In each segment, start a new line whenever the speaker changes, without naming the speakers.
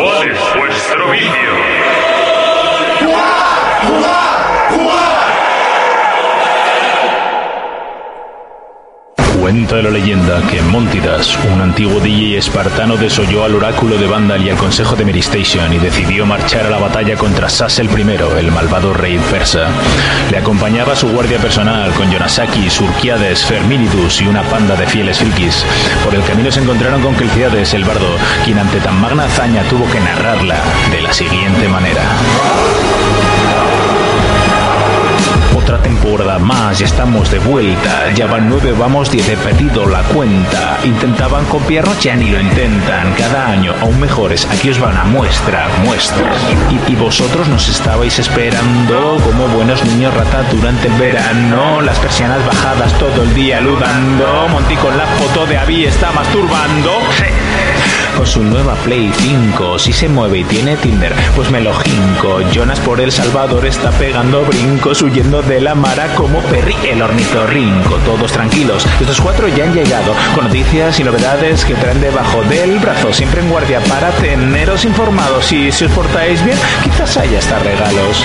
¿Cuál es vuestro vicio?
Cuenta la leyenda que en Montidas, un antiguo DJ espartano desoyó al oráculo de Vandal y al consejo de Meristation y decidió marchar a la batalla contra Sas el I, el malvado rey persa. Le acompañaba su guardia personal con Yonasaki, Surquiades, Ferminidus y una panda de fieles frikis. Por el camino se encontraron con Kelciades el bardo, quien ante tan magna hazaña tuvo que narrarla de la siguiente manera. Otra temporada más, ya estamos de vuelta. Ya van nueve, vamos diez, he perdido la cuenta. Intentaban copiarnos, ya ni lo intentan. Cada año aún mejores. Aquí os van a muestra, muestra. Y, y vosotros nos estabais esperando como buenos niños rata durante el verano. Las persianas bajadas todo el día ludando. Monty con la foto de Abby está masturbando. Con su nueva Play 5, si se mueve y tiene Tinder, pues me lo jinco. Jonas por El Salvador está pegando brincos, huyendo de la mara como Perry el ornitorrinco. Todos tranquilos, estos cuatro ya han llegado, con noticias y novedades que traen debajo del brazo, siempre en guardia para teneros informados. Y si os portáis bien, quizás haya hasta regalos.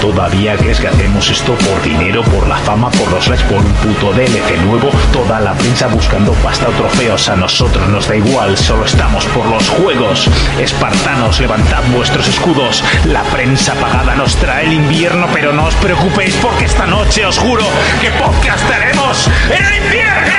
Todavía crees que hacemos esto por dinero, por la fama, por los likes, por un puto DLC nuevo. Toda la prensa buscando pasta o trofeos. A nosotros nos da igual, solo estamos por los juegos. Espartanos, levantad vuestros escudos. La prensa pagada nos trae el invierno, pero no os preocupéis porque esta noche os juro que podcast haremos en el invierno.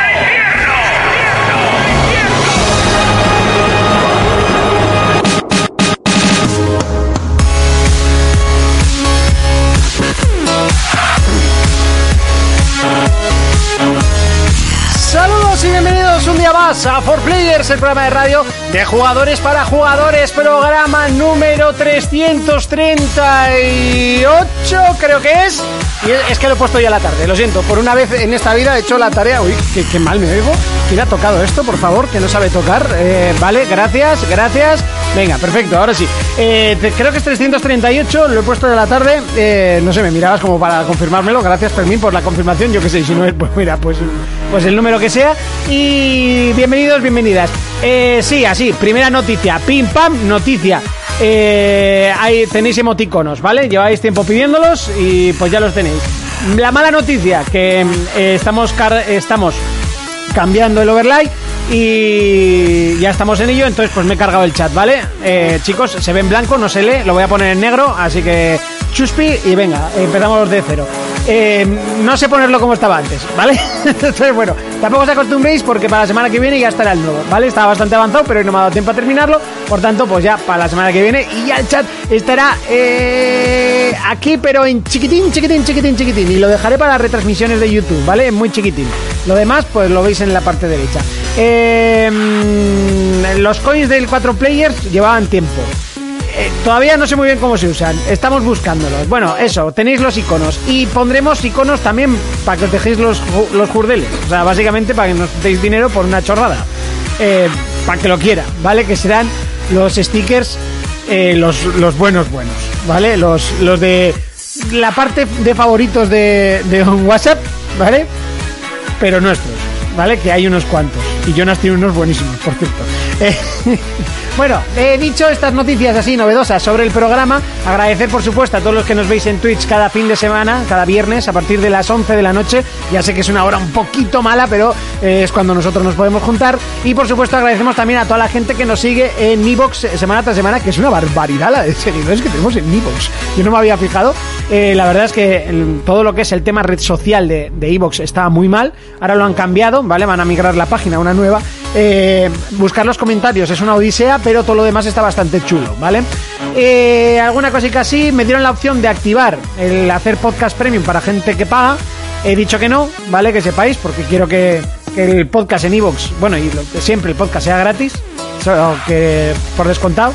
Saludos y bienvenidos un día más a 4Players, el programa de radio de jugadores para jugadores, programa número 338 creo que es. Y es- es que lo he puesto ya a la tarde, lo siento, por una vez en esta vida he hecho la tarea. Uy, qué, qué mal me oigo. ¿Quién ha tocado esto, por favor, que no sabe tocar? Eh, vale, gracias, gracias. Venga, perfecto, ahora sí. Eh, te- creo que es 338, lo he puesto de la tarde. Eh, no sé, me mirabas como para confirmármelo. Gracias, Fermín, por la confirmación. Yo qué sé, y si no es, pues mira, pues, pues el número que sea. Y bienvenidos, bienvenidas. Eh, sí, así, primera noticia. Pim, pam, noticia. Eh, ahí tenéis emoticonos, ¿vale? Lleváis tiempo pidiéndolos y pues ya los tenéis. La mala noticia, que mm, eh, estamos, car- estamos cambiando el overlay y ya estamos en ello, entonces pues me he cargado el chat, ¿vale? Eh, chicos, se ve en blanco, no se lee, lo voy a poner en negro, así que chuspi y venga, empezamos de cero. Eh, no sé ponerlo como estaba antes, ¿vale? Entonces, bueno, tampoco os acostumbréis porque para la semana que viene ya estará el nuevo, ¿vale? Estaba bastante avanzado, pero hoy no me ha dado tiempo a terminarlo, por tanto, pues ya para la semana que viene y ya el chat estará eh, aquí, pero en chiquitín, chiquitín, chiquitín, chiquitín, y lo dejaré para las retransmisiones de YouTube, ¿vale? Muy chiquitín. Lo demás, pues lo veis en la parte derecha. Eh, mm, los coins del 4 players llevaban tiempo. Eh, todavía no sé muy bien cómo se usan. Estamos buscándolos. Bueno, eso, tenéis los iconos. Y pondremos iconos también para que os dejéis los, ju- los jurdeles. O sea, básicamente para que nos deis dinero por una chorrada. Eh, para que lo quiera, ¿vale? Que serán los stickers, eh, los, los buenos, buenos, ¿vale? Los, los de la parte de favoritos de, de un WhatsApp, ¿vale? pero nuestros, ¿vale? Que hay unos cuantos. Y Jonas tiene unos buenísimos, por cierto. Eh, bueno, he dicho estas noticias así novedosas sobre el programa. Agradecer, por supuesto, a todos los que nos veis en Twitch cada fin de semana, cada viernes, a partir de las 11 de la noche. Ya sé que es una hora un poquito mala, pero eh, es cuando nosotros nos podemos juntar. Y, por supuesto, agradecemos también a toda la gente que nos sigue en Evox semana tras semana, que es una barbaridad la de seguidores que tenemos en Evox. Yo no me había fijado. Eh, la verdad es que el- todo lo que es el tema red social de Evox estaba muy mal. Ahora lo han cambiado, ¿vale? Van a migrar la página a una nueva. Eh, buscar los comentarios es una odisea, pero todo lo demás está bastante chulo, ¿vale? Eh, alguna cosica así. Me dieron la opción de activar el hacer podcast premium para gente que paga. He dicho que no, ¿vale? Que sepáis, porque quiero que, que el podcast en Evox, bueno, y lo que siempre el podcast sea gratis, solo que por descontado.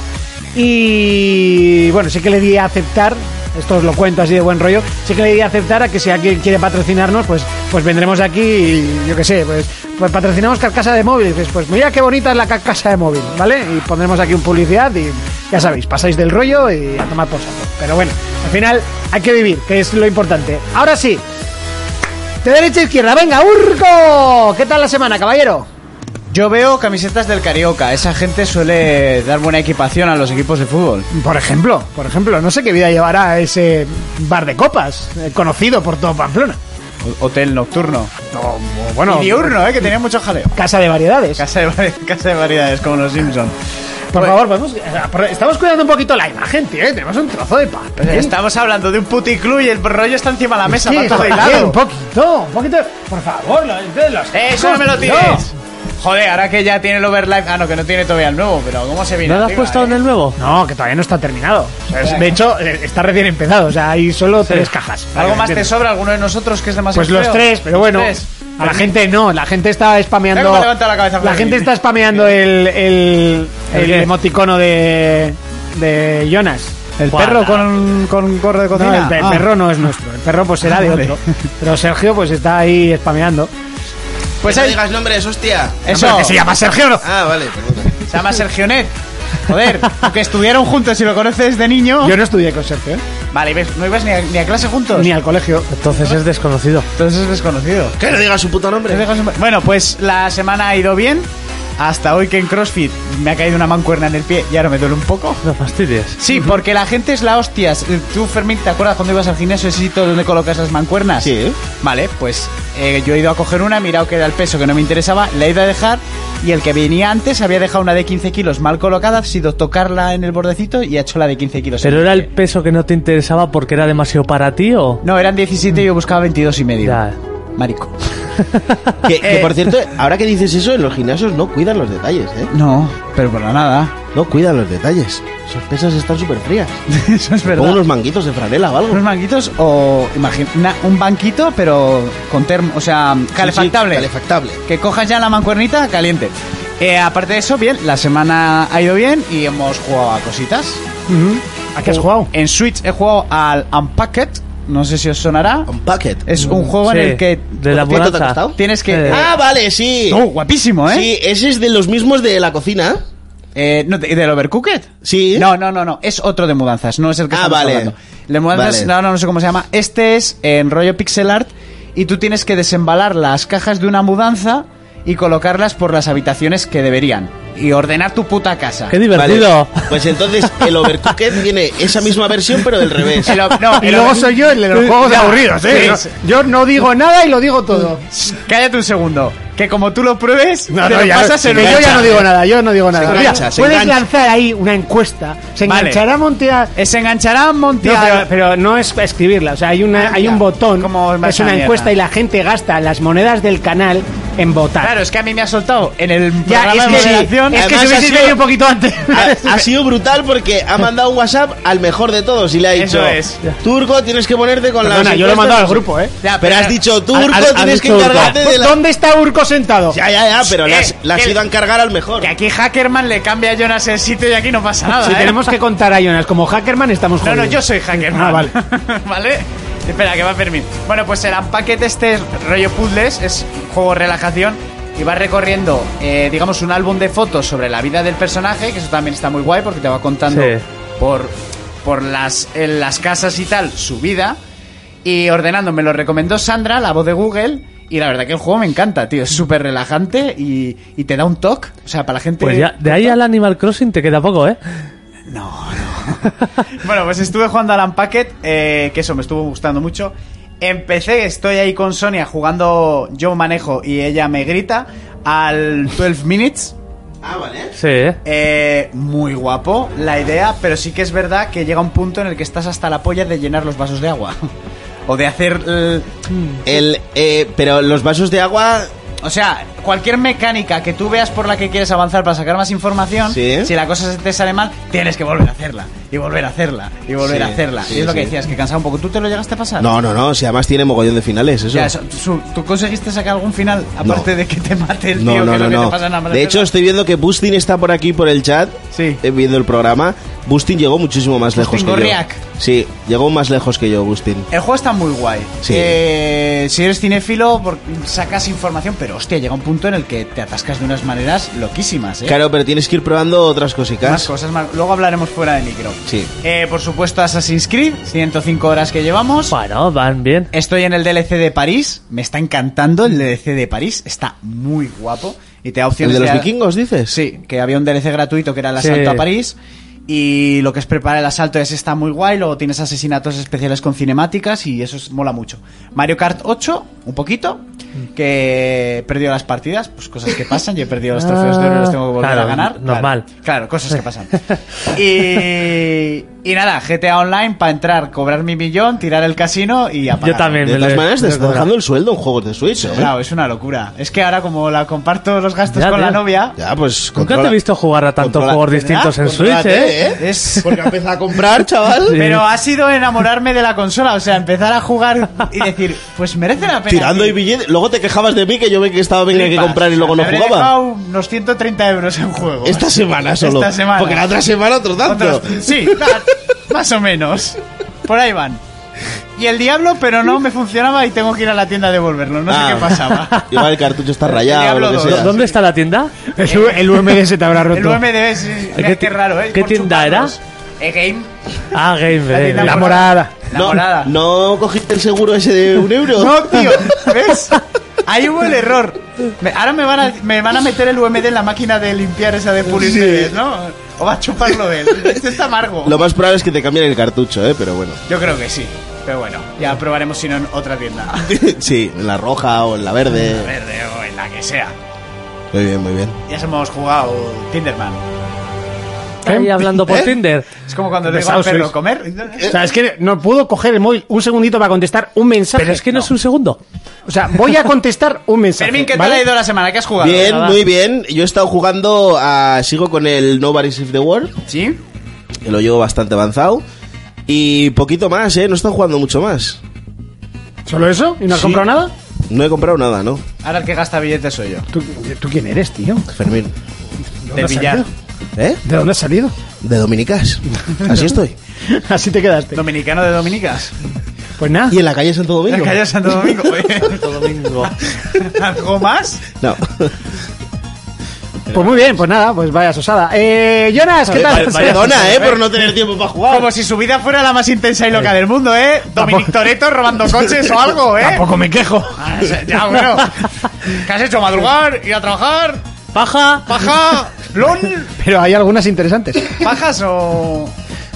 Y bueno, sí que le di a aceptar, esto os lo cuento así de buen rollo, sí que le di a aceptar a que si alguien quiere patrocinarnos, pues, pues vendremos aquí y yo qué sé, pues, pues patrocinamos carcasa de móvil. Y dices, pues mira qué bonita es la carcasa de móvil, ¿vale? Y pondremos aquí un publicidad y ya sabéis, pasáis del rollo y a tomar por saco. Pero bueno, al final hay que vivir, que es lo importante. Ahora sí, de derecha a izquierda, venga, Urco. ¿Qué tal la semana, caballero?
Yo veo camisetas del Carioca. Esa gente suele dar buena equipación a los equipos de fútbol.
Por ejemplo, por ejemplo, no sé qué vida llevará ese bar de copas, eh, conocido por todo Pamplona.
O- Hotel nocturno.
O- o bueno,
y diurno, ¿eh? que tenía mucho jaleo.
casa de variedades.
Casa de, vari- casa de variedades, como los Simpson.
Por favor, vamos, eh, por- estamos cuidando un poquito la imagen, tío. eh, Tenemos un trozo de papel.
Estamos hablando de un puticlub y el rollo está encima de la mesa.
Sí,
va todo
joder,
hilado.
un poquito, un poquito. Por favor, los, de los
¡Eh, eso no me lo tires! Joder, ahora que ya tiene el Overlife. Ah, no, que no tiene todavía el nuevo, pero ¿cómo se viene?
¿No lo has
arriba,
puesto
eh?
en el nuevo?
No, que todavía no está terminado. O sea, es- de hecho, eh, está recién empezado. O sea, hay solo tres cajas.
¿Algo más te
Bien.
sobra alguno de nosotros que es demasiado
Pues los
feo?
tres, pero bueno.
Los tres.
A la gente no, la gente está
Mira
spameando.
cómo levanta la cabeza, Fermín.
gente está spameando el, el,
¿El
el
qué?
emoticono de, de Jonas. El
Guau.
perro con, con gorro de
cocina?
el, pe-
Ah.
perro no es nuestro. El perro pues será de
Vale.
otro. Pero Sergio pues está ahí spameando.
Pues
no
ahí-
digas nombres, hostia.
Eso,
¿Que se llama Sergio o no?
Ah, vale, perdona.
se llama Sergionet. Joder, que estudiaron juntos y lo conoces de niño.
Yo no estudié con Sergio, ¿eh?
Vale, ¿ves? ¿no ibas ni a, ni a clase juntos?
ni al colegio.
Entonces es desconocido.
Entonces es desconocido.
Que no digas su puto nombre.
Bueno, pues la semana ha ido bien. Hasta hoy que en CrossFit me ha caído una mancuerna en el pie y ahora me duele un poco.
No fastidies.
Sí, porque la gente es la hostias. Eh, Tú, Fermín, ¿te acuerdas cuando ibas al gimnasio ese sitio donde colocas las mancuernas?
Sí.
Vale, pues eh, yo he ido a coger una, he mirado que era el peso que no me interesaba, la he ido a dejar y el que venía antes había dejado una de 15 kilos mal colocada, ha sido tocarla en el bordecito y ha hecho la de 15 kilos.
¿Pero era el peso que no te interesaba porque era demasiado para ti o...? Ah,
No, eran 17 y yo buscaba 22 y medio.
Ya.
Marico.
Que, que, por cierto, ahora que dices eso, en los gimnasios no cuidan los detalles, ¿eh?
No, pero por la nada.
No cuidan los detalles. Esas pesas están súper frías.
Eso es
Pongo
verdad.
unos manguitos de franela o algo.
Unos manguitos o imagina una- un banquito pero con termo, o sea, calefactable.
Sí, sí, calefactable.
Que cojas ya la mancuernita caliente. Eh, aparte de eso, bien, la semana ha ido bien y hemos jugado a cositas.
¿A qué has jugado?
En Switch he jugado al Unpacked, no sé si os sonará.
Un packet.
Es un juego
Sí,
en el que
De la
¿Cuánto te ha
bonanza.
costado?
tienes que...
Eh.
¡Ah!
Ah, vale, sí.
¡Oh, guapísimo, eh!
Sí, ese es de los mismos de la cocina.
Ah,
Eh, no, de- ¿Del Overcooked?
Sí.
No, no, no, no. Es otro de mudanzas. No es el que
Ah,
estamos
vale.
hablando. El de mudanzas,
Vale.
no, no, no sé cómo se llama. Este es en rollo pixel art y tú tienes que desembalar las cajas de una mudanza y colocarlas por las habitaciones que deberían. Y ordenar tu puta casa.
¡Qué divertido!
Vale. Pues entonces el Overcooked tiene esa misma versión, pero del revés.
El o- no,
Y
el
luego
over-
soy yo el de los juegos
Ya,
aburridos, ¿eh?
sí,
Yo- Yo no digo nada y lo digo todo.
Cállate un segundo. Que como tú lo pruebes,
No,
te
no,
lo
ya,
pasas
no,
en
que
un-
yo ya no digo nada, yo no digo nada.
engancha,
Mira,
se
puedes
engancha.
lanzar ahí una encuesta. Se
Vale.
enganchará Montea.
Eh, Se enganchará
No,
Montiel.
pero, pero no es escribirla, o sea, hay, una, hay un botón,
Como es más
es una
mierda.
encuesta y la gente gasta las monedas del canal en votar.
Claro, es que a mí me ha soltado en el
ya,
programa
es
de
que,
moderación.
es que
Además,
si
ha
hubiese
sido-
venido un poquito antes.
Ha, ha sido brutal porque ha mandado un WhatsApp al mejor de todos y le ha
Eso
dicho:
es.
Turco, tienes que ponerte con la.
Perdona, yo lo he mandado al grupo, ¿eh?
Ya,
Pero has
pero-
dicho: Turco,
al- al
tienes que
Turco".
encargarte de la.
Pues, ¿Dónde está Urco sentado?
Ya, ya, ya, pero le has,
Eh,
le has
el-
ido a encargar al mejor.
Que aquí Hackerman le cambia a Jonas el sitio y aquí no pasa nada.
si
¿eh?
tenemos que contar a Jonas, como Hackerman estamos
No,
jodidos.
no, yo soy Hackerman.
Ah, vale.
¿Vale? Espera, que va a permitir. Bueno, pues el unpacket este es rollo puzzles, es juego relajación. Y vas recorriendo, eh, digamos, un álbum de fotos sobre la vida del personaje, que eso también está muy guay porque te va contando
Sí.
por, por las, en las casas y tal su vida. Y ordenando, me lo recomendó Sandra, la voz de Google. Y la verdad que el juego me encanta, tío. Es súper relajante y, y te da un toque. O sea, para la gente.
Pues ya, de ahí al Animal Crossing te queda poco, ¿eh?
Bueno, pues estuve jugando al Unpacked, eh, que eso me estuvo gustando mucho. Empecé, estoy ahí con Sonia jugando, yo manejo y ella me grita al 12 Minutes.
Ah, vale.
Sí, ¿eh?
Eh, muy guapo la idea, pero sí que es verdad que llega un punto en el que estás hasta la polla de llenar los vasos de agua. o de hacer... eh,
El, eh, pero los vasos de agua.
o sea, cualquier mecánica que tú veas por la que quieres avanzar para sacar más información,
Sí.
si la cosa se te sale mal, tienes que volver a hacerla. Y volver a hacerla. Y volver
Sí,
a hacerla.
sí,
y es lo que
sí.
decías, que cansaba un poco. ¿Tú te lo llegaste a pasar?
No, no, no. Si además tiene mogollón de finales, eso.
Ya, eso, su- ¿Tú conseguiste sacar algún final? Aparte de que te mate el tío,
No,
que
no,
es
no,
lo que
no.
te pasa en la
De
maratona.
hecho, estoy viendo que Bustin está por aquí, por el chat,
Sí.
eh, viendo el programa. Bustin llegó muchísimo más
Bustin
lejos que
Gorriak.
yo. Sí, llegó más lejos que yo, Bustin.
el juego está muy guay.
Sí.
Eh, si eres cinéfilo, por- sacas información, pero hostia, llega un punto en el que te atascas de unas maneras loquísimas, ¿eh?
Claro, pero tienes que ir probando otras
Más
cositas.
cosas, más- luego hablaremos fuera de micro.
Sí.
Eh, por supuesto, Assassin's Creed, 105 horas que llevamos.
Bueno, van bien.
Estoy en el DLC de París, me está encantando el DLC de París, está muy guapo. Y te da
¿El
opciones
de los
a-
vikingos, dices?
Sí, que había un DLC gratuito que era el
Sí.
asalto a París. Y lo que es preparar el asalto es está muy guay. Luego tienes asesinatos especiales con cinemáticas y eso es- mola mucho. Mario Kart 8, un poquito, que he perdido las partidas, pues cosas que pasan. Yo he perdido los trofeos de oro y los tengo que volver
Claro,
a ganar.
normal.
Claro, claro, cosas que pasan. Y, y nada, GTA Online para entrar, cobrar mi millón, tirar el casino y apagar.
Yo también.
De
me
todas
lo-
maneras, te
me
está
lo-
dejando el sueldo en juegos de Switch. ¿eh?
Claro, es una locura. Es que ahora como la comparto los gastos
Ya,
con la
tío.
novia,
Ya,
Nunca
pues.
te
controla-
he visto jugar a tantos
controla-
juegos
¿verdad?
distintos en Switch,
Contrólate,
¿eh?
es
Porque empieza a comprar, chaval.
Sí.
Pero ha sido enamorarme de la consola, o sea, empezar a jugar y decir, pues merece la pena.
Tirando
que
y billetes. Luego te quejabas de mí que yo me que estaba tenía que
flipas.
comprar y luego
Me
no
habré
jugaba.
dejado unos 130 euros en juego.
Esta semana solo.
Esta semana.
Porque la otra semana otro tanto.
Otros- sí, claro, más o menos. Por ahí van. Y el diablo, pero no me funcionaba y tengo que ir a la tienda a devolverlo. No
Ah.
sé qué pasaba.
Igual el cartucho está rayado o lo que
Diablo
sea.
dos.
¿Dónde está la tienda?
El, U- el UMD se te habrá roto.
El UMDB, sí,
¿Qué
qué,
ti-
raro, ¿eh?
qué
Por
tienda
chuparlos. Eh, game.
Ah, Game
La tienda
eh.
La morada.
La
No,
morada.
no cogiste el seguro ese de un euro.
No, tío, ¿ves? Ahí hubo el error. Me- ahora me van, a, me van a meter el UMD en la máquina de limpiar esa de pulir CDs, ¿no? O va a chuparlo él. Este está amargo.
Lo más probable es que te cambien el cartucho, eh, pero bueno.
Yo creo que sí. Pero bueno, ya probaremos si no en otra tienda.
sí, en la roja o en la verde.
Verde o en la que sea.
Muy bien, muy bien.
Ya se hemos jugado Tinderman.
Ahí hablando por
¿Eh?
Tinder.
Es como cuando le digo al
Pesados
perro
sois.
comer. Eh,
O sea, es que no puedo coger el móvil un segundito para contestar un mensaje.
Pero es que no, es un segundo.
O sea, voy a contestar un mensaje.
Fermín, ¿qué tal
¿vale?
ha ido la semana? ¿Qué has jugado?
Bien,
va.
muy bien. Yo he estado jugando a. Sigo con el Nobody Save the World,
¿Sí?
que lo llevo bastante avanzado. Y poquito más, eh. No he estado jugando mucho más.
¿Solo eso? ¿Y no has
Sí.
comprado nada?
No he comprado nada, ¿no?
Ahora el que gasta billetes soy yo.
¿Tú, tú quién eres, tío?
Fermín.
De
has
billar.
salido?
¿Eh?
¿De dónde has salido?
De Dominicas. Así estoy.
Así te quedaste.
Dominicano de Dominicas.
Pues nada.
¿Y en la calle Santo Domingo?
La calle Santo Domingo. Santo Domingo. ¿Algo más?
No.
Pues muy bien, pues nada, pues vaya sosada. Eh, Jonas, ¿qué tal?
Perdona, eh, por no tener tiempo para jugar.
Como si su vida fuera la más intensa y loca del mundo, ¿eh? Dominic Toreto robando coches o algo, ¿eh?
Tampoco me quejo.
Ah, Ya, bueno. ¿Qué has hecho? ¿Madrugar? ¿Ir a trabajar?
Paja.
¿Paja? ¿Lol?
Pero hay algunas interesantes.
¿Pajas o...?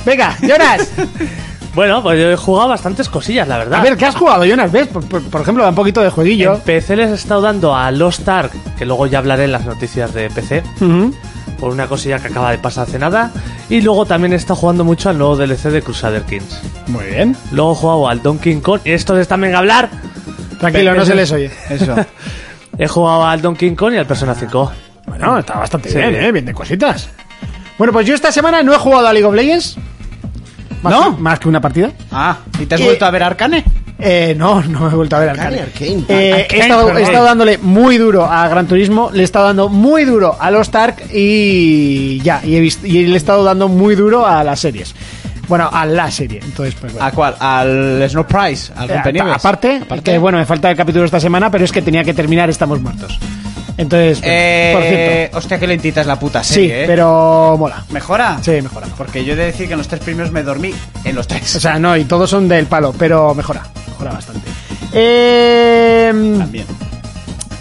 Venga, Jonas.
Bueno, pues yo he jugado bastantes cosillas, la verdad.
A ver, ¿qué has jugado, Jonas? ¿Ves? Por, por- por ejemplo, da un poquito de jueguillo.
en PC les he estado dando a Lost Ark, que luego ya hablaré en las noticias de PC,
Ujú.
por una cosilla que acaba de pasar hace nada. Y luego también he estado jugando mucho al nuevo DLC de Crusader Kings.
Muy bien.
Luego he jugado al Donkey Kong. Estos están en hablar.
Tranquilo, no se les oye.
Eso.
He jugado al Donkey Kong y al Persona 5.
Bueno, está bastante
Sí.
bien, ¿eh? Bien de cositas. Bueno, pues yo esta semana no he jugado a League of Legends. Más
¿No?
Que, más que una partida.
Ah, ¿y te has
Eh,
vuelto a ver Arcane?
Eh, no, no me he vuelto a ver al
Arcane,
Cali.
Arcane.
Eh, he,
Arcane,
estado, he
perdón.
estado dándole muy duro a Gran Turismo, le he estado dando muy duro a los Tark y ya, y, he visto- y le he estado dando muy duro a las series. Bueno, a la serie, entonces pues bueno.
¿A cuál? ¿Al Snow Price? ¿Al
Eh,
Rompenieves?
aparte, que, bueno, me falta el capítulo esta semana, pero es que tenía que terminar Estamos Muertos. Entonces, pues,
Eh,
por cierto.
Hostia, que lentita es la puta
Sí,
serie, ¿eh?
pero mola.
¿Mejora?
Sí, mejora.
Porque yo he de decir que en los tres primeros me dormí. En los tres.
O sea, no, y todos son del palo, pero mejora, mejora bastante. Eh,
También.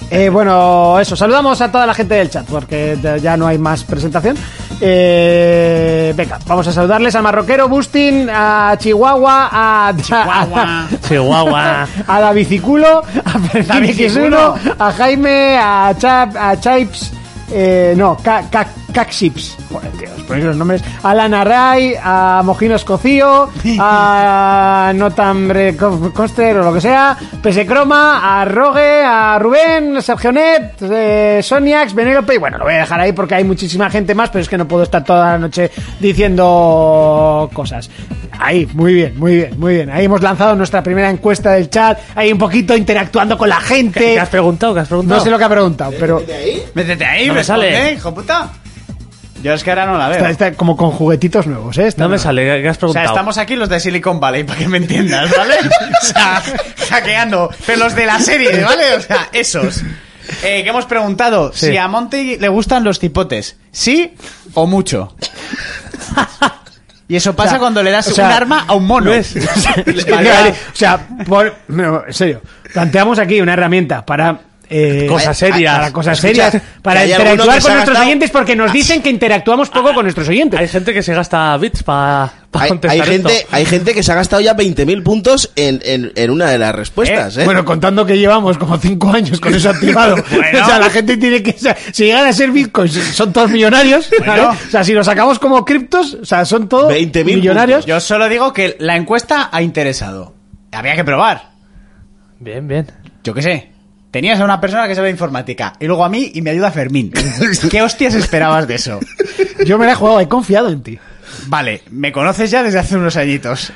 eh, bueno, eso, saludamos a toda la gente del chat, porque de- ya no hay más presentación. Eh, venga, vamos a saludarles al marroquero, Bustin, a Chihuahua, a...
Chihuahua.
Chihuahua.
A la biciculo, a Fermín
Biciculo.
X1, a Jaime, a, Chap, a Chipes, eh, no, Ca- Ca- Caxips. Joder, tío, os ponéis los nombres. A Lana Ray, a Mojino Escocío, a Notambre Co- Coster o lo que sea, PS Croma, a Rogue, a Rubén, Sergio Net, eh, Soniax, Venelope. Y bueno, lo voy a dejar ahí porque hay muchísima gente más, pero es que no puedo estar toda la noche diciendo cosas. Ahí, muy bien, muy bien, muy bien. Ahí hemos lanzado nuestra primera encuesta del chat, ahí un poquito interactuando con la gente.
¿Qué has preguntado? ¿Qué has preguntado?
No sé lo que ha preguntado, pero
Métete ahí,
No me
responde,
sale.
hijo puta. Yo es que ahora no la veo.
está, está como con juguetitos nuevos, ¿eh? Está
No me
nuevo.
sale. ¿Qué has
O sea,
preguntado?
estamos aquí los de Silicon Valley, para que me entiendas, ¿vale? O sea, hackeando. Pero los de la serie, ¿vale? O sea, esos. Eh, que hemos preguntado
Sí.
si a Monty le gustan los tipotes. ¿Sí o mucho? Y eso pasa
O sea,
cuando le das
o sea,
un arma a un mono.
no es-
Es que,
Vale.
vale, o sea, por- no, en serio, planteamos aquí una herramienta para eh,
Cosa seria.
Para cosas
Escucha,
serias. Para
que hay alguno
interactuar
que se
con
ha
nuestros
gastado- Ah,
oyentes, porque nos dicen que interactuamos poco con nuestros oyentes.
Hay gente que se gasta bits para
Hay, hay
contestar
gente,
esto.
hay gente que se ha gastado ya 20.000 puntos en, en- en una de las respuestas, ¿eh?
Bueno, contando que llevamos como cinco años con eso activado. O sea, la gente tiene que. o sea, si llegan a ser bitcoins, son todos millonarios. ¿vale? O sea, si los sacamos como criptos, o sea, son todos
20.000
millonarios.
Yo solo digo que la encuesta ha interesado. Había que probar.
Bien, bien.
Yo qué sé. Tenías a una persona que sabe informática y luego a mí y me ayuda Fermín. ¿Qué hostias esperabas de eso?
Yo, me la he jugado, he confiado en ti.
Vale, me conoces ya desde hace unos añitos.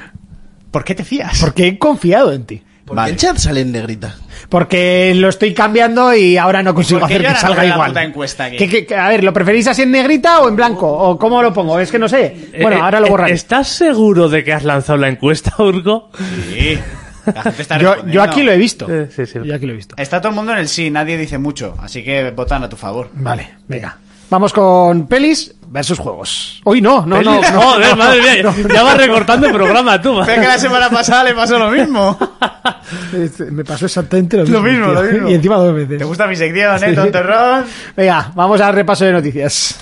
¿Por qué te fías?
Porque he confiado en ti.
¿Por
Vale.
qué el chat sale en negrita?
Porque lo estoy cambiando y ahora no consigo
Porque
hacer
yo
que
ahora no
salga
veo la
igual.
puta encuesta aquí.
Que- que- que- a ver, ¿lo preferís así en negrita o en blanco? ¿O cómo lo pongo? Es que no sé. Bueno,
Eh,
ahora lo
eh,
borraré. Oh.
¿Estás seguro de que has lanzado la encuesta, Urgo?
Sí. La gente está
Yo,
respondiendo.
yo aquí lo he visto.
Eh, sí, sí.
Yo aquí lo he visto.
Está todo el mundo en el sí, nadie dice mucho, así que votan a tu favor.
Vale, venga. Vamos con pelis versus juegos. Hoy no, no, no,
Pelis-
no.
Joder,
no,
madre mía,
no.
ya vas recortando el programa tú.
Pero que la semana pasada le pasó lo mismo.
Este, Me pasó exactamente lo mismo.
Lo mismo,
tío.
lo mismo.
Y encima dos veces.
¿Te gusta mi sección, eh, tontorrón?
Venga, vamos al repaso de noticias.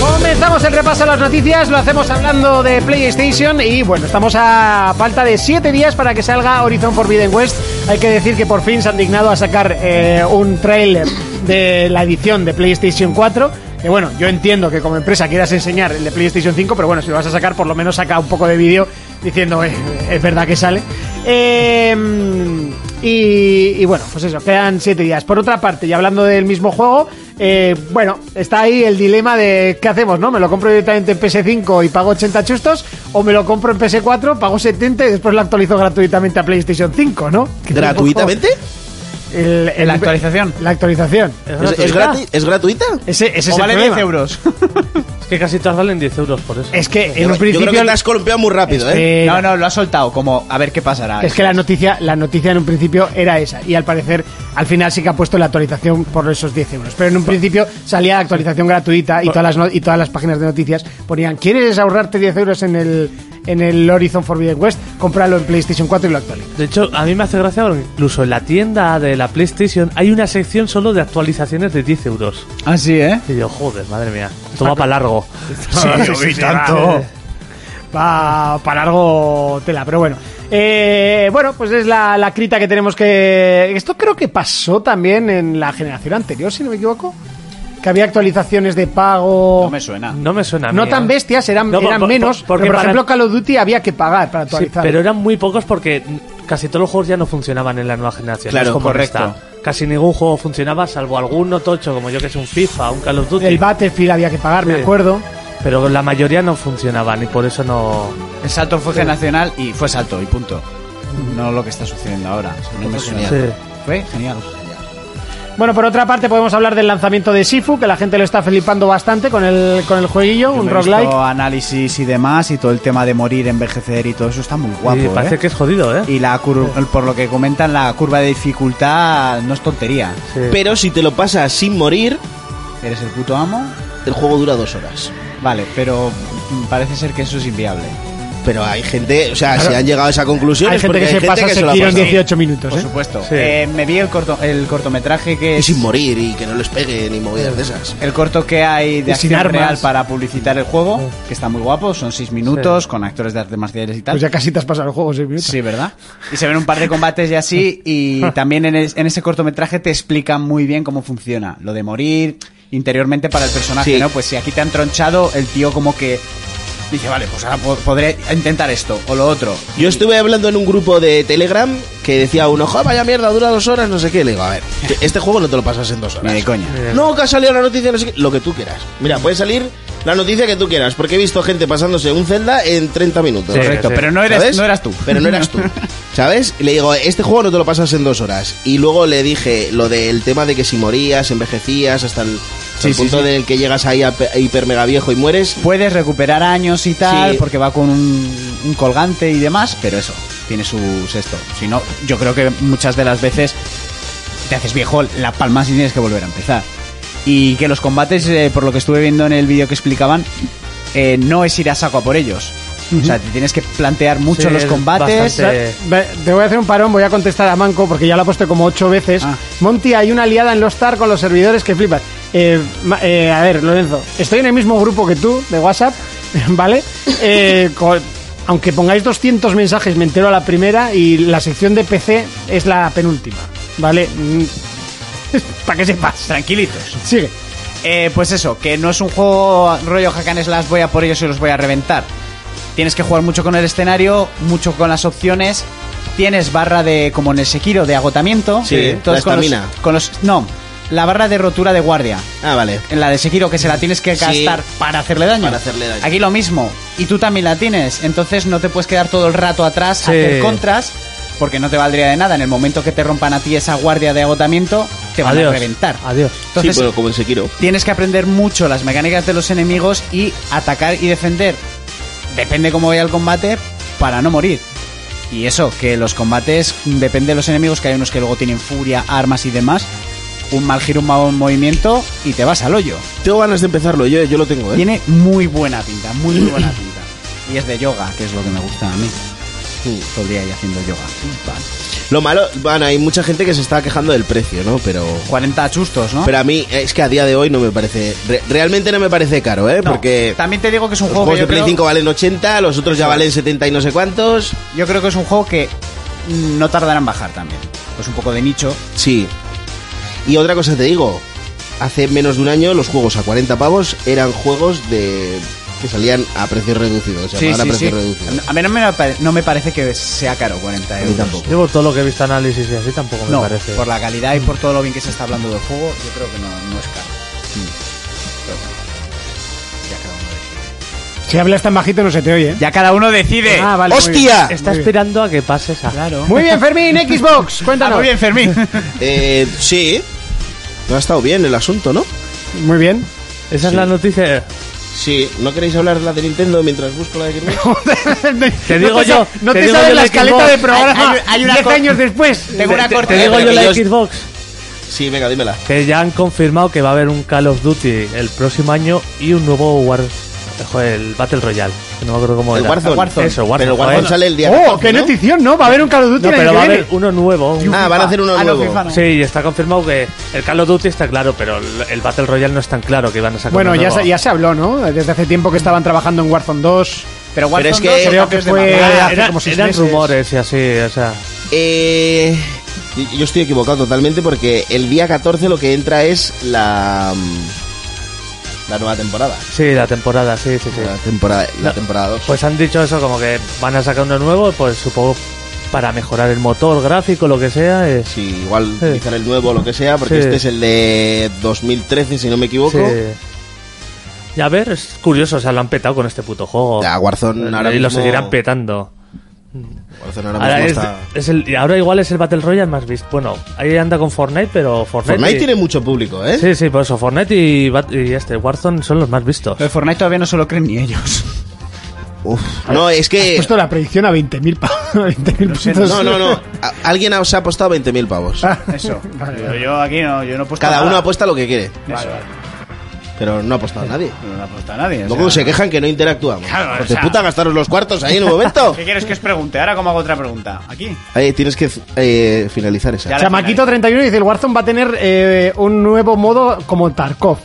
Comenzamos el repaso de las noticias, lo hacemos hablando de PlayStation y bueno, estamos a falta de 7 días para que salga Horizon Forbidden West. Hay que decir que por fin se han dignado a sacar eh, un trailer de la edición de PlayStation 4. Que bueno, yo entiendo que como empresa quieras enseñar el de PlayStation 5, pero bueno, si lo vas a sacar, por lo menos saca un poco de vídeo diciendo, "Eh, es verdad que sale. Eh, y, y bueno, pues eso, quedan siete días. Por otra parte, y hablando del mismo juego, eh, bueno, está ahí el dilema de qué hacemos, ¿no? ¿Me lo compro directamente en PS5 y pago 80 chustos? ¿O me lo compro en PS4, pago 70 y después lo actualizo gratuitamente a PlayStation 5, ¿no? Que tampoco-
¿Gratuitamente?
El- el-
La actualización.
La actualización.
¿Es, es grati- ¿es gratuita?
Ese, ese es
O
el
vale 10
problema.
euros.
Es que casi todas valen 10 euros por eso.
Es que en
Yo
un
creo- yo
principio...
creo que te has columpiado muy rápido, ¿eh?
Eh,
No, no, lo ha soltado, como a ver qué pasará.
Es que la noticia, la noticia en un principio era esa. Y al parecer, al final sí que ha puesto la actualización por esos 10 euros. Pero en
Pues
un principio salía la actualización gratuita y todas las, no- y todas las páginas de noticias ponían: ¿Quieres ahorrarte 10 euros en el, en el Horizon Forbidden West? Cómpralo en PlayStation 4 y lo actualiza.
De hecho, a mí me hace gracia porque incluso en la tienda de la PlayStation hay una sección solo de actualizaciones de 10 euros.
Ah, sí, ¿eh?
Y yo, joder, madre mía, esto va para largo.
yo vi tanto.
eh, Va para largo tela, pero bueno. Eh, bueno, pues es la, la crita que tenemos que. Esto creo que pasó también en la generación anterior, si no me equivoco. Que había actualizaciones de pago.
No me suena.
No me suena a
No
mí,
tan
¿eh?
bestias, eran,
No, por-
eran
por-
menos.
por- porque
pero, por
para-
ejemplo, Call of Duty había que pagar para
Sí,
actualizar.
pero eran muy pocos porque casi todos los juegos ya no funcionaban en la nueva generación.
Claro,
es como
correcto.
esta. Casi ningún juego funcionaba, salvo alguno tocho, como yo que sé, un FIFA, un Call of Duty.
El Battlefield había que pagar, me
Sí.
acuerdo.
Pero la mayoría no funcionaban y por eso no.
El salto fue generacional y fue salto, y punto. No lo que está sucediendo ahora. No me suena.
Sí.
Fue genial.
Bueno, por otra parte, podemos hablar del lanzamiento de Sifu, que la gente lo está flipando bastante con el, con el jueguillo, un
Yo me he visto
roguelike.
análisis y demás, y todo el tema de morir, envejecer y todo eso está muy guapo.
y parece
¿eh?
que es jodido, ¿eh?
Y la cur- por lo que comentan, la curva de dificultad no es tontería.
Sí.
Pero si te lo pasas sin morir,
Eres el puto amo.
el juego dura dos horas.
Vale, pero mm, parece ser que eso es inviable.
Pero hay gente, o sea, si han llegado a esa conclusión
Hay
es
gente
porque
que se
hay gente
pasa
que se lo ha
Sekiro en
pasado.
18 minutos.
Por
¿eh?
supuesto.
Sí.
Eh, me vi el, corto, el cortometraje que
Y
es
sin morir y que no les pegue ni movidas de esas.
el corto que hay de
Y sin
acción
armas.
real para publicitar el juego, que está muy guapo, son seis minutos con actores de artes marciales y tal.
Pues ya casi te has pasado el juego, seis minutos.
Sí, ¿verdad? Y se ven un par de combates y así, y también en, es- en ese cortometraje te explican muy bien cómo funciona. Lo de morir interiormente para el personaje,
Sí.
¿no? Pues si aquí te han tronchado, el tío como que dice, vale, pues ahora po- podré intentar esto o lo otro.
Yo estuve hablando en un grupo de Telegram que decía uno, "Jo, vaya mierda, dura dos horas, no sé qué. Le digo, a ver, este juego no te lo pasas en dos
Ni de
horas.
coña.
No, que ha salido la noticia, no sé qué. Lo que tú quieras. Mira, puede salir la noticia que tú quieras, porque he visto gente pasándose un Zelda en 30 minutos.
Sí,
Correcto,
sí.
pero no eres,
¿Sabes?
no eras tú.
Pero no eras tú. ¿Sabes? Y Le digo, este juego no te lo pasas en dos horas. Y luego le dije lo del tema de que si morías, envejecías, hasta el, hasta el
Sí, sí,
punto
sí.
en el que llegas ahí a, pe- a hiper mega viejo y mueres.
Puedes recuperar años y tal,
Sí.
porque va con un, un colgante y demás, pero eso, tiene su sexto. Si no, yo creo que muchas de las veces te haces viejo la palma si tienes que volver a empezar. Y que los combates, eh, por lo que estuve viendo en el vídeo que explicaban, eh, no es ir a saco a por ellos. O sea, te tienes que plantear mucho
Sí,
los
es
combates.
bastante-
Ve- ve- Te voy a hacer un parón, voy a contestar a Manco porque ya lo ha puesto como ocho veces.
Ah.
Monty, hay una liada en los TAR con los servidores que flipas. Eh, ma- eh, a ver, Lorenzo, estoy en el mismo grupo que tú de WhatsApp, ¿vale? Eh, co- aunque pongáis 200 mensajes, me entero a la primera y la sección de PC es la penúltima, ¿vale? Para que sepas.
Tranquilitos.
Sigue.
Eh, pues eso, que no es un juego rollo hack and slash, voy a por ellos y los voy a reventar. Tienes que jugar mucho con el escenario, mucho con las opciones. Tienes barra de, como en el Sekiro, de agotamiento.
Sí, la
con los-
estamina.
con los, No, la barra de rotura de guardia.
Ah, vale.
En la de Sekiro, que se la tienes que
Sí.
gastar para hacerle daño.
Para hacerle daño.
Aquí lo mismo. Y tú también la tienes. Entonces no te puedes quedar todo el rato atrás
Sí.
a hacer contras. Porque no te valdría de nada. En el momento que te rompan a ti esa guardia de agotamiento, te van
Adiós.
a reventar.
Adiós.
Entonces,
sí, pero como en Sekiro.
tienes que aprender mucho las mecánicas de los enemigos y atacar y defender. Depende cómo vaya el combate para no morir. Y eso, que los combates mm, depende de los enemigos, que hay unos que luego tienen furia, armas y demás. Un mal giro, un mal movimiento y te vas al hoyo.
Tengo ganas de empezarlo, yo, yo lo tengo, ¿eh?
Tiene muy buena pinta, muy, muy buena pinta. Y es de yoga, que es lo que me gusta a mí. Todo el día ahí haciendo yoga.
Lo malo, bueno, hay mucha gente que se está quejando del precio, ¿no? Pero...
40 chustos, ¿no?
Pero a mí es que a día de hoy no me parece... re- realmente no me parece caro, ¿eh?
No,
Porque
También te digo que es un
los
juego que
juegos de
yo
Play
creo-
5 valen 80, los otros ya valen 70 y no sé cuántos.
Yo creo que es un juego que no tardará en bajar también. Pues un poco de nicho.
Sí. Y otra cosa te digo, hace menos de un año los juegos a 40 pavos eran juegos de que salían a precios reducidos, se llamaban a precios reducidos.
A mí no me, pare- no me parece que sea caro 40
A
euros.
mí tampoco.
Yo por todo lo que he visto análisis y así tampoco me
No,
parece.
por la calidad y por todo lo bien que se está hablando del juego, yo creo que no, no es caro. Pero bueno, ya cada uno decide.
Si hablas tan bajito no se te oye. ¿eh?
Ya cada uno decide.
Ah, vale, muy bien.
¡Hostia!
Está
Muy bien.
esperando a que pases a... Claro.
Muy bien, Fermín, Xbox,
Ah,
cuéntanos.
muy bien, Fermín.
Eh, sí. No ha estado bien el asunto, ¿no?
Muy bien.
Esa es la noticia.
Sí, ¿no queréis hablar de la de Nintendo mientras busco la de Kirby?
Te digo
no
yo,
sa- No
te
te,
digo
sabes
yo
la
de
escaleta
Xbox.
de programa.
Hay- hay- hay una
Diez
co-
años después.
Tengo una corte.
Te digo
pero
yo la
que yo-
Xbox.
Sí, venga, dímela.
Que ya han confirmado que va a haber un Call of Duty el próximo año y un nuevo War... Joder, el Battle Royale. que No me acuerdo cómo
El
era.
Warzone.
Eso, Warzone.
Pero el Warzone
joder.
sale el día
Oh,
14,
qué
¿no?
notición, ¿no? Va a haber un Call of Duty
No,
el año
pero
que
va a
viene.
haber uno nuevo. un-
Ah, van a hacer uno
Ah, no,
nuevo.
FIFA no.
Sí, y está confirmado que el Call of Duty está claro, pero el el Battle Royale no es tan claro que van a sacar.
Bueno,
uno
ya
nuevo.
se, ya se habló, ¿no? Desde hace tiempo que estaban trabajando en Warzone 2.
Pero Warzone
es que
2 o
creo
cambios
que
de
fue-
mapa.
Era-
hace
era-
como seis
eran
meses.
rumores y así, o sea.
Eh, yo- yo estoy equivocado totalmente porque el día 14 lo que entra es la mm, la nueva temporada.
Sí, la temporada, sí, sí, sí.
La temporada la temporada 2.
Pues han dicho eso, como que van a sacar uno nuevo, pues supongo para mejorar el motor gráfico, lo que sea. Es,
Sí, igual
Sí.
utilizar el nuevo o lo que sea, porque
Sí.
este es el de 2013, si no me equivoco.
sí. Y a ver, es curioso, o sea, lo han petado con este puto juego.
Ya, Warzone ahora
y lo
mismo-
seguirán petando.
Warzone ahora
Ahora,
mismo
es-
está-
es el- y ahora igual es el Battle Royale más visto. Bueno, ahí anda con Fortnite, pero Fortnite.
Fortnite
y-
tiene mucho público, ¿eh?
Sí, sí, por eso Fortnite y, Bat- y este Warzone son los más vistos.
Eh,
Lo de Fortnite todavía no se lo creen ni ellos.
Uf. No, es que...
Puesto la predicción a 20.000 pavos. 20.000 puntos.
No, no, no. A- Alguien os ha apostado 20.000 pavos.
Ah.
Eso. Yo, yo aquí no, yo no he puesto
Cada
nada.
uno apuesta lo que quiere,
Eso,
pero no ha apostado nadie.
No lo apuesta nadie. o
Luego
sea.
se quejan que no interactuamos.
Claro,
Hijos
o sea-
de puta, gastaros los cuartos ahí en un momento.
¿Qué quieres que os pregunte? Ahora, ¿cómo hago otra pregunta? Aquí.
Ahí, tienes que eh, finalizar esa.
Ya la-
Chamaquito31 dice: el Warzone va a tener eh, un nuevo modo como Tarkov.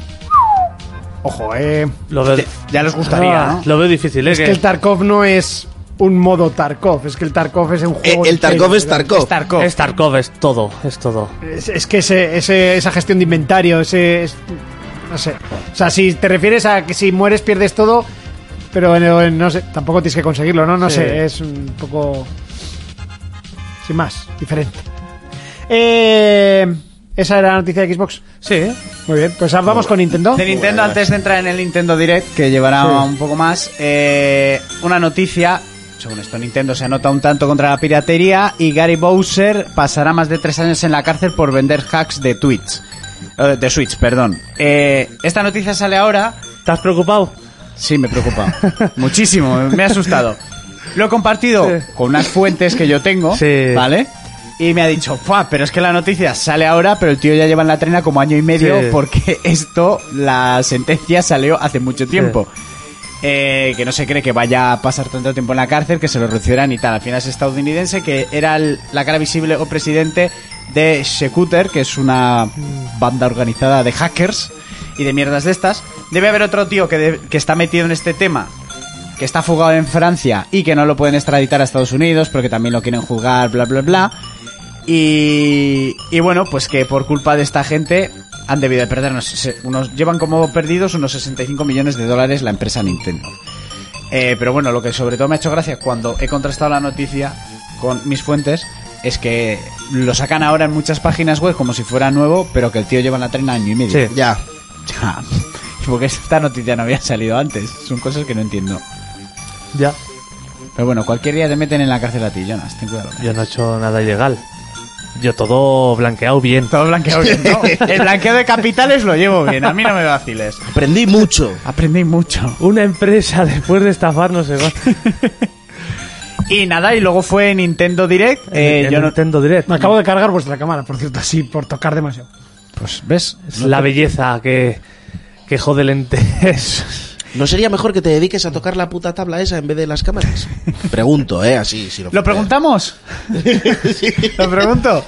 Ojo, eh.
Lo veo,
Ya les gustaría,
Ah,
¿no?
Lo veo difícil, ¿eh?
Es que el Tarkov no es un modo Tarkov, es que el Tarkov es un
Eh,
juego.
el Tarkov
entero.
es Tarkov.
Tarkov.
es Tarkov, es todo, es todo.
Es, es que ese, ese- esa gestión de inventario, ese. es- no sé. O sea, si te refieres a que si mueres pierdes todo, pero eh, no sé, tampoco tienes que conseguirlo, ¿no? No
Sí.
sé, es un poco. Sin más, diferente. Eh, esa era la noticia de Xbox.
Sí, ¿eh?
Muy bien, pues vamos con Nintendo.
De Nintendo, antes de entrar en el Nintendo Direct, que llevará un poco más, eh, una noticia. Según esto, Nintendo se anota un tanto contra la piratería y Gary Bowser pasará más de tres años en la cárcel por vender hacks de Twitch. Eh, de Switch, perdón. Eh, esta noticia sale ahora
¿estás preocupado?
Sí, me preocupa. Muchísimo, me ha asustado. Lo he compartido
Sí.
con unas fuentes que yo tengo,
Sí.
¿vale? Y me ha dicho, "Fua, pero es que la noticia sale ahora, pero el tío ya lleva en la trena como año y medio
Sí.
porque esto, la sentencia salió hace mucho tiempo. Eh, que no se cree que vaya a pasar tanto tiempo en la cárcel, que se lo reducirán y tal. Al final es estadounidense, que era el- la cara visible o presidente de Shekuter, que es una banda organizada de hackers y de mierdas de estas. Debe haber otro tío que, de- que está metido en este tema, que está fugado en Francia y que no lo pueden extraditar a Estados Unidos porque también lo quieren juzgar, bla, bla, bla. Y, y bueno, pues que por culpa de esta gente han debido de perdernos. se- Unos, llevan como perdidos unos 65 millones de dólares la empresa Nintendo. Eh, pero bueno, lo que sobre todo me ha hecho gracia cuando he contrastado la noticia con mis fuentes es que lo sacan ahora en muchas páginas web como si fuera nuevo, pero que el tío lleva en la trena año y medio.
Sí.
Ya.
Ya. Porque esta noticia no había salido antes. Son cosas que no entiendo.
Ya.
Pero bueno, cualquier día te meten en la cárcel a ti, Jonas. Ten cuidado.
Yo no he hecho nada ilegal. Yo todo blanqueado bien.
Todo blanqueado bien, ¿no? El blanqueo de capitales lo llevo bien. A mí no me vaciles.
Aprendí mucho.
Aprendí mucho.
Una empresa después de estafar no sé cuánto.
Y nada, y luego fue Nintendo Direct. eh,
El
yo no...
Nintendo Direct.
Me acabo de cargar vuestra cámara, por cierto, así por tocar demasiado.
Pues, ¿ves?
Es la belleza que, que jode lentes.
¿No sería mejor que te dediques a tocar la puta tabla esa en vez de las cámaras? Pregunto, ¿eh? Así, si lo...
¿Lo preguntamos? Lo pregunto.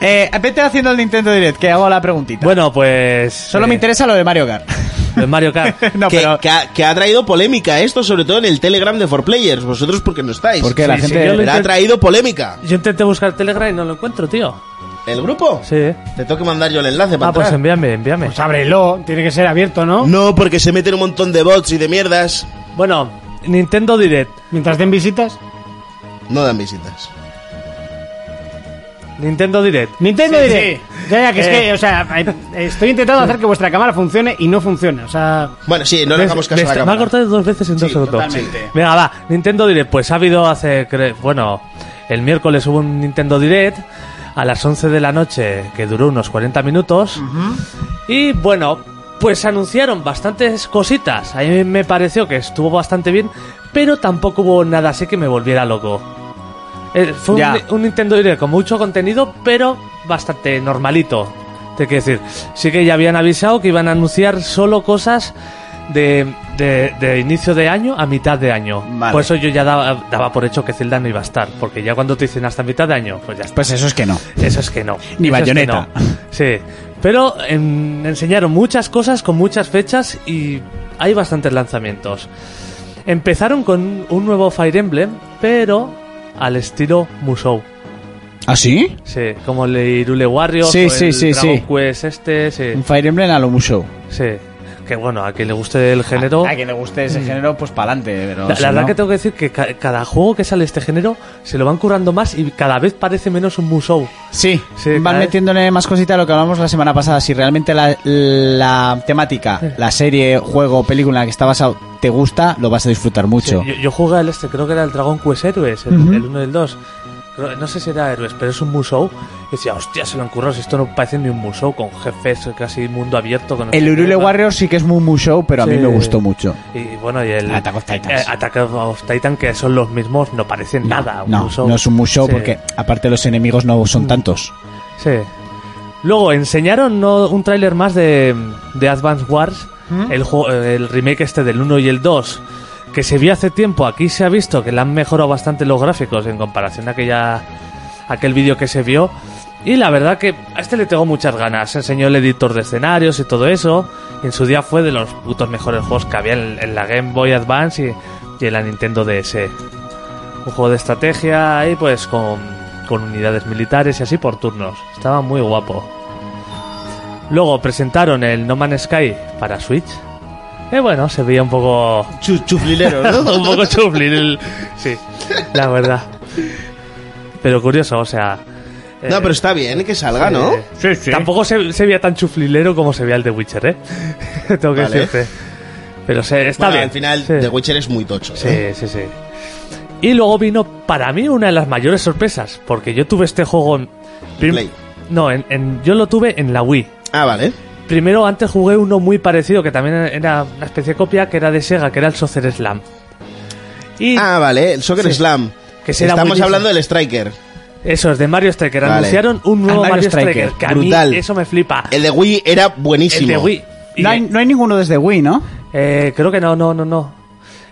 Eh, vete haciendo el Nintendo Direct, que hago la preguntita.
Bueno, pues.
Solo me
eh,
interesa lo de Mario Kart.
el Mario Kart.
no,
que,
pero...
que ha, que ha traído polémica esto, sobre todo en el Telegram de 4Players. Vosotros porque no estáis.
Porque la
Sí,
gente...
sí, yo lo
Pero ha
intent-
traído polémica.
Yo intenté buscar Telegram y no lo encuentro, tío.
¿El grupo?
Sí.
Te tengo que mandar yo el enlace para
Ah, pues em-
entrar.
envíame, envíame.
Pues ábrelo, tiene que ser abierto, ¿no?
No, porque se meten un montón de bots y de mierdas.
ah,
Bueno, Nintendo Direct.
Mientras den visitas.
No dan visitas.
Nintendo Direct.
Nintendo
Sí,
Direct. Ya, ya, que es que, o sea, eh, estoy intentando hacer que vuestra cámara funcione y no funciona. O sea,
Bueno, sí, no le
Me-
hagamos
me
caso a la
está- Me ha
cámara.
cortado dos veces en dos segundos.
totalmente.
Sí. Venga, va. Nintendo Direct. Pues ha habido hace... cre- Bueno, el miércoles hubo un Nintendo Direct a las 11 de la noche que duró unos 40 minutos. Y bueno, pues anunciaron bastantes cositas. A mí me pareció que estuvo bastante bien, pero tampoco hubo nada así que me volviera loco. Eh, Fue un,
Ya.
un Nintendo Direct con mucho contenido, pero bastante normalito. Te quiero decir, sí que ya habían avisado que iban a anunciar solo cosas de, de- de inicio de año a mitad de año.
Vale.
Por eso yo ya daba, daba por hecho que Zelda no iba a estar, porque ya cuando te dicen hasta mitad de año, pues ya está.
Pues eso es que no.
Eso es que no.
Ni
Eso es que
Bayonetta.
no. Sí. Pero em, enseñaron muchas cosas con muchas fechas y hay bastantes lanzamientos. Empezaron con un nuevo Fire Emblem, pero al estilo Musou.
¿Ah, sí?
Sí, como el Irule Warriors
Sí,
o
sí,
el
sí,
Dragon
sí. Mm.
Quest este, sí,
Un Fire Emblem a lo Musou.
sí. Que bueno, a quien le guste el género...
A, a quien le guste ese género, pues pa'lante. Pero
La,
si
la verdad
Ah, no-
que tengo que decir que ca- cada juego que sale de este género se lo van currando más y cada vez parece menos un Musou.
Sí,
Sí,
van
cada vez-
metiéndole más cositas a lo que hablamos la semana pasada. Si realmente la, la temática, la serie, juego, película en la que está basado te gusta, lo vas a disfrutar mucho.
Sí, yo, yo jugué al este, creo que era el Dragon Quest Héroes, el, 1 y el 2. Creo- No sé si era Héroes, pero es un Musou. Y decía, hostia, se lo han currado, si esto no parece ni un Musou, con jefes casi mundo abierto. Con
El Urule Warrior sí que es muy Musou, pero a mí
Sí.
me gustó mucho.
Y bueno, y el
Attack of Titans.
eh, Attack of Titan, que son los mismos, no parecen nada. a un
No,
Musou.
no es un Musou
Sí, Mm.
porque aparte los enemigos no son tantos.
Sí. Luego enseñaron ¿no? un tráiler más de, de Advance Wars, el, juego- eh, el remake este del 1 y el 2, que se vio hace tiempo. Aquí se ha visto que le han mejorado bastante los gráficos en comparación a aquella, aquel vídeo que se vio. Y la verdad que a este le tengo muchas ganas. Se Enseñó el editor de escenarios y todo eso. En su día fue de los putos mejores juegos que había en, en la Game Boy Advance y, y en la Nintendo DS un juego de estrategia ahí pues con, con unidades militares y así por turnos. Estaba muy guapo. Luego presentaron el No Man's Sky para Switch. Y bueno, se veía un poco
Chu- chuflilero, ¿no?
un poco chufli el- sí, la verdad. Pero curioso, o sea, eh,
no, pero está bien que salga, ¿no?
eh, Tampoco se, se veía tan chuflilero como se veía el de Witcher, ¿eh? Tengo que
Vale.
decirte. Pero se, está
Bueno,
bien.
al final,
Sí.
The Witcher es muy tocho. ¿eh?
Sí, sí, sí. Y luego vino para mí una de las mayores sorpresas, porque yo tuve este juego en... prim-
Play.
No, en, en- yo lo tuve en la Wii.
Ah, vale.
Primero antes jugué uno muy parecido, que también era una especie de copia, que era de Sega, que era el Soccer Slam. Y
Ah, vale, el Soccer
Sí.
Slam.
Que será
Estamos
buenísimo.
hablando del Striker.
Eso es de Mario Striker.
Vale.
Anunciaron un nuevo
Mario
Ah, Mario, Striker.
Striker,
que a mí
brutal.
eso me flipa.
El de Wii era buenísimo.
El de Wii. Y-
No hay, no hay ninguno desde Wii, ¿no?
eh, creo que no, no, no, no.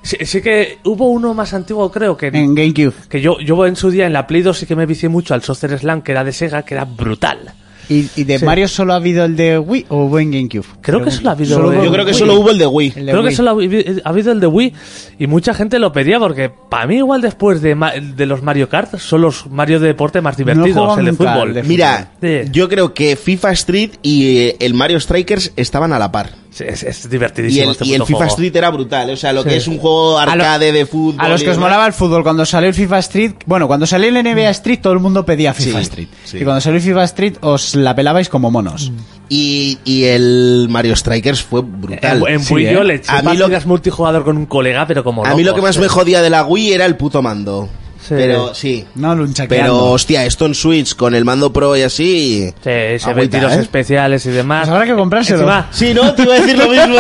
Sí, sí que hubo uno más antiguo, creo, que,
En GameCube.
que yo, yo en su día en la Play 2 sí que me vicié mucho al Soster Slam, que era de Sega, que era brutal.
¿Y, y de
Sí.
Mario solo ha habido el de Wii o hubo en GameCube?
Creo que solo ha habido...
Yo creo que solo hubo el de Wii.
El de
Creo que
Wii.
solo ha habi- ha habido el de Wii y mucha gente lo pedía porque para mí igual después de, ma- de los Mario Kart son los Mario de deporte más divertidos,
jugado
el de
nunca al
fútbol.
de
Mira,
Sí.
yo creo que FIFA Street y eh, el Mario Strikers estaban a la par.
Sí, es, es
Y
divertidísimo
el,
este
y el
puto
FIFA
juego.
Street era brutal. O sea, lo
Sí.
que es un juego
A lo-
arcade de fútbol.
A los
y
que os
demás.
molaba el fútbol, cuando salió el FIFA Street, bueno, cuando salió el NBA
Mm.
Street todo el mundo pedía FIFA
Sí,
Street.
sí.
Y cuando salió el FIFA Street os la pelabais como monos.
Mm.
Y, y el Mario Strikers fue brutal.
En, en
Sí,
Wii
¿eh?
yo le eché
a mí, lo,
partidas multijugador con un colega, pero como
a mí lo
loco.
que más me jodía de la Wii era el puto mando.
Sí.
Pero sí.
No,
Pero
lunchaqueando.
hostia, esto en Switch con el mando pro y así.
Sí, ese
Agüita,
22
¿eh?
especiales y demás.
Pues habrá que comprárselo.
Encima,
Sí, no, te iba a decir lo mismo.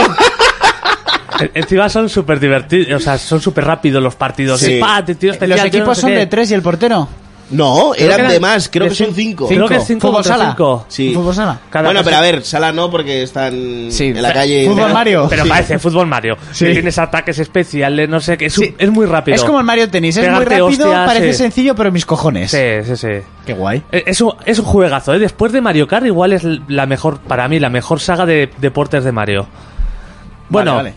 en- E-, encima son súper divertidos, o sea, son súper rápidos los partidos.
Sí.
Y pa, te tiro especial,
Los
yo
equipos
no sé
son
qué.
de tres y el portero.
No,
Creo
eran
que
de más, creo
de
que son
cin-
cinco.
Creo que es cinco
Fútbol
contra
sala.
cinco.
Sí.
¿Fútbol sala?
Cada
bueno,
cosa-
pero a ver, sala no, porque están
Sí,
en la
pero-
calle.
Fútbol
Pero-
Mario.
Pero
sí.
parece fútbol Mario.
Sí.
Que tienes ataques especiales, no sé qué. Es, un-
Sí.
es muy rápido.
Es como el Mario Tenis, es muy
Pegarte
rápido,
hostias,
parece
sí.
sencillo, pero mis cojones.
Sí, sí, sí.
Qué guay.
Eh, Es un, es un juegazo, ¿eh? Después de Mario Kart, igual es la mejor, para mí, la mejor saga de deportes de Mario. Bueno,
vale.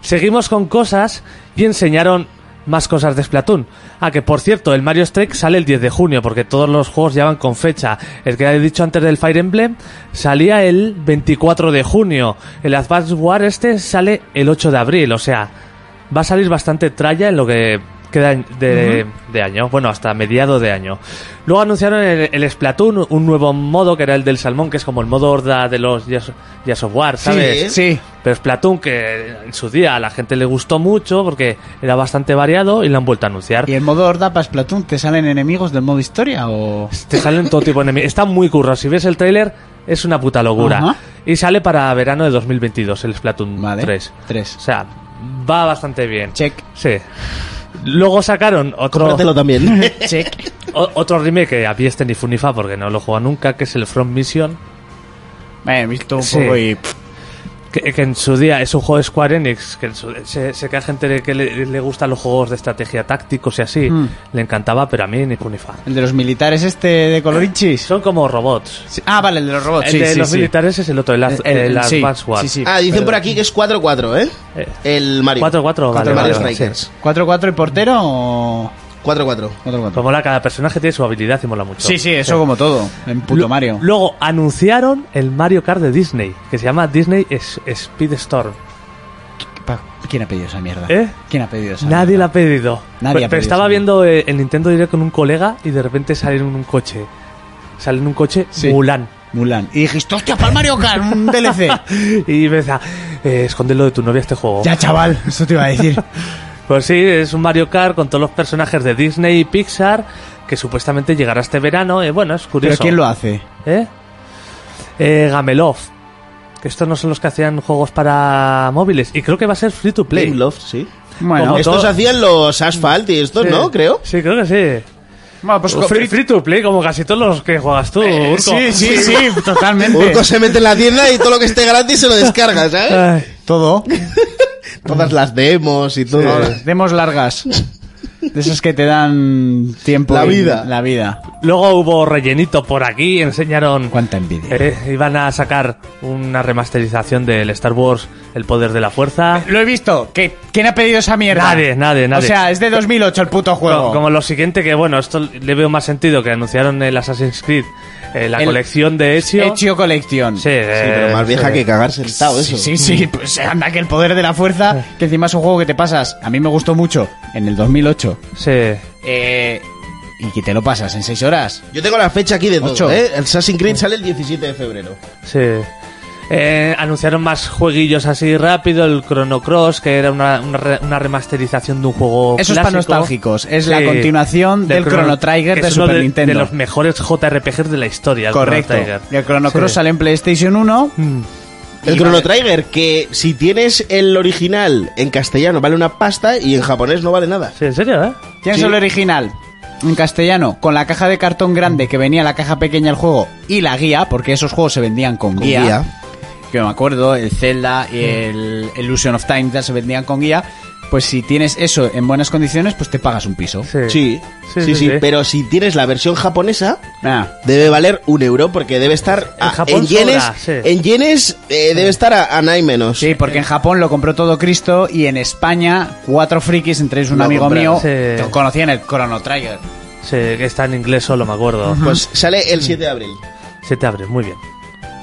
seguimos con cosas y enseñaron más cosas de Splatoon. Ah, que por cierto, el Mario Strike sale el 10 de junio, porque todos los juegos ya van con fecha. El que he dicho antes del Fire Emblem salía el 24 de junio. El Advance War este sale el 8 de abril, o sea, va a salir bastante tralla en lo que queda de, de año, bueno, hasta mediado de año. Luego anunciaron el, el Splatoon, un nuevo modo que era el del salmón, que es como el modo horda de los Gears Gears of War, ¿sabes?
Sí.
Pero Splatoon, que en su día a la gente le gustó mucho porque era bastante variado y lo han vuelto a anunciar.
¿Y en modo horda para Splatoon te salen enemigos del modo historia o...?
Te salen todo tipo de enemigos. Está muy currado. Si ves el tráiler, es una puta locura.
Ajá.
Y sale para verano de 2022 el Splatoon
Vale.
3.
Tres.
O sea, va bastante bien.
Check.
Sí. Luego sacaron otro,
Cómpratelo también.
Check.
o- otro remake que a este ni Funifa porque no lo juega nunca, que es el Front Mission.
Bueno, he visto un
Sí.
poco y...
Que, que en su día es un juego de Square Enix, que en su- sé, sé que a gente le- que le, le gustan los juegos de estrategia tácticos y así,
Mm.
le encantaba, pero a mí ni Punifa.
¿El de los militares este de colorinchis?
Son como robots.
Sí. Ah, vale, el de los robots.
el
sí,
de
sí,
los
sí.
militares es el otro, el, Ad-
El-
eh,
el-
el
sí,
Advance War.
sí, sí.
Ah, dicen por aquí que es 4-4, ¿eh?
Eh,
El
4-4,
Mario.
vale,
El Mario
vale, vale,
Strikers.
4-4 y portero o...?
4-4.
4-4.
Pues mola, cada personaje tiene su habilidad y mola mucho.
Sí, sí, eso como todo. En puto
Lu-
Mario.
Luego anunciaron el Mario Kart de Disney, que se llama Disney S- Speedstorm.
Pa- ¿Quién ha pedido esa mierda?
¿Eh?
¿Quién ha pedido esa
Nadie la
mierda?
ha pedido.
Nadie
pero,
ha
pero
pedido
estaba
esa
viendo eh, el Nintendo Direct con un colega y de repente sale en un coche. Sale en un coche
Sí.
Mulan.
Mulan. Y dijiste, hostia, para el Mario Kart, un DLC.
Y me decía, eh, escóndelo de tu novia este juego.
ya, chaval, eso te iba a decir.
Pues sí, es un Mario Kart con todos los personajes de Disney y Pixar que supuestamente llegará este verano. Eh, bueno, es curioso.
¿Pero quién lo hace?
¿Eh? Eh, Gamelov. Que estos no son los que hacían juegos para móviles. Y creo que va a ser free to play.
Game Love, sí.
Bueno,
Como-
Estos
todo-
hacían los Asphalt y estos,
Sí.
¿no? Creo.
Sí, creo que sí.
bueno, pues... co-
Free, free to play, como casi todos los que juegas tú,
Eh,
Urco.
sí, sí, sí, totalmente.
Urco se mete en la tienda y todo lo que esté gratis se lo descarga, ¿sabes?
Ay,
Todo.
Todas las demos y todo.
Demos largas. De esas que te dan tiempo.
La
y-
vida.
La vida.
Luego hubo rellenito por aquí, enseñaron.
Cuánta envidia.
Eh, iban a sacar una remasterización del Star Wars El Poder de la Fuerza.
Lo he visto. ¿Qué- ¿Quién ha pedido esa mierda?
Nadie, nadie, nadie.
O sea, es de 2008 el puto juego.
Co- Como lo siguiente que, bueno, esto le veo más sentido que anunciaron el Assassin's Creed, eh, la
El-
colección de Ezio.
Ezio Collection.
Sí, eh,
Pero más vieja
sí.
que cagarse el tao, Ah, eso.
Sí, sí, sí, pues anda que el poder de la fuerza, que encima es un juego que te pasas, a mí me gustó mucho, en el 2008,
Sí.
eh, y que te lo pasas en 6 horas.
Yo tengo la fecha aquí de
Ocho.
todo, ¿eh? El Assassin's Creed sale el 17 de febrero.
Sí. Eh, anunciaron más jueguillos así rápido, el Chrono Cross, que era una, una re- una remasterización de un juego
Eso es
clásico.
para nostálgicos, es la continuación del Chrono Trigger
que
de
es uno
Super Nintendo.
De los mejores JRPGs de la historia, el
Correcto.
Chrono Trigger.
Y el Chrono
Sí.
Cross sale en PlayStation 1.
Mm.
El Chrono Trigger, que si tienes el original en castellano vale una pasta y en japonés no vale nada.
Sí, en serio, ¿eh?
¿Tienes
Sí.
el original? en castellano con la caja de cartón grande que venía la caja pequeña del juego y la guía, porque esos juegos se vendían con,
Con
guía,
guía.
Que me acuerdo, el Zelda y el Illusion of Time ya se vendían con guía. Pues si tienes eso en buenas condiciones, pues te pagas un piso.
Sí. Sí, sí, Pero si tienes la versión japonesa,
Ah,
debe valer un euro porque debe estar
En
a-
Japón
en yenes.
sobra, sí.
En yenes eh, debe estar a, a nada y menos.
Sí, porque en Japón lo compró todo Cristo y en España cuatro frikis, entre ellos un
Lo
amigo mío,
compraron,
sí.
te conocían el Chrono Trigger.
Sí, que está en inglés solo, me acuerdo.
Pues sale el 7 de abril.
Se te abre, muy bien.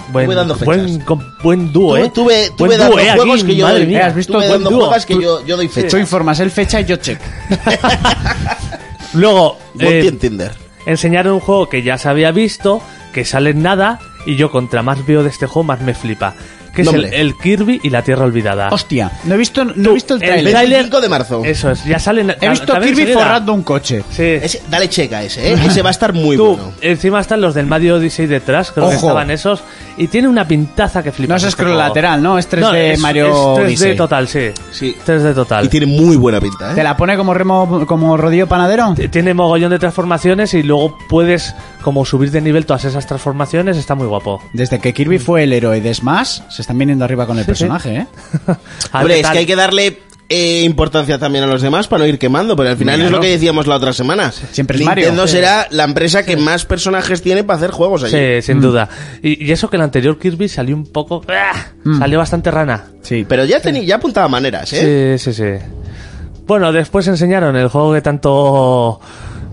Buen,
Voy dando fechas.
buen, com- buen dúo,
Tuve,
¿eh?
tuve, tuve
Buen
dando
dúo, ¿eh? Aquí,
juegos que yo
madre
doy.
mía, has visto
tuve
buen
dando
dúo.
juegos que yo, yo doy fecha.
Tú informas el fecha y yo check.
Luego,
Monty
eh,
en Tinder.
enseñaron un juego que ya se había visto, que sale en nada, y yo contra más veo de este juego, más me flipa. Que es el,
Nombre.
el Kirby y la Tierra Olvidada.
Hostia, no he visto, no he visto el
el
trailer.
tráiler-
25 de marzo.
Eso es, ya sale en
He visto a
también
Kirby
enseguida.
forrando un coche.
Sí.
Ese- dale checa ese, ¿eh? Ese va a estar muy
Tú,
bueno.
encima están los del Mario Odyssey detrás, creo que
Ojo.
estaban esos, y tiene una pintaza que flipa. este
No es scroll lateral, ¿no? Es 3D Mario
Es 3D
Odyssey.
total, sí.
Sí.
3D total.
Y tiene muy buena pinta,
¿Te
¿eh?
la pone como remo, como rodillo panadero?
T- Tiene mogollón de transformaciones y luego puedes como subir de nivel todas esas transformaciones, está muy guapo.
Desde que Kirby fue el héroe de Smash, se están viniendo arriba con el personaje, ¿eh?
A ver
Hombre,
qué
es
tal.
que hay que darle eh, importancia también a los demás para no ir quemando, pero al final es lo que decíamos la otra semana.
Siempre es Mario.
Nintendo
Sí.
será la empresa que más personajes tiene para hacer juegos allí.
Sí, sin duda. Y, y eso que el anterior Kirby salió un poco... ¡ah!
Mm.
Salió bastante rana.
Sí.
Pero ya, tenía ya apuntaba maneras, ¿eh?
Sí, sí, sí. Bueno, después enseñaron el juego que tanto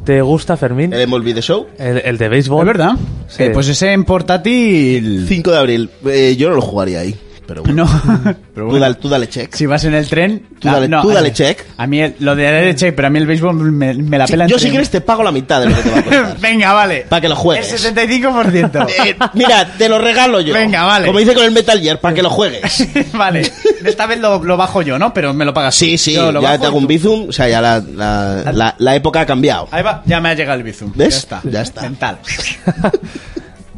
te gusta, Fermín.
El MLB The Show.
El, el de béisbol.
¿Es verdad?
Sí.
Eh, pues ese en portátil...
5 de abril. Eh, yo no lo jugaría ahí. Pero bueno.
No.
Tú, dale, tú dale check.
Si vas en el tren...
Tú dale- tú dale
a-
check.
A mí el- lo de darle check, pero a mí el béisbol me, me la
Sí,
pela en
yo si
tren.
quieres te pago la mitad de lo que te va a costar.
Venga, vale.
para que lo
El
juegues.
75%.
Eh, mira, te lo regalo yo.
Venga, vale.
Como hice con el Metal Gear, para que lo juegues.
vale. Esta vez lo, lo bajo yo, ¿no? Pero me lo pagas. tú.
Sí, sí,
Yo lo
ya
bajo
te hago
y
un
tú-
bizum. O sea, ya la, la, la- la época ha cambiado.
Ahí va, ya me ha llegado el bizum.
¿Ves?
Ya está.
Ya está.
Mental.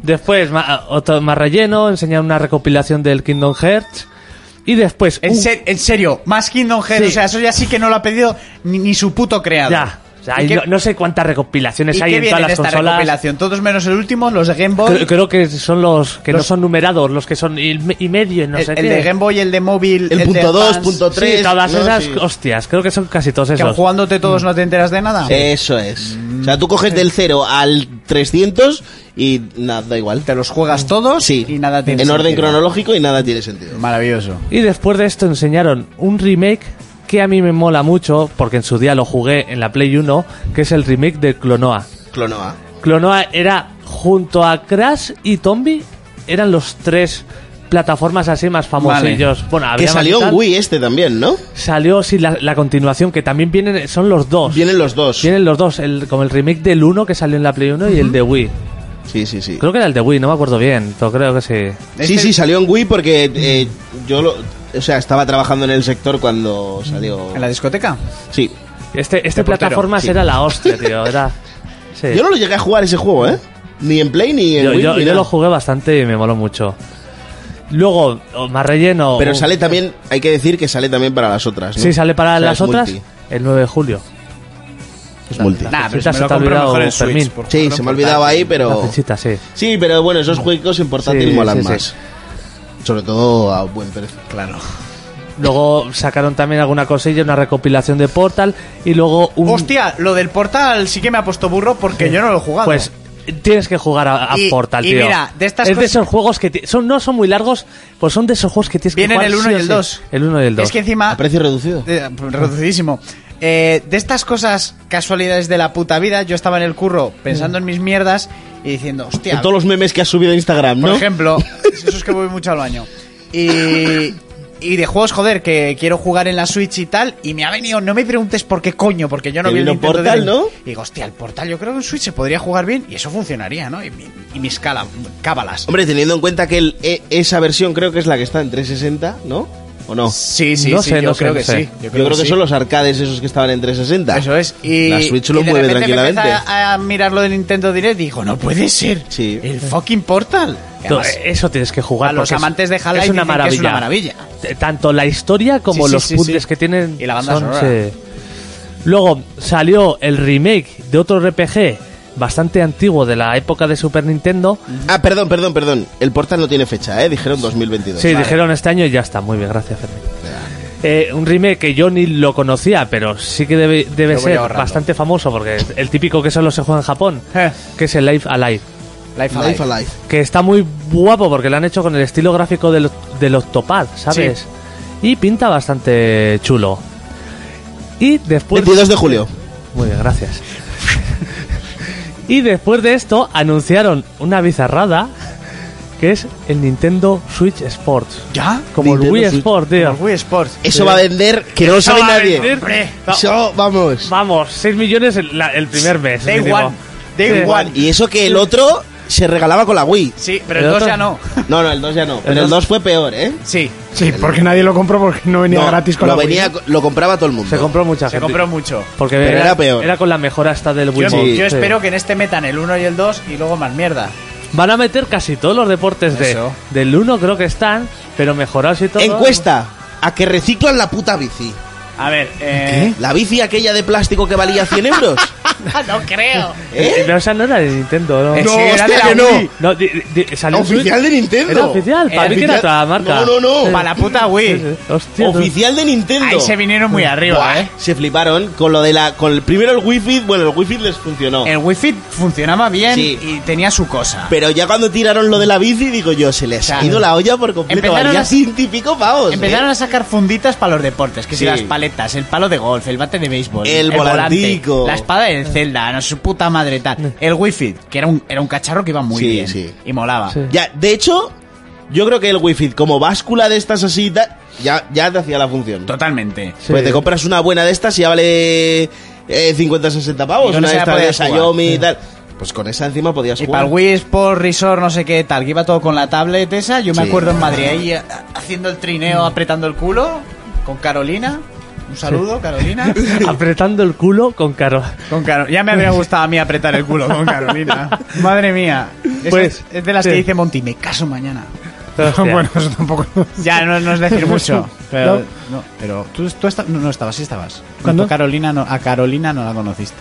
Después, ma- otro más relleno, enseñaron una recopilación del Kingdom Hearts. Y después...
En,
un-
ser- en serio, más Kingdom Hearts.
Uh. Sí.
O sea, eso ya sí que no lo ha pedido ni, ni su puto creador.
Ya. O sea,
¿Y
hay
qué-
no, no sé cuántas recopilaciones
¿Y
hay
qué
en
viene
todas
en
las
esta
consolas.
recopilación? Todos menos el último, los de Game Boy.
Creo, creo que son los que no
Los-
son numerados, los que son y, y medio y no
el,
sé
el
qué.
de Game Boy, el de móvil,
El
de
punto 2,
Advance,
punto 3.
sí, todas
¿no?
esas
Sí.
hostias, creo que son casi todos
Que
esos. Mm.
jugándote todos no te enteras de nada.
Eso es. O sea, tú coges del 0 al 300 y nada, da igual.
Te los juegas todos
Sí.
y nada tiene
En orden
sentido.
cronológico y nada tiene sentido.
Maravilloso.
Y después de esto enseñaron un remake que a mí me mola mucho, porque en su día lo jugué en la Play 1, que es el remake de Clonoa.
Clonoa.
Clonoa era junto a Crash y Tombi, eran los tres plataformas así más famosillos. Bueno, había
Que
más
salió
y tal.
en Wii este también, ¿no?
Salió sí, la, la continuación, que también vienen, son los dos.
Vienen los dos.
Vienen los dos, el, como el remake del 1 que salió en la Play 1 y el de Wii.
Sí, sí, sí.
Creo que era el de Wii, no me acuerdo bien, pero creo que sí.
este-
Sí, sí, salió en Wii porque eh, yo lo... O sea, estaba trabajando en el sector cuando salió...
¿En la discoteca?
Sí.
Este, este
De portero,
plataformas
sí.
era la hostia, tío. Era. Sí.
Yo no lo llegué a jugar ese juego, ¿eh? Ni en Play ni en
Yo-
Wii.
yo-
ni
yo
nada.
lo jugué bastante y me moló mucho. Luego, oh, más relleno.
Pero
uh,
sale también... Hay que decir que sale también para las otras, ¿no?
Sí, sale para
O sea,
las
es
otras
multi.
el 9 de julio.
Es multi.
Nah, pero
Te
se
has
me lo
te
compro
olvidado,
mejor en Switch,
Fermín.
por
Sí,
jugarlo
se
en
me ha olvidado
portátil.
ahí,
La
pero...
flechita, sí.
Sí, pero bueno, esos juegos en portátil
Sí,
molan
sí, sí.
más. Sobre todo a buen precio.
Claro.
Luego sacaron también alguna cosilla, una recopilación de Portal. Y luego un.
Hostia, lo del portal sí que me ha puesto burro porque yo no lo he jugado.
Pues tienes que jugar a, a
Y-
Portal,
y
tío.
mira, de estas
es de
cosas-
esos juegos que. ti- son No son muy largos, pues son de esos juegos que tienes que
Vienen
jugar.
el 1
sí
y
o
el
sí.
2.
El 1 y el 2.
Es que encima.
A precio reducido.
Eh, reducidísimo. Eh, de estas cosas, casualidades de la puta vida, yo estaba en el curro pensando en mis mierdas y diciendo, hostia,
En todos los memes que has subido a Instagram,
por
¿no?
ejemplo, eso es que voy mucho al baño. Y, y de juegos, joder, que quiero jugar en la Switch y tal, y me ha venido, no me preguntes por qué coño, porque yo no
Te
vi el
vino
Nintendo
Portal,
Direct.
¿no?
Y digo, hostia, el portal, yo creo que en Switch se podría jugar bien y eso funcionaría, ¿no? Y, mi- y mis cala- cábalas.
Hombre, teniendo en cuenta que el- e- esa versión creo que es la que está en 360, ¿no? ¿O no?
Sí, sí,
No
sí,
sé,
yo
no sé,
creo
no
que
sé.
sí.
Yo creo, que
sí.
son los arcades esos que estaban en 360.
Eso es. Y,
la Switch lo
y de
mueve
repente me
tranquilamente.
empecé A, a mirar lo de Nintendo Direct y digo, no puede ser.
Sí.
El fucking Portal. Y
No,
además,
eso tienes que jugar.
a los
porque es-
amantes de Half-Life
es
dicen
una
que
maravilla.
es una maravilla.
T- Tanto la historia como
Sí, sí,
los
sí,
puzzles
sí.
que tienen.
Y la banda sonora.
sí. Luego salió el remake de otro RPG bastante antiguo de la época de Super Nintendo.
Ah, perdón, perdón, perdón. El portal no tiene fecha, ¿eh? Dijeron 2022.
Sí, dijeron este año y ya está. Muy bien, gracias, Fermín. Eh, un remake que yo ni lo conocía, pero sí que debe, debe
Lo voy
ser
ahorrando.
bastante famoso porque es el típico que solo se juega en Japón,
Eh.
que es el Life Alive.
Life Alive.
Life Alive.
Que está muy guapo porque lo han hecho con el estilo gráfico del, del Octopad, ¿sabes? Y pinta bastante chulo. Y después.
22 de julio.
Muy bien, gracias. y después de esto anunciaron una bizarrada que es el Nintendo Switch Sports.
¿Ya?
Como el
Nintendo
Wii
Switch.
Sport, tío.
Como el Wii Sports.
Eso va a vender que no lo sabe
va a
nadie.
vender.
Hombre,
Va-
Eso, vamos.
Vamos, 6 millones el, la- el primer mes.
Day
mínimo.
one. Day
Sí.
one.
Y eso que el otro se regalaba con la Wii.
Sí, pero
¿El
el 2
otro?
ya no.
No, no, el 2 ya no. Pero el 2 fue peor, ¿eh?
Sí,
Sí, porque nadie lo compró porque no venía
No,
gratis con
lo
la Wii.
venía- Lo compraba todo el mundo.
Se compró mucha
se
gente.
compró mucho.
Porque
Pero
era,
era peor.
era con la mejora esta del
Yo,
Wii
Sí.
Mode,
yo
sí.
espero que en este metan el 1 y el 2 y luego más mierda.
Van a meter casi todos los deportes de,
Eso.
del 1, creo que están, pero mejorados y todo.
Encuesta. A que reciclan la puta bici.
A ver, eh...
La bici aquella de plástico que valía 100 euros.
ah, no creo.
Eh,
¿Eh?
pero esa no era de Nintendo, ¿no?
Eh,
No,
sí, era
hostia,
de la
que no.
Wii.
No, di- di- salió en
Oficial de
Switch.
Nintendo.
Era oficial, para
Era
mí que era
oficial.
otra marca.
No, no, no.
Para la puta
Sí,
Wii.
sí. Hostia, no.
Oficial de Nintendo.
Ahí se vinieron muy arriba,
Buah,
eh.
Se fliparon con lo de la. Con el primero el wifi. Bueno, el wifi les funcionó.
El Wi-Fi funcionaba bien
Sí.
y tenía su cosa.
Pero ya cuando tiraron lo de la bici, digo yo, se les ha
Claro.
ido la olla por completo.
Empezaron
Valía
a-
ciento y pico pavos. ¿eh?
Empezaron a sacar funditas para los deportes, que
Sí.
si las paletas, el palo de golf, el bate de béisbol,
El volantico.
la espada del Zelda, no su puta madre tal, el Wi-Fi, que era un, era un cacharro que iba muy
Sí,
bien
sí.
y molaba.
Sí.
Ya, de hecho, yo creo que el wifi, como báscula de estas así, y tal, ya, ya te hacía la función.
Totalmente.
Sí.
Pues te compras una buena de estas y ya vale eh, 50, 60 pavos.
Y con
una
esa
de
ya
estas de
podías jugar.
Xiaomi y tal. Pues con esa encima podías
Y
jugar.
para el Wii Sport Resort, no sé qué tal, que iba todo con la tablet esa, yo me
Sí.
acuerdo en Madrid ahí a- haciendo el trineo, apretando el culo, con Carolina. Un saludo, Carolina.
Apretando el culo con caro.
Con Caro- Ya me habría gustado a mí apretar el culo con Carolina. Madre mía. Esa
Pues,
es de las
sí.
que dice Monty, me caso mañana.
Hostia.
bueno, eso tampoco.
Ya, no, no es decir mucho. Pero,
No.
no, pero tú, tú esta- no, no estabas, sí estabas.
¿Cuándo?
Tú Carolina no- a Carolina no la conociste.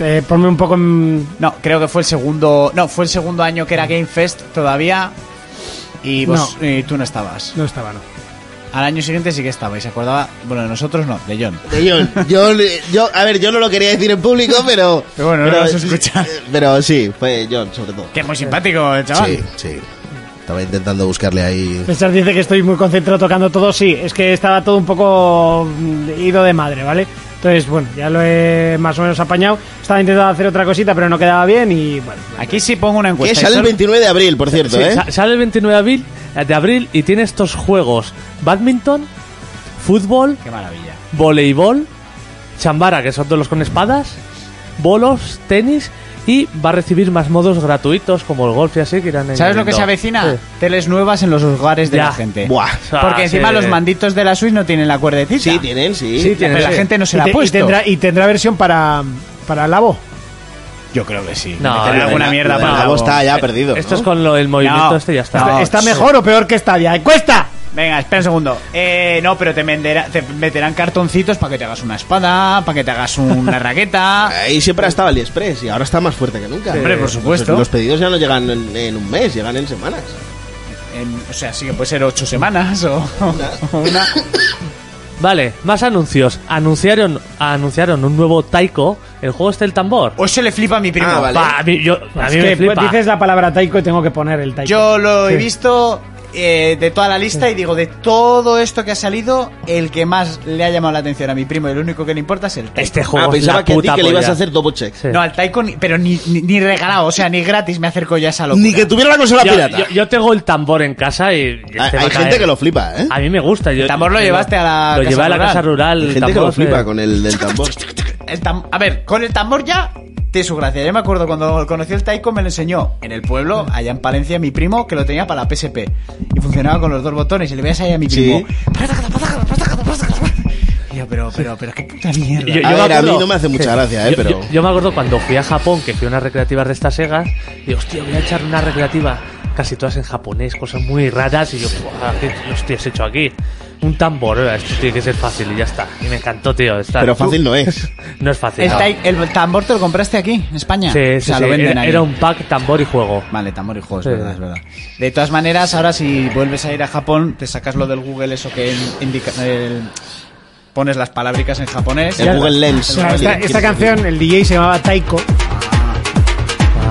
Eh, ponme un poco en.
No, creo que fue el segundo. No, fue el segundo año que era Game Fest todavía. Y, vos, y tú no estabas.
No estaba, no.
Al año siguiente sí que estabais. Se acordaba. Bueno, de nosotros no, de John.
De John. yo, le- yo- a ver, yo no lo quería decir en público, pero. eh,
Pero bueno, no lo vas a escuchar.
Pero sí, fue John, sobre todo.
Que es muy simpático el chaval.
Sí, sí. Estaba intentando buscarle ahí.
César dice que estoy muy concentrado tocando todo. Sí, es que estaba todo un poco mm, ido de madre, ¿vale? Entonces, bueno, ya lo he más o menos apañado. Estaba intentando hacer otra cosita, pero no quedaba bien y bueno.
Aquí sí pongo una
Que
encuesta.
sale el
Pues Solo-
29 de abril, por cierto,
Sí,
¿eh?
sa- Sale el 29 de abril, eh, de abril y tiene estos juegos: badminton, fútbol,
Qué maravilla.
voleibol, chambara, que son todos los con espadas, bolos, tenis y va a recibir más modos gratuitos como el golf y así que irán
¿Sabes lo que
añadiendo.
se avecina?
Sí.
Teles nuevas en los hogares de
Ya.
la gente.
Buah.
sea,
Porque encima
sí.
los manditos de la Switch no tienen la cuerdecita.
Sí, tienen, sí.
Sí,
Pero
tienen,
la
sí.
gente no se
y,
la ha
te- y
puesto.
tendrá, y tendrá versión para, para Labo.
Yo creo que sí.
No,
No,
no,
alguna
no,
mierda
Lo de
para
Gabo
algo.
está ya perdido.
Esto
¿no?
es con lo- el movimiento
No.
este y ya está.
No.
¿Está
sí.
mejor o peor que Stadia? ¿eh? ¡Encuesta!
Venga, espera un segundo. Eh, no, pero te, venderá- te meterán cartoncitos para que te hagas una espada, para que te hagas una raqueta.
Ahí siempre ha estado AliExpress y ahora está más fuerte que nunca.
Hombre, por supuesto.
Los, los pedidos ya no llegan en, en un mes, llegan en semanas.
En- o sea, sí que puede ser ocho semanas o, o una.
Vale, más anuncios. Anunciaron, anunciaron un nuevo Taiko, el juego este del tambor.
O se le flipa a mi primo.
Ah, vale.
Pa, a mí, yo- a mí
es
me
que
flipa.
pues, dices la palabra taiko y tengo que poner el taiko.
Yo lo he visto eh, de toda la lista y digo, de todo esto que ha salido, el que más le ha llamado la atención a mi primo y el único que le importa es el Taiko.
Este juego
ah,
es
pensaba
la
que a ti
puta
que le ibas
polla.
a hacer double check.
Sí.
No, al Taiko, ni- pero ni, ni, ni regalado, o sea, ni gratis me acerco yo a esa locura.
Ni que tuviera la consola
yo,
pirata. Ah,
yo- yo tengo el tambor en casa y... y
hay
este va
hay
a caer.
gente que lo flipa, ¿eh?
A mí me gusta. Yo,
El tambor lo
yo-
llevaste a la
Lo
casa
llevé a la
rural.
casa rural.
Hay
el
gente que
tambor,
lo flipa
sí.
con el del tambor.
El tam- a ver, con el tambor ya tiene su gracia. Yo me acuerdo cuando conocí el taiko me lo enseñó en el pueblo, allá en Palencia, mi primo que lo tenía para la PSP. Y funcionaba con los dos botones y le veías ahí a mi
Sí.
primo. Y yo, pero, pero, pero, qué puta mierda.
Yo- yo
A
me
ver, a
acuerdo-
mí no me hace mucha
sí.
gracia, ¿eh?
Yo-
Pero-
Yo, yo me acuerdo cuando fui a Japón, que fui a unas recreativas de estas Segas, y hostia, voy a echar una recreativa, casi todas en japonés, cosas muy raras, y yo, "Buah, ¿qué hostias he hecho aquí? un tambor. eh, Esto tiene que ser fácil y ya está. Y me encantó, tío. está-
Pero
tú-
fácil no es.
No es fácil.
El,
Este, no.
tai- el tambor te lo compraste aquí, en España.
Sí, sí,
o sea,
sí,
lo venden
era,
ahí.
era un pack tambor y juego.
Vale, tambor y juego, es
Sí.
verdad, es verdad. De todas maneras, ahora si vuelves a ir a Japón, te sacas lo del Google, eso que en- indica. el- pones las palábricas en japonés.
El Google Lens.
O sea, esta, esta canción, el DJ se llamaba Taiko.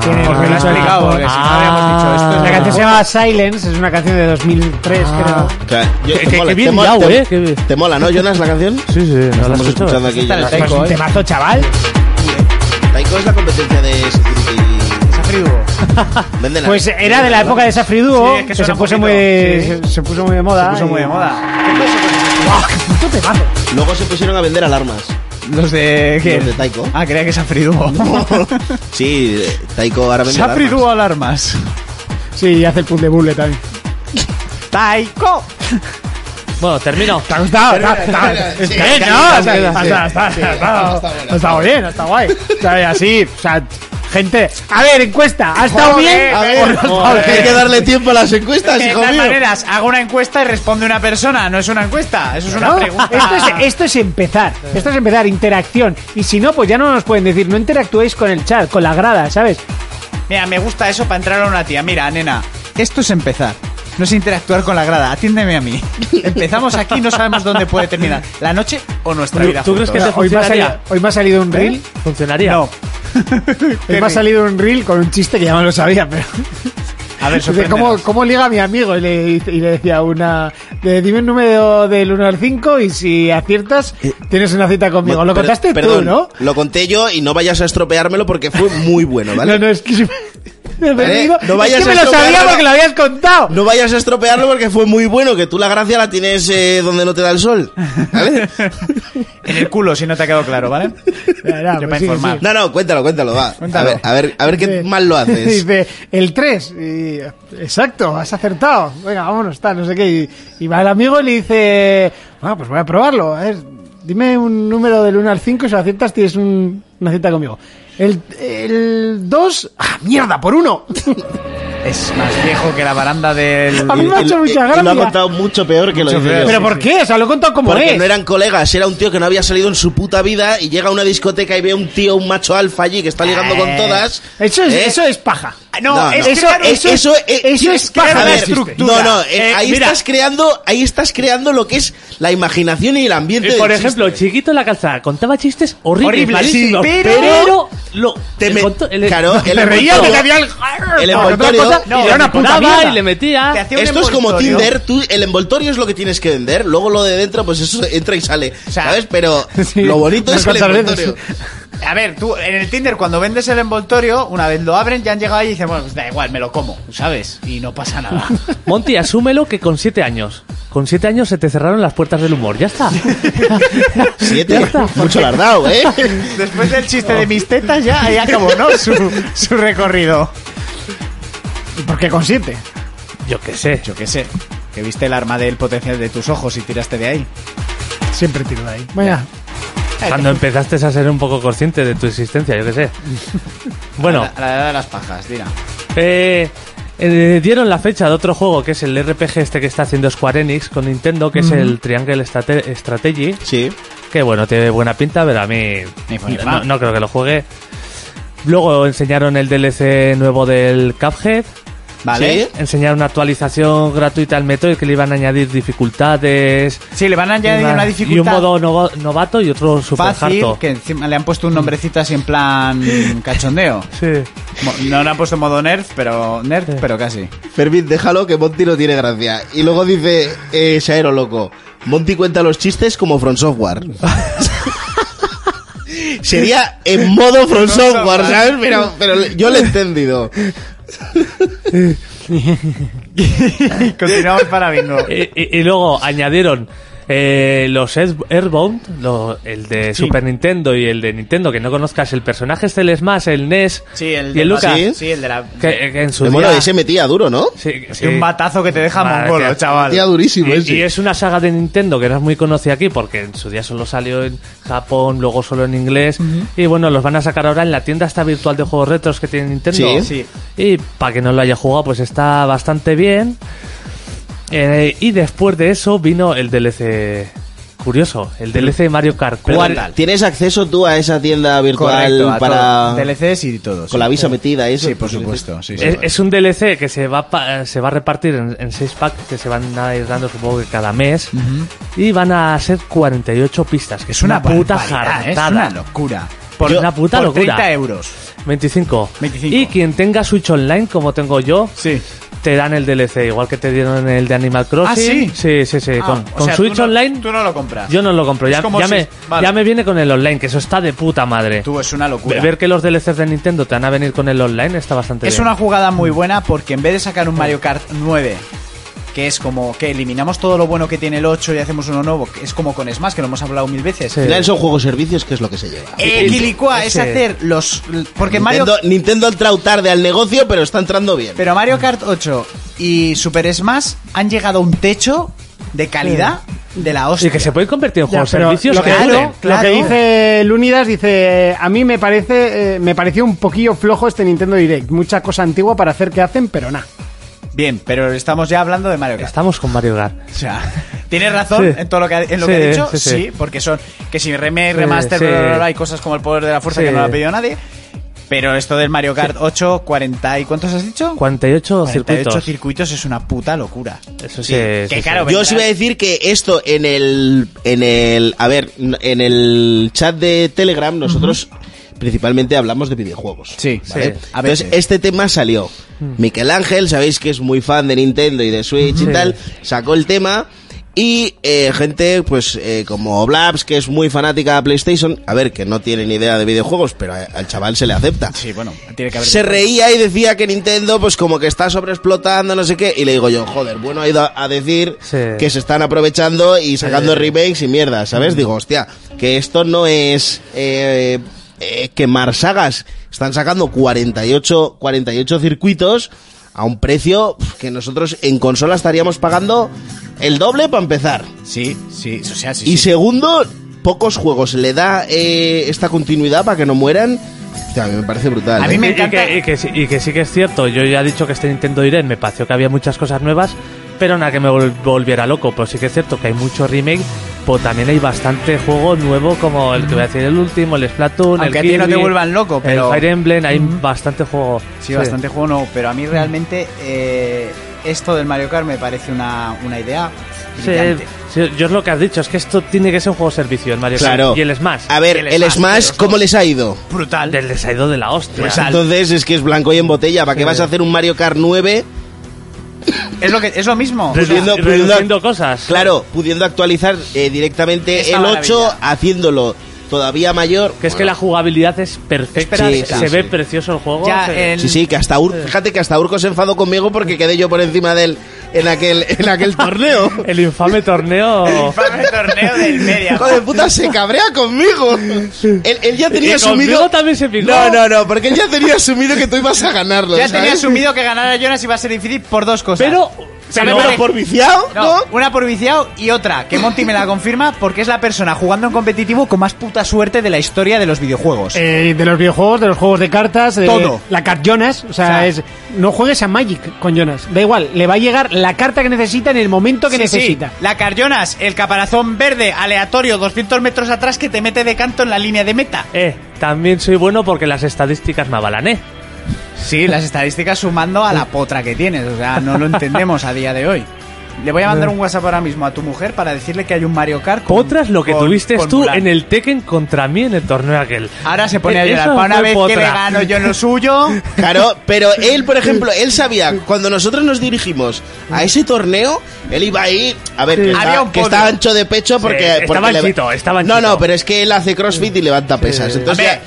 Tiene
Porque Ah, pues lo he
mucho-
explicado, eh. porque si no habíamos dicho
Ah.
esto.
La canción se llama Silence, es una canción de 2003,
Ah.
creo.
Claro, yo-
Que-
te
que-
mola,
que bien
te mola-
liado,
te-
eh, que bien.
Te mola, ¿no, Jonas, la canción?
Sí, sí, no lo
Estamos
has
escuchando aquí.
Está en el
Jonas.
Es
Taiko,
un
¿eh?
temazo, chaval.
Taiko es la competencia de Security. Venden
Pues era de la época de Safri Duo,
Sí, es que
que,
suena
se, puso
un
muy
poquito,
de,
sí.
se, se puso muy de moda.
Se puso muy
y-
de moda.
¡Buah, qué puto temazo!
Luego se pusieron a vender alarmas.
Los de. ¿qué?
Los de Taiko.
Ah, creía que se
Sí, eh, Taiko ahora vende
Safri
alarmas.
Duo alarmas.
Sí, y hace el puzzle bulle también.
¡Taiko!
Bueno, termino.
¿Te ha gustado? ¿Te ha- te ha- es
sí,
que-
sí,
no,
sí,
es que-
sí,
ha
sí,
estado- ha estado-
sí,
ha estado-
ha estado buena,
ha estado bien, ha estado guay. O sea, y así, o sea, gente. A ver, encuesta, ¿ha estado bien?
A
o no
ver,
ha estado
joder,
bien?
hay que darle tiempo a las encuestas,
De
hijo
todas
mío.
maneras, hago una encuesta y responde una persona. No es una encuesta, eso es una
¿No?
pregunta.
Esto es, esto es empezar, esto es empezar, interacción. Y si no, pues ya no nos pueden decir, no interactuéis con el chat, con la grada, ¿sabes?
Mira, me gusta eso para entrar a una tía. Mira, nena, esto es empezar. No es interactuar con la grada, atiéndeme a mí. Empezamos aquí, no sabemos dónde puede terminar. La noche o nuestra
¿Tú-
vida.
tú crees
juntos.
que
Hoy me, ha
funcionaría?
salido, hoy me ha salido un reel.
¿Eh? ¿Funcionaría?
No.
Hoy me ha salido un ¿Eh? reel con un chiste que ya me lo sabía, pero.
A ver,
Dice, ¿cómo,
sorpréndenos.
¿Cómo liga mi amigo? Y le, y le decía una. de, dime un número del 1 al 5 y si aciertas, tienes una cita conmigo. lo
Per-
contaste
Eh, perdón,
tú, ¿no?
Lo conté yo y no vayas a estropeármelo porque fue muy bueno, ¿vale?
No, no, es que. se me- me he
Vale,
perdido.
no vayas
es que
a
me lo
estropearlo,
sabía
no.
porque lo habías contado.
No vayas a estropearlo porque fue muy bueno, que tú la gracia la tienes eh, donde no te da el sol. ¿Vale?
En el culo, si no te ha quedado claro, ¿vale?
Ya, ya,
Yo
pues
para
sí,
informar.
sí.
No, no, cuéntalo, cuéntalo, va.
Cuéntalo.
A ver, a ver, a ver qué
Dice-
mal lo haces.
Dice, el 3. y, exacto, has acertado. Venga, vámonos, tal, no sé qué. Y, y va el amigo y le dice, bueno, pues voy a probarlo. A ver, dime un número del 1 al 5 y si lo aciertas tienes un- una cita conmigo. El, el 2, ¡ah, mierda, por uno!
Es más viejo que la baranda del.
A mí me ha hecho mucha
y lo ha
gracia.
contado mucho peor que lo
Mucho
hice
peor.
yo.
¿Pero por qué? O sea, lo he contado como
Porque
es.
no eran colegas, era un tío que no había salido en su puta vida y llega a una discoteca y ve a un tío, un macho alfa allí que está ligando con todas.
Eh. Eso, es,
¿Eh?
eso es paja.
No,
No,
es
no.
Eso-
crear-
eso-
eso, eh,
eso
tienes
es
que-
paja
a
de
ver,
estructura.
No, no, eh,
Eh,
ahí
mira.
estás creando, ahí estás creando lo que es la imaginación y el ambiente.
Eh,
del
Por
chiste.
ejemplo, el chiquito en la calzada contaba chistes horribles,
Horribles,
malísimos,
sí,
pero,
pero-
lo
te
el
me-
conto- el-
claro, el
Me reía
envoltorio-
que te había el...
el
No, otra
envoltorio-
cosa,
no,
y era
le
una puta
colaba
mierda.
y le
Te
metía.
hacía un
Esto es como
envoltorio.
Tinder, tú, el envoltorio es lo que tienes que vender, luego lo de dentro, pues eso entra y sale,
sea,
¿sabes? Pero
sí,
lo bonito
unas
es el
cuantas veces.
envoltorio.
A ver, tú en el Tinder cuando vendes el envoltorio, una vez lo abren, ya han llegado ahí y dicen, bueno, pues da igual, me lo como, ¿sabes? Y no pasa nada.
Monty, asúmelo que con siete años. Con siete años se te cerraron las puertas del humor. Ya está.
Siete,
Ya está.
mucho lardao, ¿eh?
Después del chiste de mis tetas ya ahí acabó, ¿no? Su, su recorrido.
¿Por qué con 7?
Yo qué sé.
Yo qué sé, que viste el arma del potencial de tus ojos y tiraste de ahí.
Siempre tiro de ahí. Venga,
Cuando empezaste a ser un poco consciente de tu existencia, yo qué sé. Bueno,
A la, a la edad de las pajas, dirá.
eh, eh, dieron la fecha de otro juego que es el RPG este que está haciendo Square Enix con Nintendo, que es el Triangle Strate- Strategy.
Sí.
Que bueno, tiene buena pinta, pero a mí
Ni fu ni fa.
no, no creo que lo juegue. Luego enseñaron el DLC nuevo del Cuphead.
¿Vale?
Sí.
Enseñaron una actualización gratuita al Metroid que le iban a añadir dificultades.
Sí, le van a añadir
una-
una
Y un
dificultad
modo novo- novato y otro super
fácil,
harto.
que encima le han puesto un nombrecito así en plan cachondeo.
Sí.
Mo- No le han puesto modo nerd, pero nerd, pero casi.
Fermín, déjalo que Monty no tiene gracia. Y luego dice eh, Shaero Loco, Monty cuenta los chistes como From Software. Sería en modo From Software, ¿sabes? Pero, pero yo lo he entendido.
Continuamos para bingo.
Y, Eh, y- y luego añadieron eh, los Air- Airbound, lo- el de Super Nintendo y el de Nintendo, que no conozcas el personaje este, el Smash, el NES
Sí, el
y
de
el Lucas.
¿Sí?
Sí, el de la...
Que, que en su
De mono,
día-
ese metía duro, ¿no?
sí,
Es
sí.
que un batazo que te deja
Madre
mongolo,
mía.
chaval.
Metía durísimo
Y,
ese.
y es una saga de Nintendo que no es muy conocida aquí porque en su día solo salió en Japón, luego solo en inglés. Y bueno, los van a sacar ahora en la tienda esta virtual de juegos retros que tiene Nintendo.
Sí.
Sí.
Y para que no lo haya jugado, pues está bastante bien. Eh, y después de eso vino el DLC. Curioso, el DLC de Mario Kart
Perdón,
4.
¿Tienes acceso tú a esa tienda virtual
Correcto, a
para
todo. DLCs y todo. sí.
con la visa metida y eso?
Sí, por supuesto. Sí, sí.
Es, Eh, es un DLC que se va, a pa- se va a repartir en, en seis packs que se van a ir dando supongo que cada mes y van a ser 48 pistas, que es una, puta
barbaridad, ¿eh? Es
jartada.
una locura.
Por una puta
por
locura.
30 euros.
25.
25.
Y quien tenga Switch Online, como tengo yo,
Sí.
te dan el DLC, igual que te dieron el de Animal
sí?
Crossing. Sí, sí, sí. con
Ah, o
con
sea,
Switch
tú no-
Online
Tú no lo compras.
yo no lo compro.
Es
Ya,
como
ya
si-
me,
vale.
ya me viene con el online, que eso está de puta madre.
Tú es una locura.
Ver que los DLCs de Nintendo te van a venir con el online está bastante
Es
bien.
una jugada muy buena porque en vez de sacar un Mario Kart 9, que es como que eliminamos todo lo bueno que tiene el 8 y hacemos uno nuevo, que es como con Smash, que lo hemos hablado mil veces.
Sí.
Al final son juegos servicios, que es lo que se lleva.
Eh, Quilicua, es
Ese-
hacer los... Porque Mario...
Nintendo, Nintendo ha entrado tarde al negocio, pero está entrando bien.
Pero Mario Kart 8 y Super Smash han llegado a un techo de calidad de la hostia.
Y que se puede convertir
Ya,
en juegos
pero
servicios.
lo que,
que
claro,
duren.
lo que dice Lunidas dice eh, a mí me parece eh, me pareció un poquillo flojo este Nintendo Direct mucha cosa antigua para hacer que hacen pero nada
Bien, pero estamos ya hablando de Mario Kart.
Estamos con Mario Kart.
O sea, tienes razón
Sí.
en todo lo que, ha- en lo
Sí,
que he dicho, sí,
sí, sí.
porque son que si remake,
Sí,
remaster,
sí.
bla, bla, bla, bla, hay cosas como el poder de la fuerza
Sí.
que no lo ha pedido nadie. Pero esto del Mario Kart 8, 40 y ¿cuántos has dicho?
48
48
circuitos.
circuitos es una puta locura.
Eso
Sí,
sí,
que
sí, sí.
claro,
Yo
vendrás-
os iba a decir que esto en el. En el. A ver, en el chat de Telegram, nosotros principalmente hablamos de videojuegos.
Sí,
¿vale?
sí,
a
Entonces,
veces. Mm.
este tema salió. Miguel Ángel, sabéis que es muy fan de Nintendo y de Switch y
Sí.
tal, sacó el tema. Y eh, gente, pues eh, como Blabs, que es muy fanática de PlayStation, a ver, que no tiene ni idea de videojuegos, pero a- al chaval se le acepta.
Sí, bueno, tiene que haber
Se reía y decía que Nintendo, pues como que está sobreexplotando, no sé qué. Y le digo yo, joder, bueno, ha ido a decir
Sí.
que se están aprovechando y sacando remakes y mierda,
Mm.
¿sabes? Digo, hostia, que esto no es eh, eh, quemar sagas. Están sacando 48, 48 circuitos a un precio pf, que nosotros en consola estaríamos pagando el doble para empezar.
Sí, sí, o sea, sí.
Y
sí.
segundo, pocos juegos le da eh, esta continuidad para que no mueran. Hostia, a mí me parece brutal.
A mí
¿eh?
me
Y- y,
encanta-
que, y que sí, y que sí que es cierto, yo ya he dicho que este Nintendo Direct me pareció que había muchas cosas nuevas, pero nada que me vol- volviera loco, pero sí que es cierto que hay mucho remake, pero también hay bastante juego nuevo como el que voy a decir el último, el Splatoon,
Aunque a
el
ti no
Kirby,
te vuelvan loco, pero-
el Fire Emblem, hay bastante juego.
Sí, bastante juego no, pero a mí realmente eh, esto del Mario Kart me parece una, una idea
Sí,
brillante.
sí, yo es lo que has dicho, es que esto tiene que ser un juego servicio, el Mario Kart.
Claro.
y el Smash.
A ver, el Smash, ¿cómo les ha ido?
Pues
Brutal.
del desayuno de la hostia.
Pues al-
Entonces es que es blanco y en botella. ¿Para qué vas a hacer un Mario Kart 9?
Es lo, que, es lo mismo.
Redu-
Pudiendo-
reduciendo
pudiendo-
cosas.
Claro, pudiendo actualizar eh, directamente
Esta
el 8,
maravilla.
haciéndolo todavía mayor.
Que es que la jugabilidad es perfecta,
Sí,
se,
sí,
se
sí.
ve precioso el juego.
Ya, eh,
se-
el-
Sí, sí, que hasta Ur- fíjate que hasta Urco se enfadó conmigo porque quedé yo por encima de él en aquel, en aquel torneo.
el infame torneo.
Infame torneo del media.
Hijo de puta, se cabrea conmigo. Él, él ya tenía
Y conmigo
asumido.
también se picó.
No, no, no, porque él ya tenía asumido que tú ibas a ganarlo.
Ya
¿sabes?
tenía asumido que ganar a Jonas iba a ser difícil por dos cosas.
Pero,
¿Sabes
pero-
lo que-
Pero por viciado,
No,
¿no?
una por viciado y otra, que Monty me la confirma porque es la persona jugando en competitivo con más puta suerte de la historia de los videojuegos.
Eh, de los videojuegos, de los juegos de cartas, de
Todo.
La Cart Jonas, o sea,
O sea,
es no juegues a Magic con Jonas, da igual, le va a llegar la carta que necesita en el momento que
Sí, sí,
necesita.
la Carjonas, el caparazón verde aleatorio 200 metros atrás que te mete de canto en la línea de meta.
Eh, también soy bueno porque las estadísticas me avalan, eh.
Sí, las estadísticas sumando a la potra que tienes, o sea, no lo entendemos a día de hoy. Le voy a mandar un WhatsApp ahora mismo a tu mujer para decirle que hay un Mario Kart. con-
Potras lo que
con-
tuviste
con
tú
Mulan.
en el Tekken contra mí en el torneo aquel.
Ahora se pone a
Eh,
llorar.
eso
Para una
fue
vez que le
potra.
gano yo en lo suyo.
Claro, pero él, por ejemplo, él sabía, cuando nosotros nos dirigimos a ese torneo, él iba ahí, a ver, que,
Había
está,
un
que
podio.
está ancho de pecho porque...
estaba
porque le-
anchito, estaba
No, no,
anchito.
pero es que él hace crossfit y levanta pesas. Entonces,
A ver.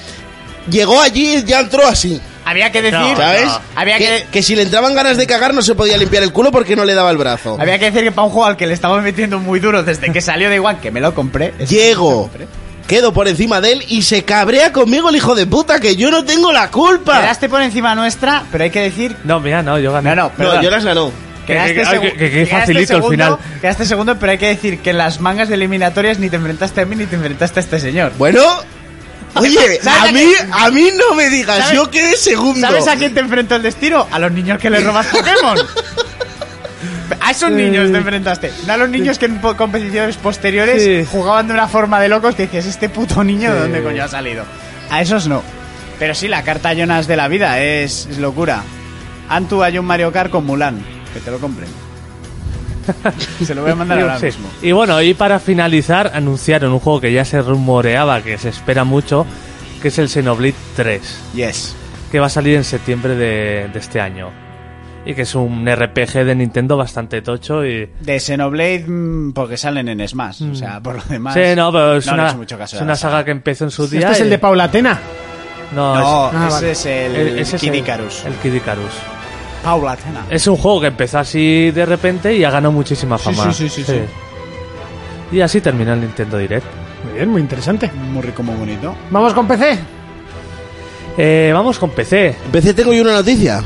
ya- llegó allí y ya entró así,
Había que decir.
No,
¿sabes?
Había
que,
que.
que si le entraban ganas de cagar no se podía limpiar el culo porque no le daba el brazo.
Había que decir que para un juego al que le estamos metiendo muy duro desde que salió de One, que me lo compré. es-
Llego,
me lo compré.
quedo por encima de él y se cabrea conmigo el hijo de puta, que yo no tengo la culpa.
Quedaste por encima nuestra, pero hay que decir.
No, mira, no, yo gané.
No, no,
No,
perdón.
yo las ganó.
Quedaste,
que-
segu-
que- que- que
quedaste
facilito el
segundo,
final.
Quedaste segundo, pero hay que decir que en las mangas de eliminatorias ni te enfrentaste a mí ni te enfrentaste a este señor.
Bueno... Oye,
¿Sabes
a
a
mí,
qué-
a mí no me digas,
¿Sabes-
yo quedé segundo.
¿Sabes a quién te enfrentó el destino? A los niños que le robas Pokémon. A esos niños te enfrentaste. No a los niños que en po- competiciones posteriores
Sí.
jugaban de una forma de locos que dices, este puto niño de dónde coño ha salido. A esos no. Pero sí, la carta Jonas de la vida es, es locura. Antu hay un Mario Kart con Mulan. Que te lo compren. Se lo voy a mandar ahora
Sí.
mismo.
Y bueno, y para finalizar, anunciaron un juego que ya se rumoreaba, que se espera mucho, que es el Xenoblade 3,
Yes.
que va a salir en septiembre de, de este año. Y que es un RPG de Nintendo bastante tocho y...
De Xenoblade, mm, porque salen en Smash. O sea, por lo demás.
Sí, no, pero es
no le
una,
he hecho mucho caso
es
a
una
la
saga que empezó en su día.
Este es
y-
el de Paulatena.
No,
No,
Ah,
ese
vale.
es el,
e- ese es
Kid
el-
Icarus.
El Kid Icarus.
Paula Atena.
Es un juego que empezó así de repente y ha ganado muchísima fama.
sí, sí, sí,
Y así termina el Nintendo Direct.
Muy bien, muy interesante.
Muy rico, muy bonito.
Vamos con PC.
Eh, vamos con PC.
PC tengo yo una noticia.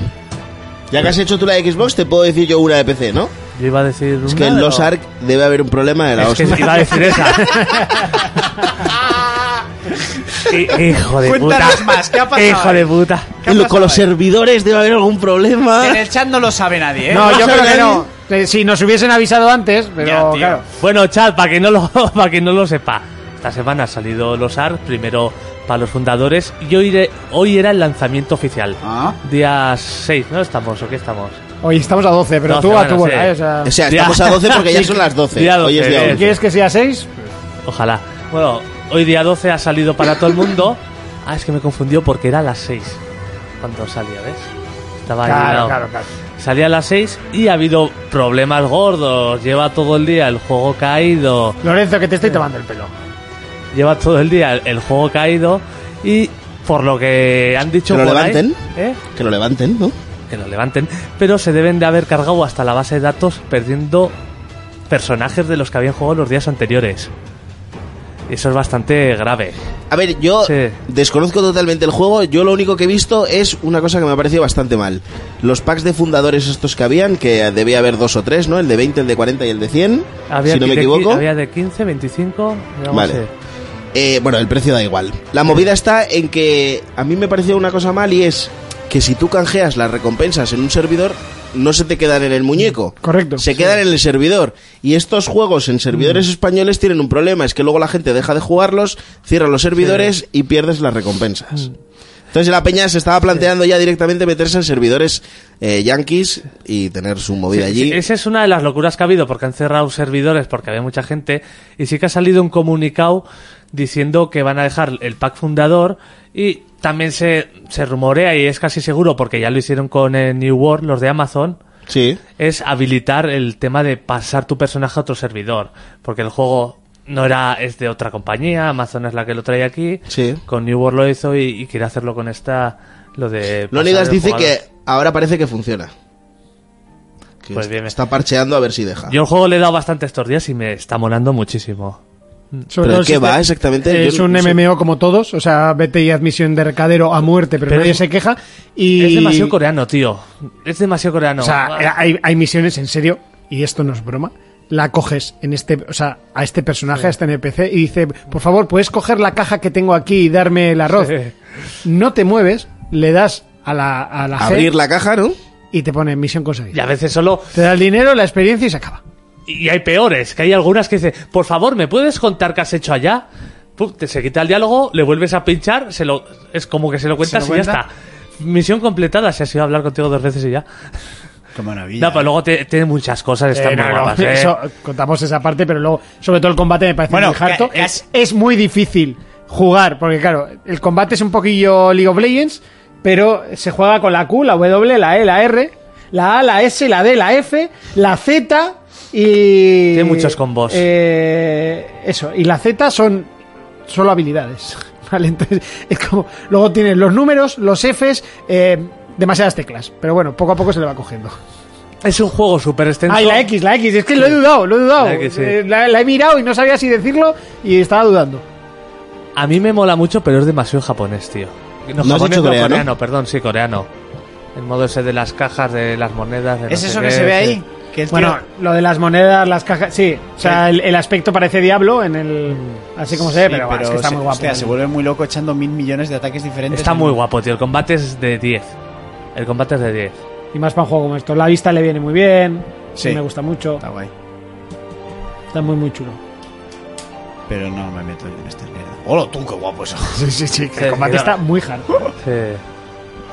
Ya que has hecho tú la de Xbox, te puedo decir yo una de PC, ¿no?
Yo iba a decir
Es
una,
que en
pero-
Los Ark debe haber un problema de la
Es que
hostia.
iba a decir esa. Hi- Hijo de
Cuéntanos
puta.
más, ¿qué ha pasado
Hijo
ahí?
de puta.
¿Qué ha
Y lo-
pasado
Con los
ahí?
servidores debe haber algún problema.
En el chat no lo sabe nadie, ¿eh?
No, yo
¿Vas a
creo que
ver?
no. Eh, Si nos hubiesen avisado antes, pero
Ya, tío.
claro.
Bueno, chat, para que no lo, para que no lo sepa. Esta semana ha salido los ARC, primero para los fundadores, y hoy, de- hoy era el lanzamiento oficial.
Ah.
Día 6, ¿no? Estamos, ¿o qué estamos?
Hoy estamos a 12, pero
12,
tú a
bueno,
tu bola,
sí.
¿eh? O sea,
O sea,
Ya.
estamos a 12 porque ya son las 12.
Ya
Hoy es
12,
día
eh.
11.
¿Quieres que sea 6?
Ojalá. Bueno, hoy día 12 ha salido para todo el mundo. Ah, es que me confundió porque era a las 6 cuando salía, ¿ves? Estaba ahí,
Claro,
no.
claro, claro.
Salía a las 6 y ha habido problemas gordos. Lleva todo el día el juego caído.
Lorenzo, que te estoy tomando el pelo.
Lleva todo el día el, el juego caído. Y por lo que han dicho...
Que lo
por ahí-
levanten.
¿eh?
Que lo levanten, ¿no?
Que lo levanten. Pero se deben de haber cargado hasta la base de datos perdiendo personajes de los que habían jugado los días anteriores. Y eso es bastante grave.
A ver, yo
Sí.
desconozco totalmente el juego. Yo lo único que he visto es una cosa que me ha parecido bastante mal. Los packs de fundadores estos que habían, que debía haber dos o tres, ¿no? El de 20, el de 40 y el de 100,
Había
si no
de
me
qui-
equivoco.
Había de 15, 25. digamos,
Vale.
eh.
Eh, bueno, el precio da igual. La movida está en que a mí me pareció una cosa mal y es que si tú canjeas las recompensas en un servidor, no se te quedan en el muñeco.
Correcto.
Se quedan en el servidor. Y estos juegos en servidores
Mm.
españoles tienen un problema, es que luego la gente deja de jugarlos, cierra los servidores y pierdes las
Mm.
recompensas. Entonces la peña se estaba planteando ya directamente meterse en servidores eh, yankees y tener su movida
Sí,
Pues allí.
sí, Esa es una de las locuras que ha habido, porque han cerrado servidores, porque había mucha gente, y sí que ha salido un comunicado diciendo que van a dejar el pack fundador, y también se, se rumorea, y es casi seguro, porque ya lo hicieron con eh, New World, los de Amazon,
Sí.
es habilitar el tema de pasar tu personaje a otro servidor, porque el juego no era es de otra compañía, Amazon es la que lo trae aquí,
Sí.
con New World lo hizo y, y quiere hacerlo con esta, lo de... pasar
Leonidas
el
dice
jugador.
que ahora parece que funciona. Que
Pues
est-
bien,
está parcheando a ver si deja.
Yo el juego le he dado bastante estos días y me está molando muchísimo.
Sobre
¿Pero
todo
de qué
si
va
te-
exactamente?
Es
Yo
un
no sé.
MMO como todos, o sea, vete y admisión de recadero a muerte, pero,
Pero
nadie
es-
se queja. Y,
Es demasiado coreano, tío. Es demasiado coreano.
O sea, eh, hay, hay misiones en serio, y esto no es broma. La coges en este, o sea, a este personaje, a este NPC, y dice, por favor, ¿puedes coger la caja que tengo aquí y darme el arroz? No te mueves, le das a la, a la G
Abrir la caja, ¿no?
y te pone misión
y
conseguida.
a veces solo...
Te da el dinero, la experiencia y se acaba.
Y hay peores, que hay algunas que dicen, por favor, ¿me puedes contar qué has hecho allá? Pum, te se quita el diálogo, le vuelves a pinchar, se lo es como que se lo cuentas y ya
cuenta?
está. Misión completada, se ha sido a hablar contigo dos veces y ya.
Qué maravilla.
No, pero luego te- tiene muchas cosas, están
Eh,
muy
no, no,
guapas, ¿eh?
eso, contamos esa parte, pero luego, sobre todo el combate me parece
Bueno,
muy harto.
ca-
Es, es muy difícil jugar, porque claro, el combate es un poquillo League of Legends, pero se juega con la Q, la W, la E, la R, la A, la S, la D, la F, la Z y...
Tiene muchos combos.
Eh, eso, y la Z son solo habilidades. Vale, entonces es como... Luego tienes los números, los Fs, eh, demasiadas teclas, pero bueno, poco a poco se le va cogiendo.
Es un juego súper extenso.
Ay, Ah, la X, la X, es que lo he dudado, lo he dudado.
La X, sí.
Eh, La, la he mirado y no sabía si decirlo y estaba dudando.
A mí me mola mucho, pero es demasiado japonés, tío.
¿No has dicho coreano?
coreano, perdón, sí, coreano. El modo ese de las cajas, de las monedas... De no
¿Es
sé
eso que
qué,
se ve
sí.
ahí? Que el tío-
Bueno, lo de las monedas, las cajas, sí. O sea, el, el aspecto parece Diablo en el. Así como se ve,
Sí,
pero, bueno, es que está
se-
muy guapo.
hostia, se vuelve muy loco echando mil millones de ataques diferentes.
Está muy guapo, tío. El combate es de 10. El combate es de 10.
Y más para un juego como esto. La vista le viene muy bien.
Sí.
me gusta mucho.
Está guay.
Está muy, muy chulo.
Pero no me meto yo en estas mierdas. ¡Hola, tú, qué guapo eso! sí, sí, sí.
Sí,
que combate
mira.
está-
Está muy hard.
Sí.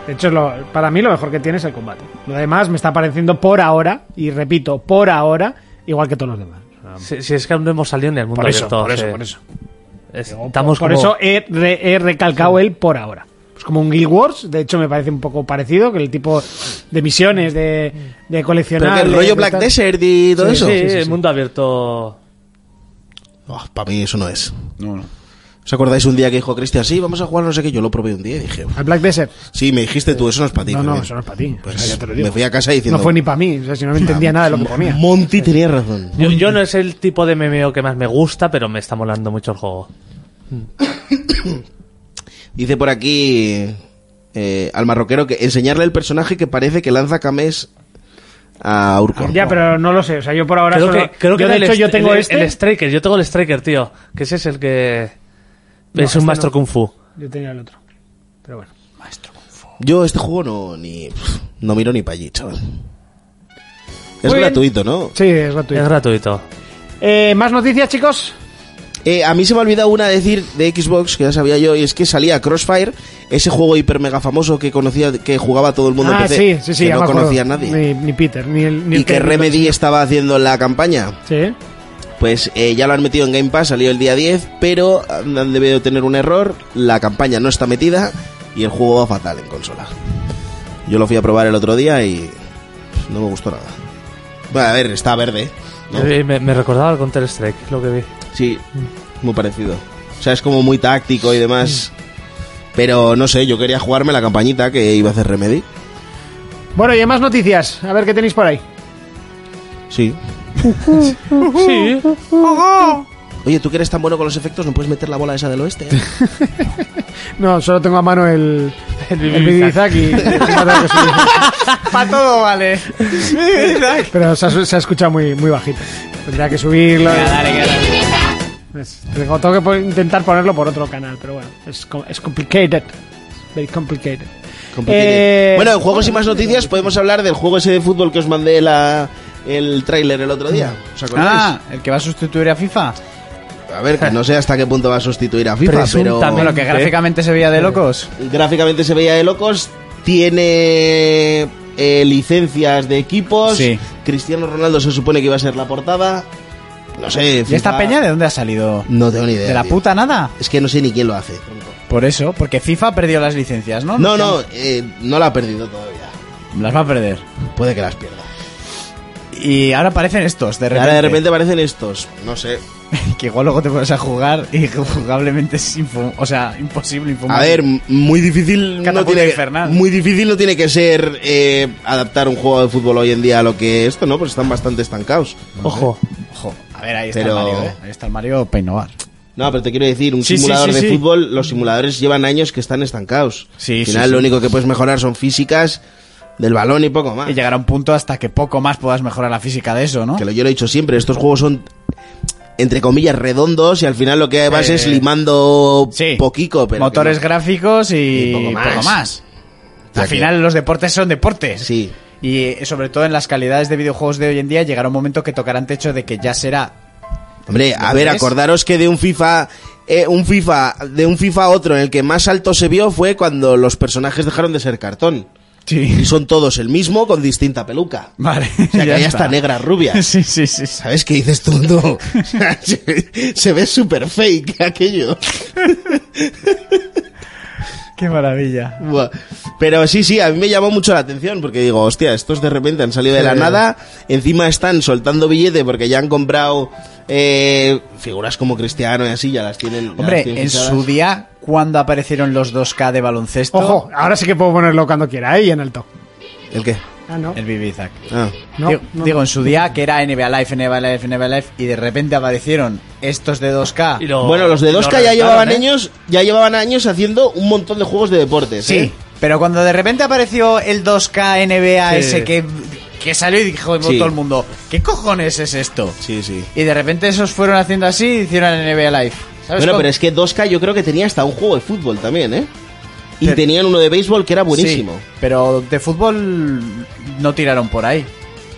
De hecho, es lo- para mí lo mejor que tiene es el combate. Lo demás me está pareciendo por ahora, y repito, por ahora, igual que todos los demás.
Si, si es que aún no hemos salido ni al mundo
Por eso,
abierto,
por eso,
sí.
por eso.
Es- estamos
por
Pues como-
eso he, re- he recalcado el por ahora. Es como un Guild Wars, de hecho me parece un poco parecido, que el tipo de misiones, de, de
Pero
coleccionar...
que el
de-
rollo
de
Black
tal.
Desert y todo
Sí,
eso.
sí, el mundo abierto.
para mí eso no es.
No, no.
¿Os acordáis un día que dijo Cristian, sí, vamos a jugar no sé qué? Yo lo probé un día y dije,
Al Black Desert.
sí, me dijiste tú, eso no es para ti.
no, no,
Javier".
eso no es para ti.
Pues
O sea, ya te lo digo.
me fui a casa diciendo...
No fue ni para mí, o sea, si no me entendía nada de lo que ponía.
Monty tenía razón.
Yo, yo no es el tipo de MMO que más me gusta, pero me está molando mucho el juego.
Dice por aquí eh, al marroquero que enseñarle el personaje que parece que lanza cames a Urco.
Ya, pero no lo sé, o sea, yo por ahora
Creo
solo...
que, creo que
yo, de
era el
hecho,
est-
yo tengo
el,
este...
el Striker, yo tengo el Striker, tío. Que ese es el que.
No,
es un
este
maestro
no.
Kung Fu.
Yo tenía el otro. Pero bueno.
Yo este juego no ni pf, no miro ni para allí, chaval. Es
bien.
gratuito, ¿no?
Sí, es
Es
gratuito.
gratuito.
Eh, ¿Más noticias, chicos?
Eh, a mí se me ha olvidado una decir de Xbox, que ya sabía yo, y es que salía Crossfire, ese juego hiper mega famoso que conocía, que jugaba todo el mundo en
Ah,
PC,
sí, sí, sí.
que
ya
no
me acuerdo.
conocía a nadie.
Ni, ni Peter, ni el... Ni
y
el
que
Ken.
Remedy estaba haciendo la campaña.
Sí.
Pues eh, ya lo han metido en Game Pass, salió el día 10, pero han han debido tener un error, la campaña no está metida y el juego va fatal en consola. Yo lo fui a probar el otro día y no me gustó nada. Bueno, a ver, está verde. ¿no?
Eh, Me, me recordaba al Counter Strike, lo que vi.
Sí, muy parecido. O sea, es como muy táctico y demás. Pero no sé, yo quería jugarme la campañita que iba a hacer Remedy.
Bueno, y hay más noticias. A ver qué tenéis por ahí.
Sí.
Sí.
Oye, tú que eres tan bueno con los efectos, ¿no puedes meter la bola esa del oeste? eh?
No, solo tengo a mano el. El Bibizac y.
Para todo vale.
Pero se ha, se ha escuchado muy, muy bajito. Tendría que subirlo. Es- tengo, tengo que po- intentar ponerlo por otro canal, pero bueno. Es, co- es complicated. It's Very complicated.
Complicado.
Eh,
Bueno, en juegos y más noticias podemos hablar del juego ese de fútbol que os mandé la, el tráiler el otro día. ¿Os acordáis?
Ah, el que va a sustituir a FIFA.
A ver, que no sé hasta qué punto va a sustituir a FIFA, pero
Presuntamente.
Bueno, que gráficamente se veía de locos.
gráficamente se veía de locos. Tiene eh, licencias de equipos.
Sí.
Cristiano Ronaldo se supone que iba a ser la portada. No sé.
¿Y esta
FIFA-
peña de dónde ha salido?
No tengo ni idea.
¿De la
tío.
puta nada?
Es que no sé ni quién lo hace.
Por eso, porque FIFA perdió las licencias, ¿no?
No, no, eh, no la ha perdido todavía.
Las va a perder.
Puede que las pierda.
Y ahora aparecen estos, de repente.
Ahora de repente aparecen estos. No sé.
Que igual luego te pones a jugar y que jugablemente es infum- o sea, imposible.
A
infumable.
ver, m- muy difícil no
Catapulta
tiene
infernal.
muy difícil no tiene que ser eh, adaptar un juego de fútbol hoy en día a lo que esto, ¿no? Pues están bastante estancados.
Ojo.
Ojo, a ver, ahí está
Pero-
el Mario, ¿eh? Ahí está el Mario para innovar.
No, pero te quiero decir, un
Sí, sí,
simulador
sí,
de
sí.
fútbol, los simuladores llevan años que están estancados.
Sí,
Al
sí,
final
sí.
lo único que puedes mejorar son físicas del balón y poco más.
Y llegará un punto hasta que poco más puedas mejorar la física de eso, ¿no?
Que lo, yo lo he dicho siempre, estos juegos son entre comillas redondos y al final lo que vas
Eh,
es limando
Sí.
poquico, pero que
Motores
no.
gráficos y,
Y poco más. O sea
Al
que-
final los deportes son deportes.
Sí.
Y eh, sobre todo en las calidades de videojuegos de hoy en día llegará un momento que tocarán techo de que ya será
Hombre, a
¿Lo
ver,
ves?
acordaros que de un FIFA eh, un FIFA de un FIFA a otro en el que más alto se vio fue cuando los personajes dejaron de ser cartón y
Sí.
son todos el mismo con distinta peluca.
Vale.
O sea, que hay hasta negras rubias.
Sí, sí, sí. sí.
¿Sabes qué dices tú? No. O sea, se, se ve súper fake aquello.
Qué maravilla.
Buah. Pero sí, sí, a mí me llamó mucho la atención porque digo, hostia, estos de repente han salido de la nada, encima están soltando billete porque ya han comprado eh, figuras como Cristiano y así, ya las tienen. ya las tienen
Hombre, en
fichadas.
su día, cuando aparecieron los 2K de baloncesto,
Ojo, ahora sí que puedo ponerlo cuando quiera, ¿eh? Y en alto.
¿El qué?
Ah, no.
el Bibizac.
Ah.
No,
digo,
no.
digo, en su día que era NBA Live, NBA Live, NBA Live, y de repente aparecieron estos de 2K.
Y lo-
bueno, los de
lo
2K ya llevaban
¿eh?
años, ya llevaban años haciendo un montón de juegos de deportes.
Sí,
¿eh?
pero cuando de repente apareció el 2K NBA
Sí.
ese que, que salió y dijo
Sí.
todo el mundo, ¿qué cojones es esto?
Sí, sí.
Y de repente esos fueron haciendo así y hicieron el NBA Live. ¿Sabes
Bueno,
cómo?
pero es que 2K yo creo que tenía hasta un juego de fútbol también, ¿eh? Y
Pero-
tenían uno de béisbol que era buenísimo.
Sí, pero de fútbol no tiraron por ahí.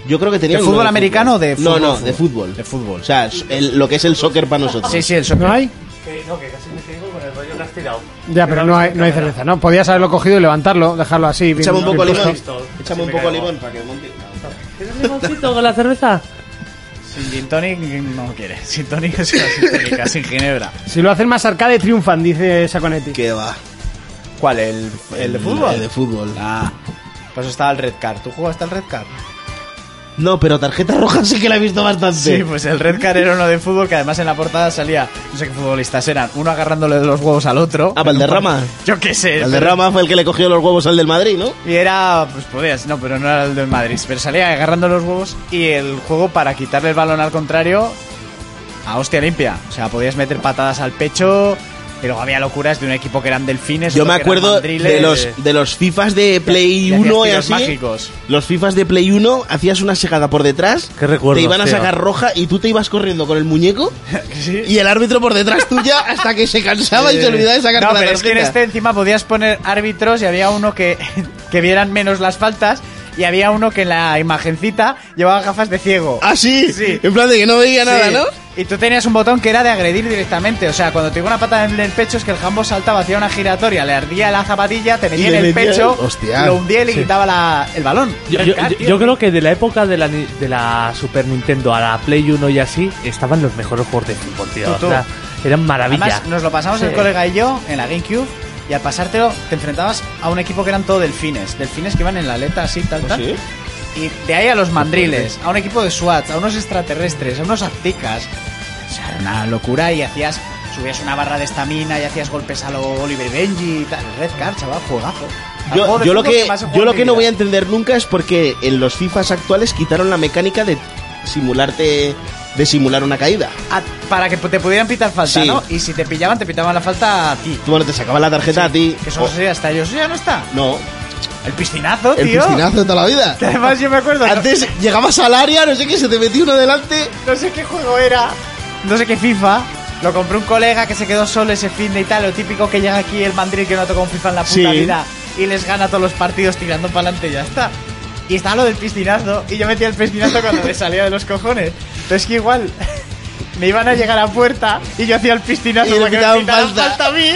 Yo creo que tenía
¿De
uno
fútbol americano o de fútbol,
No, no,
fútbol?
de fútbol.
De fútbol.
O sea, es el- lo que es el soccer para nosotros.
Sí, sí, el soccer.
¿No hay?
no, que casi me caigo con el rollo que has tirado.
Ya, pero no hay, no hay cerveza, ¿no? Podías haberlo cogido y levantarlo, dejarlo así. bien-
Échame un poco
bien
limón.
puesto.
Échame un poco limón para que monte.
¿Tienes limoncito con la cerveza?
Sin gin tonic no quiere. Sin tonic es una sin tónica, sin ginebra.
Si lo hacen más arcade, triunfan, dice Saconetti.
¿Qué va?
¿Cuál? ¿El, el de fútbol?
El de fútbol.
Ah, pues estaba el Red Card. ¿Tú jugaste al Red Card?
No, pero tarjeta roja sí que la he visto bastante.
Sí, pues el Red Car era uno de fútbol que además en la portada salía, no sé qué futbolistas eran, uno agarrándole de los huevos al otro.
Ah, Valderrama.
Yo qué sé.
El de Rama fue el que le cogió los huevos al del Madrid, ¿no?
Y era, pues podías, no, pero no era el del Madrid. Pero salía agarrando los huevos y el juego para quitarle el balón al contrario a hostia limpia. O sea, podías meter patadas al pecho y luego había locuras de un equipo que eran delfines.
Yo
otro
me
que eran
acuerdo
mandriles.
de los, de los FIFAs de Play
y hacías
1 y
tiros
así.
mágicos.
Los FIFAs de Play 1 hacías una segada por detrás.
Qué recuerdos,
Te iban a
tío.
sacar roja y tú te ibas corriendo con el muñeco.
Sí.
Y el árbitro por detrás tuya hasta que se cansaba y Ah, te olvidaba de sacar
No,
la
pero
tarjeta.
es que en este encima podías poner árbitros y había uno que, que vieran menos las faltas y había uno que en la imagencita llevaba gafas de ciego.
Ah, sí.
Sí.
En plan de que no veía nada,
Sí.
¿no?
Y tú tenías un botón que era de agredir directamente. O sea, cuando te iba una patada en el pecho es que el jambo saltaba, hacía una giratoria, le ardía la zapatilla, te metía
Y
en
le
el
metía
pecho,
el- Hostia.
lo hundía y le quitaba la- el balón.
Yo, yo- yo- yo creo que de la época de la, ni- de la Super Nintendo a la Play 1 y así, estaban los mejores juegos de fútbol, tío.
Tú, tú.
O sea, eran maravilla.
Además, nos lo pasamos
Sí.
el colega y yo en la GameCube. Y al pasártelo, te enfrentabas a un equipo que eran todo delfines. Delfines que iban en la aleta así, tal, tal. Y de ahí a los mandriles, a un equipo de SWAT, a unos extraterrestres, a unos aztecas. O sea, era una locura y hacías. Subías una barra de estamina y hacías golpes a lo Oliver Benji y tal. Red Card, chaval, juegazo. Al juego
Yo,
de
yo lo
fútbol
que,
más he jugado
yo lo
en
que
mi
no voy
vida.
a entender nunca es porque en los FIFAs actuales quitaron la mecánica de simularte de simular una caída.
Ah, para que te pudieran pitar falta,
Sí.
¿no? Y si te pillaban, te pitaban la falta a ti.
Tú bueno, te sacaban la tarjeta a ti.
Que eso no
O-
sería hasta ellos. Ya no está.
no,
El piscinazo,
el
tío.
piscinazo de toda la vida.
Que además yo me acuerdo. no-
Antes llegabas al área, no sé qué, se te metía uno delante.
no sé qué juego era, no sé qué FIFA. Lo compró un colega que se quedó solo ese fin de y tal. Lo típico que llega aquí el mandril que no ha tocado un FIFA en la puta
Sí.
vida y les gana todos los partidos tirando para adelante y ya está. Y estaba lo del piscinazo y yo metía el piscinazo cuando me salía de los cojones. Pero es que igual me iban a llegar a puerta y yo hacía el piscinazo
Y le
para que me
quitaban
quitaran
falta.
falta a mí.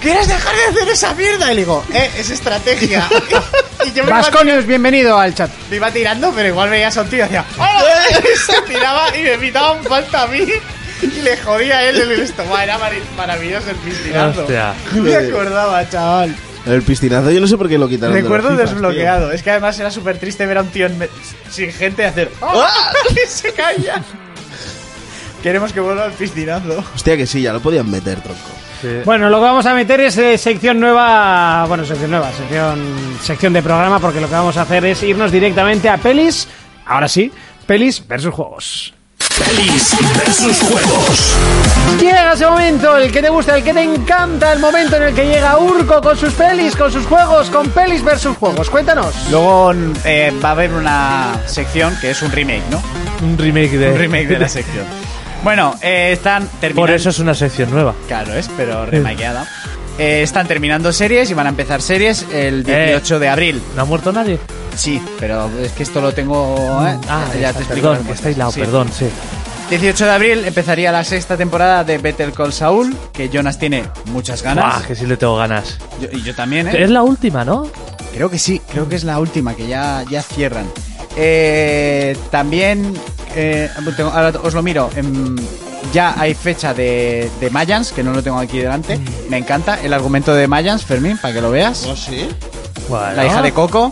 ¿Quieres dejar de hacer esa mierda? Y le digo, eh, es estrategia. y yo me iba
Vasconius, bienvenido al chat.
me iba tirando, pero igual veías a un tío y hacía ¡Hola! Y se tiraba y me pitaban falta a mí. Y le jodía a él en el estómago. Era mari- maravilloso el piscinazo.
Hostia.
No me acordaba, chaval.
El piscinazo, yo no sé por qué lo quitaron. de los
Recuerdo
Fifas,
desbloqueado. Es que además era súper triste ver a un tío en me- sin gente hacer ¡Ah!
¡Ah!
Y se calla. Queremos que vuelva el piscinazo.
tío. Hostia, que sí, ya lo podían meter, tronco.
Sí.
Bueno, lo que vamos a meter es eh, sección nueva, bueno, sección nueva, sección, sección de programa, porque lo que vamos a hacer es irnos directamente a pelis, ahora sí, pelis versus juegos.
Pelis versus juegos.
Llega ese momento, el que te gusta, el que te encanta, el momento en el que llega Urco con sus pelis, con sus juegos, con pelis versus juegos. Cuéntanos.
Luego eh, va a haber una sección que es un remake, ¿no?
Un remake de.
Un remake de la sección. Bueno, eh, están terminando.
Por eso es una sección nueva.
Claro, es, pero remaqueada. Eh, están terminando series y van a empezar series
Eh.
el 18 de abril.
¿No ha muerto nadie?
Sí, pero es que esto lo tengo. ¿eh?
Ah,
ya
está,
te explico.
perdón,
las
que
muertes.
está aislado,
Sí.
perdón, sí.
18 de abril empezaría la sexta temporada de Better Call Saul, que Jonas tiene muchas
Buah,
ganas.
que sí le tengo ganas.
Yo- y yo también, ¿eh?
Es la última, ¿no?
Creo que sí, creo que es la última, que ya, ya cierran. Eh, también, eh, tengo- ahora os lo miro, em, ya hay fecha de, de Mayans, que no lo tengo aquí delante.
Mm.
Me encanta el argumento de Mayans, Fermín, para que lo veas.
Oh, sí?
Bueno.
La hija de Coco.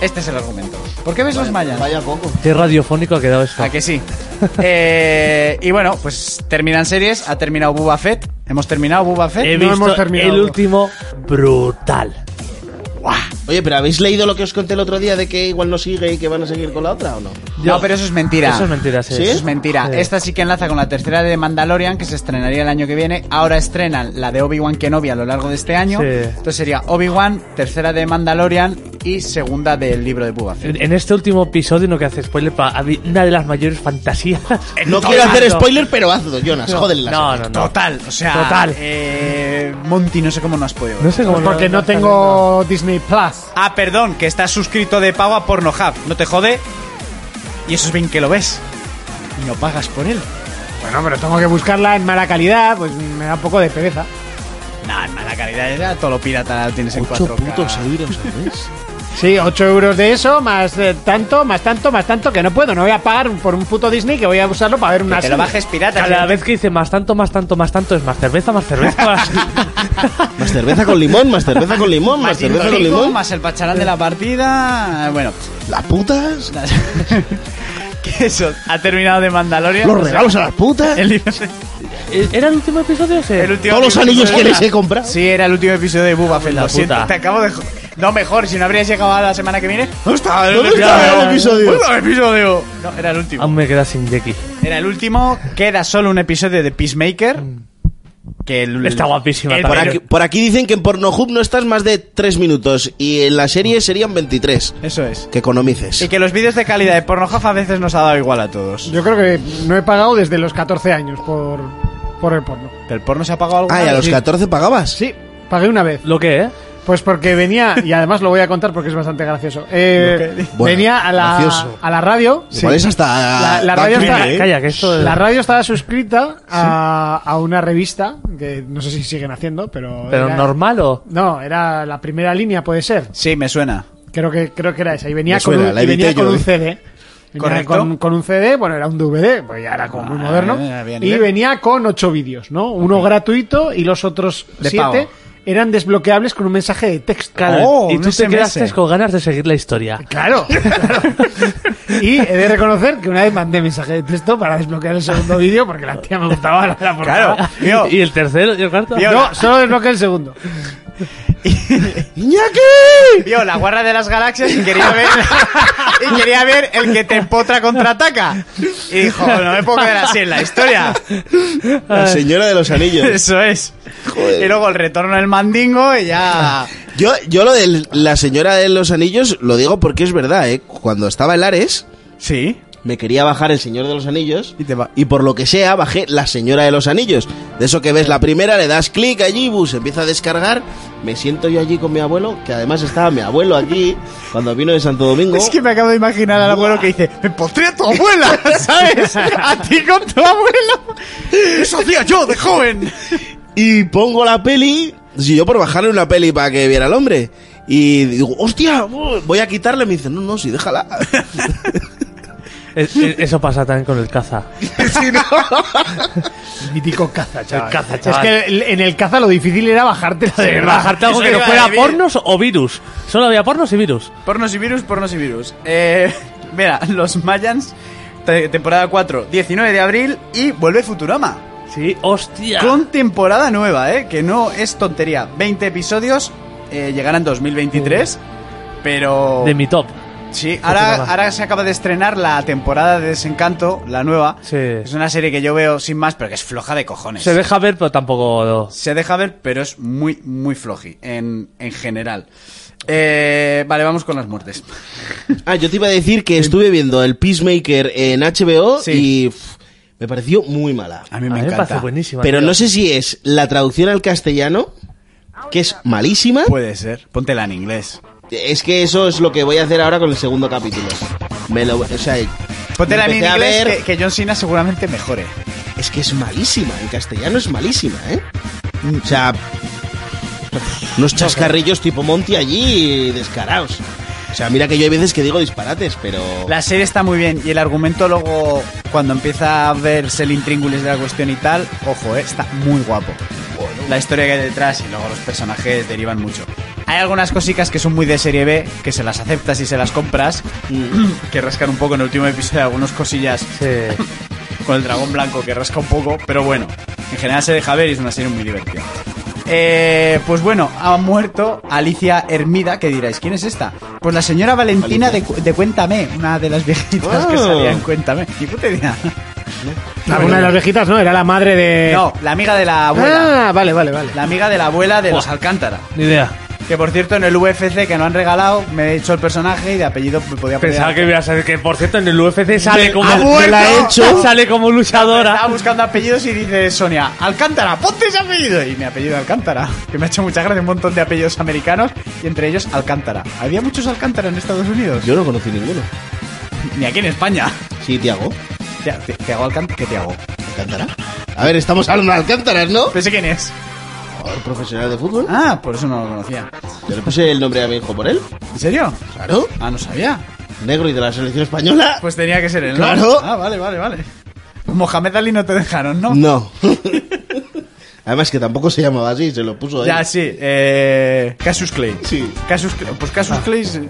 Este es el argumento. ¿Por qué ves los Mayans?
Vaya poco.
Qué radiofónico ha quedado esto.
¿A que sí? Eh, y bueno, pues terminan series. Ha terminado Bubba Fett. Hemos terminado Bubba Fett.
He
No
visto
hemos terminado.
el último brutal.
Oye, pero ¿habéis leído lo que os conté el otro día de que igual no sigue y que van a seguir con la otra o no?
no, pero eso es mentira.
Eso es mentira, sí.
¿Sí?
Eso es mentira.
Sí.
Esta sí que enlaza con la tercera de Mandalorian, que se estrenaría el año que viene. Ahora estrenan la de Obi-Wan Kenobi a lo largo de este año.
Sí.
Entonces sería Obi-Wan, tercera de Mandalorian, y segunda del libro de Bubacet.
En en este último episodio, no que hace spoiler, para a mí, una de las mayores fantasías.
Eh, No
Todo
quiero hacer
rato.
spoiler, pero hazlo, Jonas. Jódela.
No, no, no.
Total, o sea,
Total.
eh, Monty, no sé cómo no has podido. ver.
No sé cómo.
Porque no tengo Disney Plus.
Ah, perdón, que estás suscrito de pago a Pornhub. No te jode. Y eso es bien que lo ves. Y no pagas por él.
Bueno, pero tengo que buscarla en mala calidad, pues me da un poco de pereza.
Nah, en mala calidad era todo lo pirata lo tienes en 4K.
Sí, 8 euros de eso, más eh, tanto, más tanto, más tanto, que no puedo. No voy a pagar por un puto Disney que voy a usarlo para ver una
Te lo
serie.
bajes pirata.
Cada
sí.
vez que dice más tanto, más tanto, más tanto, es más cerveza, más cerveza. más-
Más cerveza con limón, más cerveza con limón, más
Más
cerveza con
tinto rico,
limón.
más el bacharán de la partida. eh, Bueno,
Las putas.
que eso. Ha terminado de Mandalorian.
Los
o sea,
regalos a las putas.
El libro de-
¿Era el último episodio? ese?
el último
Todos los
libro
anillos
de
que
Boba.
les he comprado.
Sí, era el último episodio de Boba Fett.
la
Lo siento,
puta.
te acabo de. jo- No, mejor, si no habrías llegado a la semana que viene.
¿Dónde está el, episodio?
Último episodio. No, era el último.
Aún me queda sin Jackie.
Era el último. Queda solo un episodio de Peacemaker.
Mm.
Que el-
Está guapísima
el-
Por aquí,
pero-
por aquí dicen que en Pornhub no estás más de 3 minutos y en la serie serían 23.
Eso es.
Que economices.
Y que los vídeos de calidad de Pornhub a veces nos ha dado igual a todos.
Yo creo que no he pagado desde los 14 años por, por el porno.
¿El porno se ha pagado algo?
Ah, ¿y a los 14 pagabas?
Sí, pagué una vez.
¿Lo que, eh?
Pues porque venía, y además lo voy a contar porque es bastante gracioso. Eh,
Lo
Bueno,
venía a la,
gracioso.
a la radio.
Igual es hasta.
La- la
da
radio
crimen,
está-
¿eh?
Calla, que esto.
La radio estaba suscrita a, a una revista que no sé si siguen haciendo, pero.
¿Pero
era-
normal o.?
No, era la primera línea, puede ser.
Sí, me suena.
Creo que, creo que era esa. Y venía
Me
con,
suena,
un,
la
y venía
edité yo,
con un
¿eh?
CD. Venía
Correcto.
Con, con un CD, bueno, era un DVD, pues ya era como muy
Ah,
moderno.
bien, bien,
y
bien.
venía con ocho vídeos, ¿no? Uno gratuito y los otros
De
siete
pago.
eran desbloqueables con un mensaje de texto.
Oh,
y
un
tú te
SMS.
quedaste con ganas de seguir la historia.
Claro, claro. Y he de reconocer que una vez mandé mensaje de texto para desbloquear el segundo vídeo porque la tía me gustaba la, la portada.
Claro, tío.
¿Y el tercero y el cuarto?
Tío,
No, solo desbloqueé el segundo.
¡Iñaki!
Vio la guarra de las galaxias y quería ver y quería ver el que te empotra contraataca. Y dijo, no me puedo quedar así en la historia.
La señora de los anillos.
Eso es.
Joder.
Y luego el retorno del mandingo y ya.
Yo, yo lo de la señora de los anillos lo digo porque es verdad, ¿eh? Cuando estaba el Ares,
Sí.
me quería bajar el señor de los anillos
Y te va-
y por lo que sea bajé la señora de los anillos. De eso que ves la primera, le das clic allí, bus, se empieza a descargar. Me siento yo allí con mi abuelo, que además estaba mi abuelo aquí cuando vino de Santo Domingo.
Es que me acabo de imaginar al abuelo que dice, me postré a tu abuela, ¿sabes? A ti con tu abuelo. Eso hacía yo de joven.
Y pongo la peli. Si yo por bajarle una peli para que viera al hombre. Y digo, hostia, uh, voy a quitarle. Me dice, no, no, sí, déjala.
Es- es- Eh, eso pasa también con el caza.
Si no-
Mítico caza, chaval.
El caza,
Es
chaval.
que el- en el caza lo difícil era bajarte la de verdad.
Bajarte algo
Eso
que no
iba a
fuera
decir.
pornos o virus. Solo había pornos y virus.
Pornos y virus, pornos y virus. Eh, mira, los Mayans, te- temporada 4, 19 de abril y vuelve Futurama.
Sí, hostia.
Con temporada nueva, ¿eh? Que no es tontería. 20 episodios, eh, llegará en 2023. Pero...
De mi top.
Sí, ahora,
Futurama.
ahora se acaba de estrenar la temporada de Desencanto, la nueva.
Sí.
Es una serie que yo veo sin más, pero que es floja de cojones.
Se deja ver, pero tampoco.
Se deja ver, pero es muy, muy floji en, en general. Eh, vale, vamos con las muertes.
ah, yo te iba a decir que estuve viendo el Peacemaker en HBO
Sí.
y pff, me pareció muy mala.
A mí me
A mí me
encanta.
parece buenísima.
Pero
tío.
no sé si es la traducción al castellano, que es malísima.
Puede ser. Póntela en inglés.
Es que eso es lo que voy a hacer ahora con el segundo capítulo. Me lo, o sea,
Póntela en
empecé a
inglés
ver-
que, que John Cena seguramente mejore.
Es que es malísima, en castellano es malísima, ¿eh?
Mm.
O sea, unos chascarrillos tipo Monty allí descarados. O sea, mira que yo hay veces que digo disparates, pero...
La serie está muy bien y el argumento luego, cuando empieza a verse el intríngulis de la cuestión y tal, ojo, eh, está muy guapo. La historia que hay detrás y luego los personajes derivan mucho. Hay algunas cositas que son muy de serie B, que se las aceptas y se las compras, que rascan un poco en el último episodio algunas cosillas
Sí.
con el dragón blanco que rasca un poco, pero bueno, en general se deja ver y es una serie muy divertida. Eh, pues bueno, ha muerto Alicia Hermida, que diráis, ¿quién es esta? Pues la señora Valentina de, Cu- de Cuéntame, una de las viejitas que
Oh.
salía en Cuéntame. Ni puta idea.
Una de las viejitas, ¿no? Era la madre de.
Eh, No, la amiga de la abuela.
Ah, vale, vale, vale.
La amiga de la abuela de los Alcántara.
Ni idea.
Que por cierto, en el UFC que no han regalado, me he hecho el personaje y de apellido me podía poner.
Pensaba que ibas a decir que, por cierto, en el UFC sale como,
¡Ha vuelto!
sale como
Estaba
luchadora.
buscando apellidos y dice Sonia, Alcántara, ponte ese apellido. Y mi apellido Alcántara, que me ha hecho mucha gracia un montón de apellidos americanos y entre ellos Alcántara. Había muchos Alcántara en Estados Unidos,
Yo no conocí ninguno.
ni aquí en España.
Sí, Tiago.
Te, te- te hago Alcántara, ¿qué te hago?
Alcántara. A ver, estamos hablando de Alcántaras, ¿no?
Pero sé quién es.
Jugador profesional de fútbol.
Ah, por eso no lo conocía.
Yo le puse el nombre a mi hijo por él.
¿En serio?
Claro.
Ah, no sabía.
Negro y de la selección española.
Pues tenía que ser él, ¿no?
Claro.
Ah, vale, vale, vale. Mohamed Ali no te dejaron, ¿no?
No. Además que tampoco se llamaba así, se lo puso él.
Ya, sí. Eh, Casus Clay.
Sí. Ah.
Casus Clay. Pues Casus Clay. sí.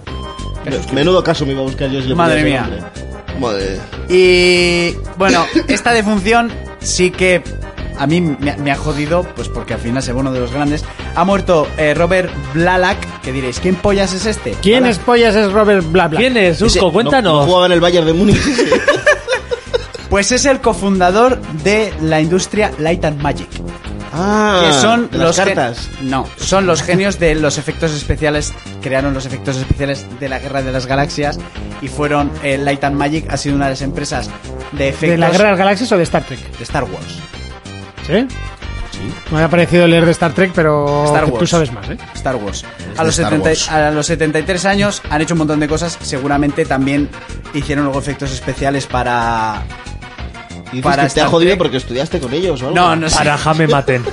Menudo caso me iba a buscar yo si le
Madre
ponía ese
mía. Pues
nombre. Madre.
Y bueno, esta defunción sí que a mí me, me ha jodido, pues porque al final se va uno de los grandes. Ha muerto eh, Robert Blalak, que diréis, ¿quién pollas es este?
¿Quién
Blalak.
es pollas es Robert Bla Bla?
¿Quién es,
Ese-
Urco?
no-
Cuéntanos.
no jugaba en el Bayern de Múnich.
Pues es el cofundador de la industria Light and Magic.
ah,
que son
de
los
las
gen-
cartas.
No, son los genios de los efectos especiales. Crearon los efectos especiales de la Guerra de las Galaxias y fueron eh, Light and Magic ha sido una de las empresas de efectos
¿De la Guerra de las Galaxias o de Star Trek?
de Star Wars.
¿Sí? Me ha parecido leer de Star Trek, pero
Star
que
Wars.
tú sabes más, ¿eh?
Star Wars.
Es
A
de
los,
Star
70
Wars.
a los 73 años han hecho un montón de cosas. Seguramente también hicieron luego efectos especiales para.
Y dices
para
que te ha
Star
jodido
Trek.
porque estudiaste con ellos o algo.
No, no sé.
Para Jame Maten.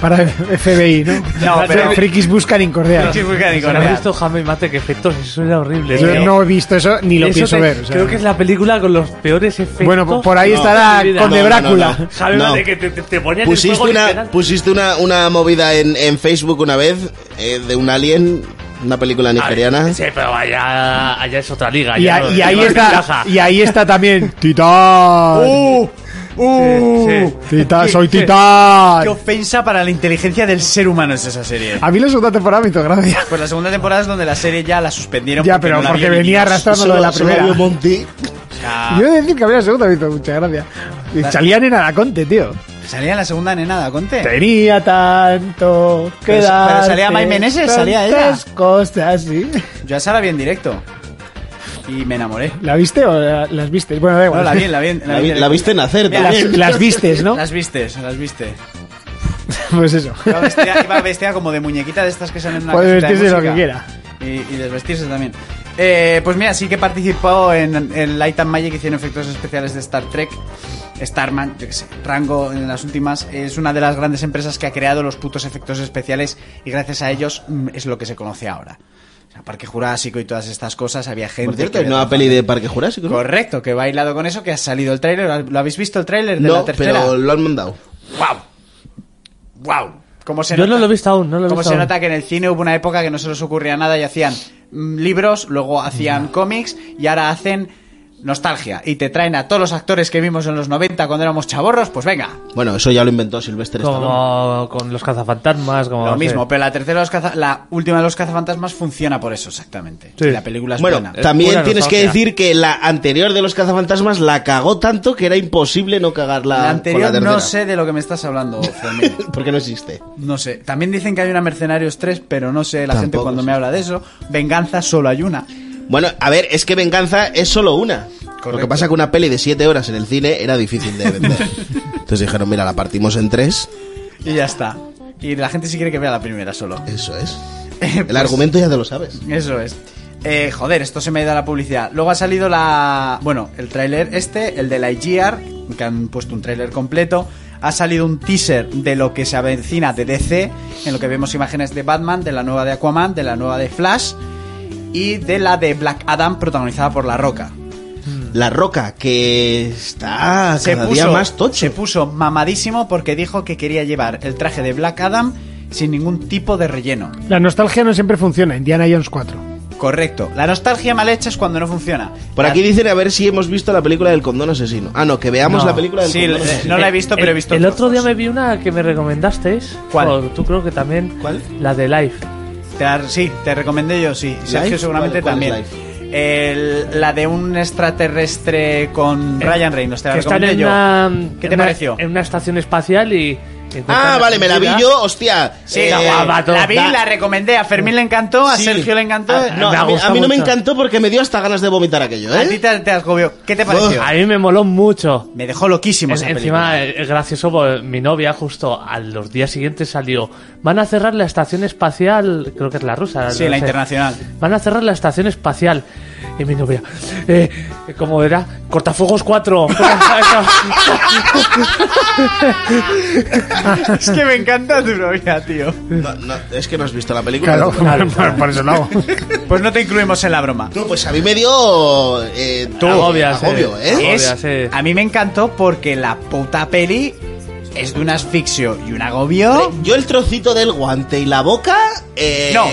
Para FBI, ¿no?
No, pero-
Frikis buscan incordiar.
Sí, muy
¿Se
canico,
habrá
real.
visto Jame Mate? Que efectos, eso era horrible.
Yo
tío.
no he visto eso ni lo
Eso
pienso
te-
ver. o sea.
Creo que es la película con los peores efectos.
Bueno, por ahí
de
estará
mi vida.
con de
No, no,
Drácula.
no, no.
Jame
No.
Mate, que te, te, te ponían el
Pusiste
juego
una,
literal.
pusiste una, una movida en, en Facebook una vez eh, de un alien, una película
A ver,
nigeriana.
Sí, pero allá, allá es otra liga.
Y,
allá
a-
no-
y ahí
no es
está,
ventaja.
y ahí está también Titán.
¡Uh! ¡Uh!
Sí,
Titán,
Qué-
soy
qué-
Titán.
¡Qué ofensa para la inteligencia del ser humano es esa serie!
A mí la segunda temporada me hizo gracia.
Pues la segunda temporada es donde la serie ya la suspendieron.
Ya, pero
no la
porque
vio ni
venía
Dios.
arrastrando lo de la primera.
vio Monty.
O sea,
Yo he de decir que a mí la segunda me hizo mucha gracia. Y salían en Anaconte, tío.
¿Salía en la segunda nenada, Conte?
Tenía tanto que
Pero- pero
darte,
salía May Meneses, salía ella.
tantas cosas, sí.
Yo a esa la vi en directo. Y me enamoré.
¿La viste o la- las viste? Bueno, da
No,
igual.
la vi, la vi. La,
La,
vi
vi-
en
la viste nacer
Mira,
Las,
también.
las vistes, ¿no?
Las viste, las viste.
Pues eso.
Iba vestida, iba vestida como de muñequita de estas que salen en una
Puede
cajita de
vestirse lo
música.
que quiera.
Y, y desvestirse también. Eh, pues mira, sí que participó en, en Light and Magic, hicieron efectos especiales de Star Trek, Starman, yo qué sé, Rango en las últimas. Es una de las grandes empresas que ha creado los putos efectos especiales y gracias a ellos mm, es lo que se conoce ahora. O sea, Parque Jurásico y todas estas cosas, había gente.
Por cierto,
que
hay nueva peli de Parque Jurásico. ¿no?
Correcto, que he bailado con eso, que ha salido el tráiler. ¿Lo habéis visto el tráiler de la
No,
tercera?
pero lo han mandado.
¡Wow! ¡Wow! ¿Cómo se
Yo
nota?
no lo he visto aún, no lo he
Como
visto
se
aún.
nota que en el cine hubo una época que no se les ocurría nada y hacían mm, libros, luego hacían cómics y ahora hacen nostalgia y te traen a todos los actores que vimos en los 90 cuando éramos chaborros, pues venga,
Bueno, eso ya lo inventó Sylvester Stallone.
Como con los cazafantasmas, como...
lo
sí.
mismo, pero la tercera de los caza- la última de los cazafantasmas funciona por eso exactamente.
Sí.
Y La película es
Bueno,
buena.
también
pura
tienes que
nostalgia.
decir que la anterior de los cazafantasmas la cagó tanto que era imposible no cagarla.
La anterior
con la
no
tercera.
sé de lo que me estás hablando, Fermín.
Porque no existe.
No sé. También dicen que hay una Mercenarios 3, pero no sé la gente
Tampoco
cuando
sé.
me habla de eso. Venganza solo hay una.
Bueno, a ver, es que Venganza es solo una. Lo que pasa que una peli de siete horas en el cine era difícil de vender. Entonces dijeron, mira, la partimos en tres.
Y ya está. Y la gente sí quiere que vea la primera solo.
Eso es.
Eh,
El argumento ya te lo sabes.
Eso es. Eh, joder, esto se me da la publicidad. Luego ha salido la. Bueno, el tráiler este, el de la IGR, que han puesto un tráiler completo. Ha salido un teaser de lo que se avecina de DC, en lo que vemos imágenes de Batman, de la nueva de Aquaman, de la nueva de Flash y de la de Black Adam protagonizada por La Roca.
Hmm. La roca, que está cada día más
se
tocho.
puso mamadísimo porque dijo que quería llevar el traje de Black Adam sin ningún tipo de relleno.
La nostalgia no siempre funciona. Indiana Jones 4.
Correcto. La nostalgia mal hecha es cuando no funciona.
Por
La-
aquí dicen a ver si hemos visto la película del condón asesino. Ah, no, que veamos
No.
la película del
Sí,
condón
eh,
asesino.
no la he visto, pero he visto.
El, el otro día
trozos.
me vi una que me recomendasteis.
¿Cuál?
O tú creo que también.
¿Cuál?
La de Life.
Te la- sí, te recomendé yo, sí. Y Sergio
¿Life?
seguramente
¿Cuál- cuál
también.
es
El- la de un extraterrestre con Eh, Ryan Reynolds, te la
Eh, que están
recomendé
en
yo.
una.
¿Qué
en
te
una-
pareció?
En una estación espacial y,
Ah, vale, me la vi yo, hostia.
Sí,
Eh,
la,
guapa, todo.
la vi,
Da-
la recomendé. A Fermín le encantó, a
Sí.
Sergio le encantó.
Ah, no,
me ha
a, mí,
gustado
a mí no me
mucho.
encantó porque me dio hasta ganas de vomitar aquello,
A ti
¿eh?
te, te agobió. ¿Qué te pareció?
A mí me moló mucho.
Me dejó loquísimo
En-
esa
encima,
película.
eh, es gracioso, porque mi novia justo a los días siguientes salió. Van a cerrar la estación espacial, creo que es la rusa.
Sí,
no
la
sé.
internacional.
Van a cerrar la estación espacial. Y mi novia, eh, ¿cómo era? Cortafuegos 4.
es que me encanta tu novia, tío.
No, no, es que no has visto la película.
por eso no.
Pues no te incluimos en la broma.
No, pues a mí me dio. Eh,
Agobias, eh.
agobio, ¿eh?
Agobia,
Es-
sí.
A mí me encantó porque la puta peli es de un asfixio y un agobio.
Yo el trocito del guante y la boca. Eh,
No,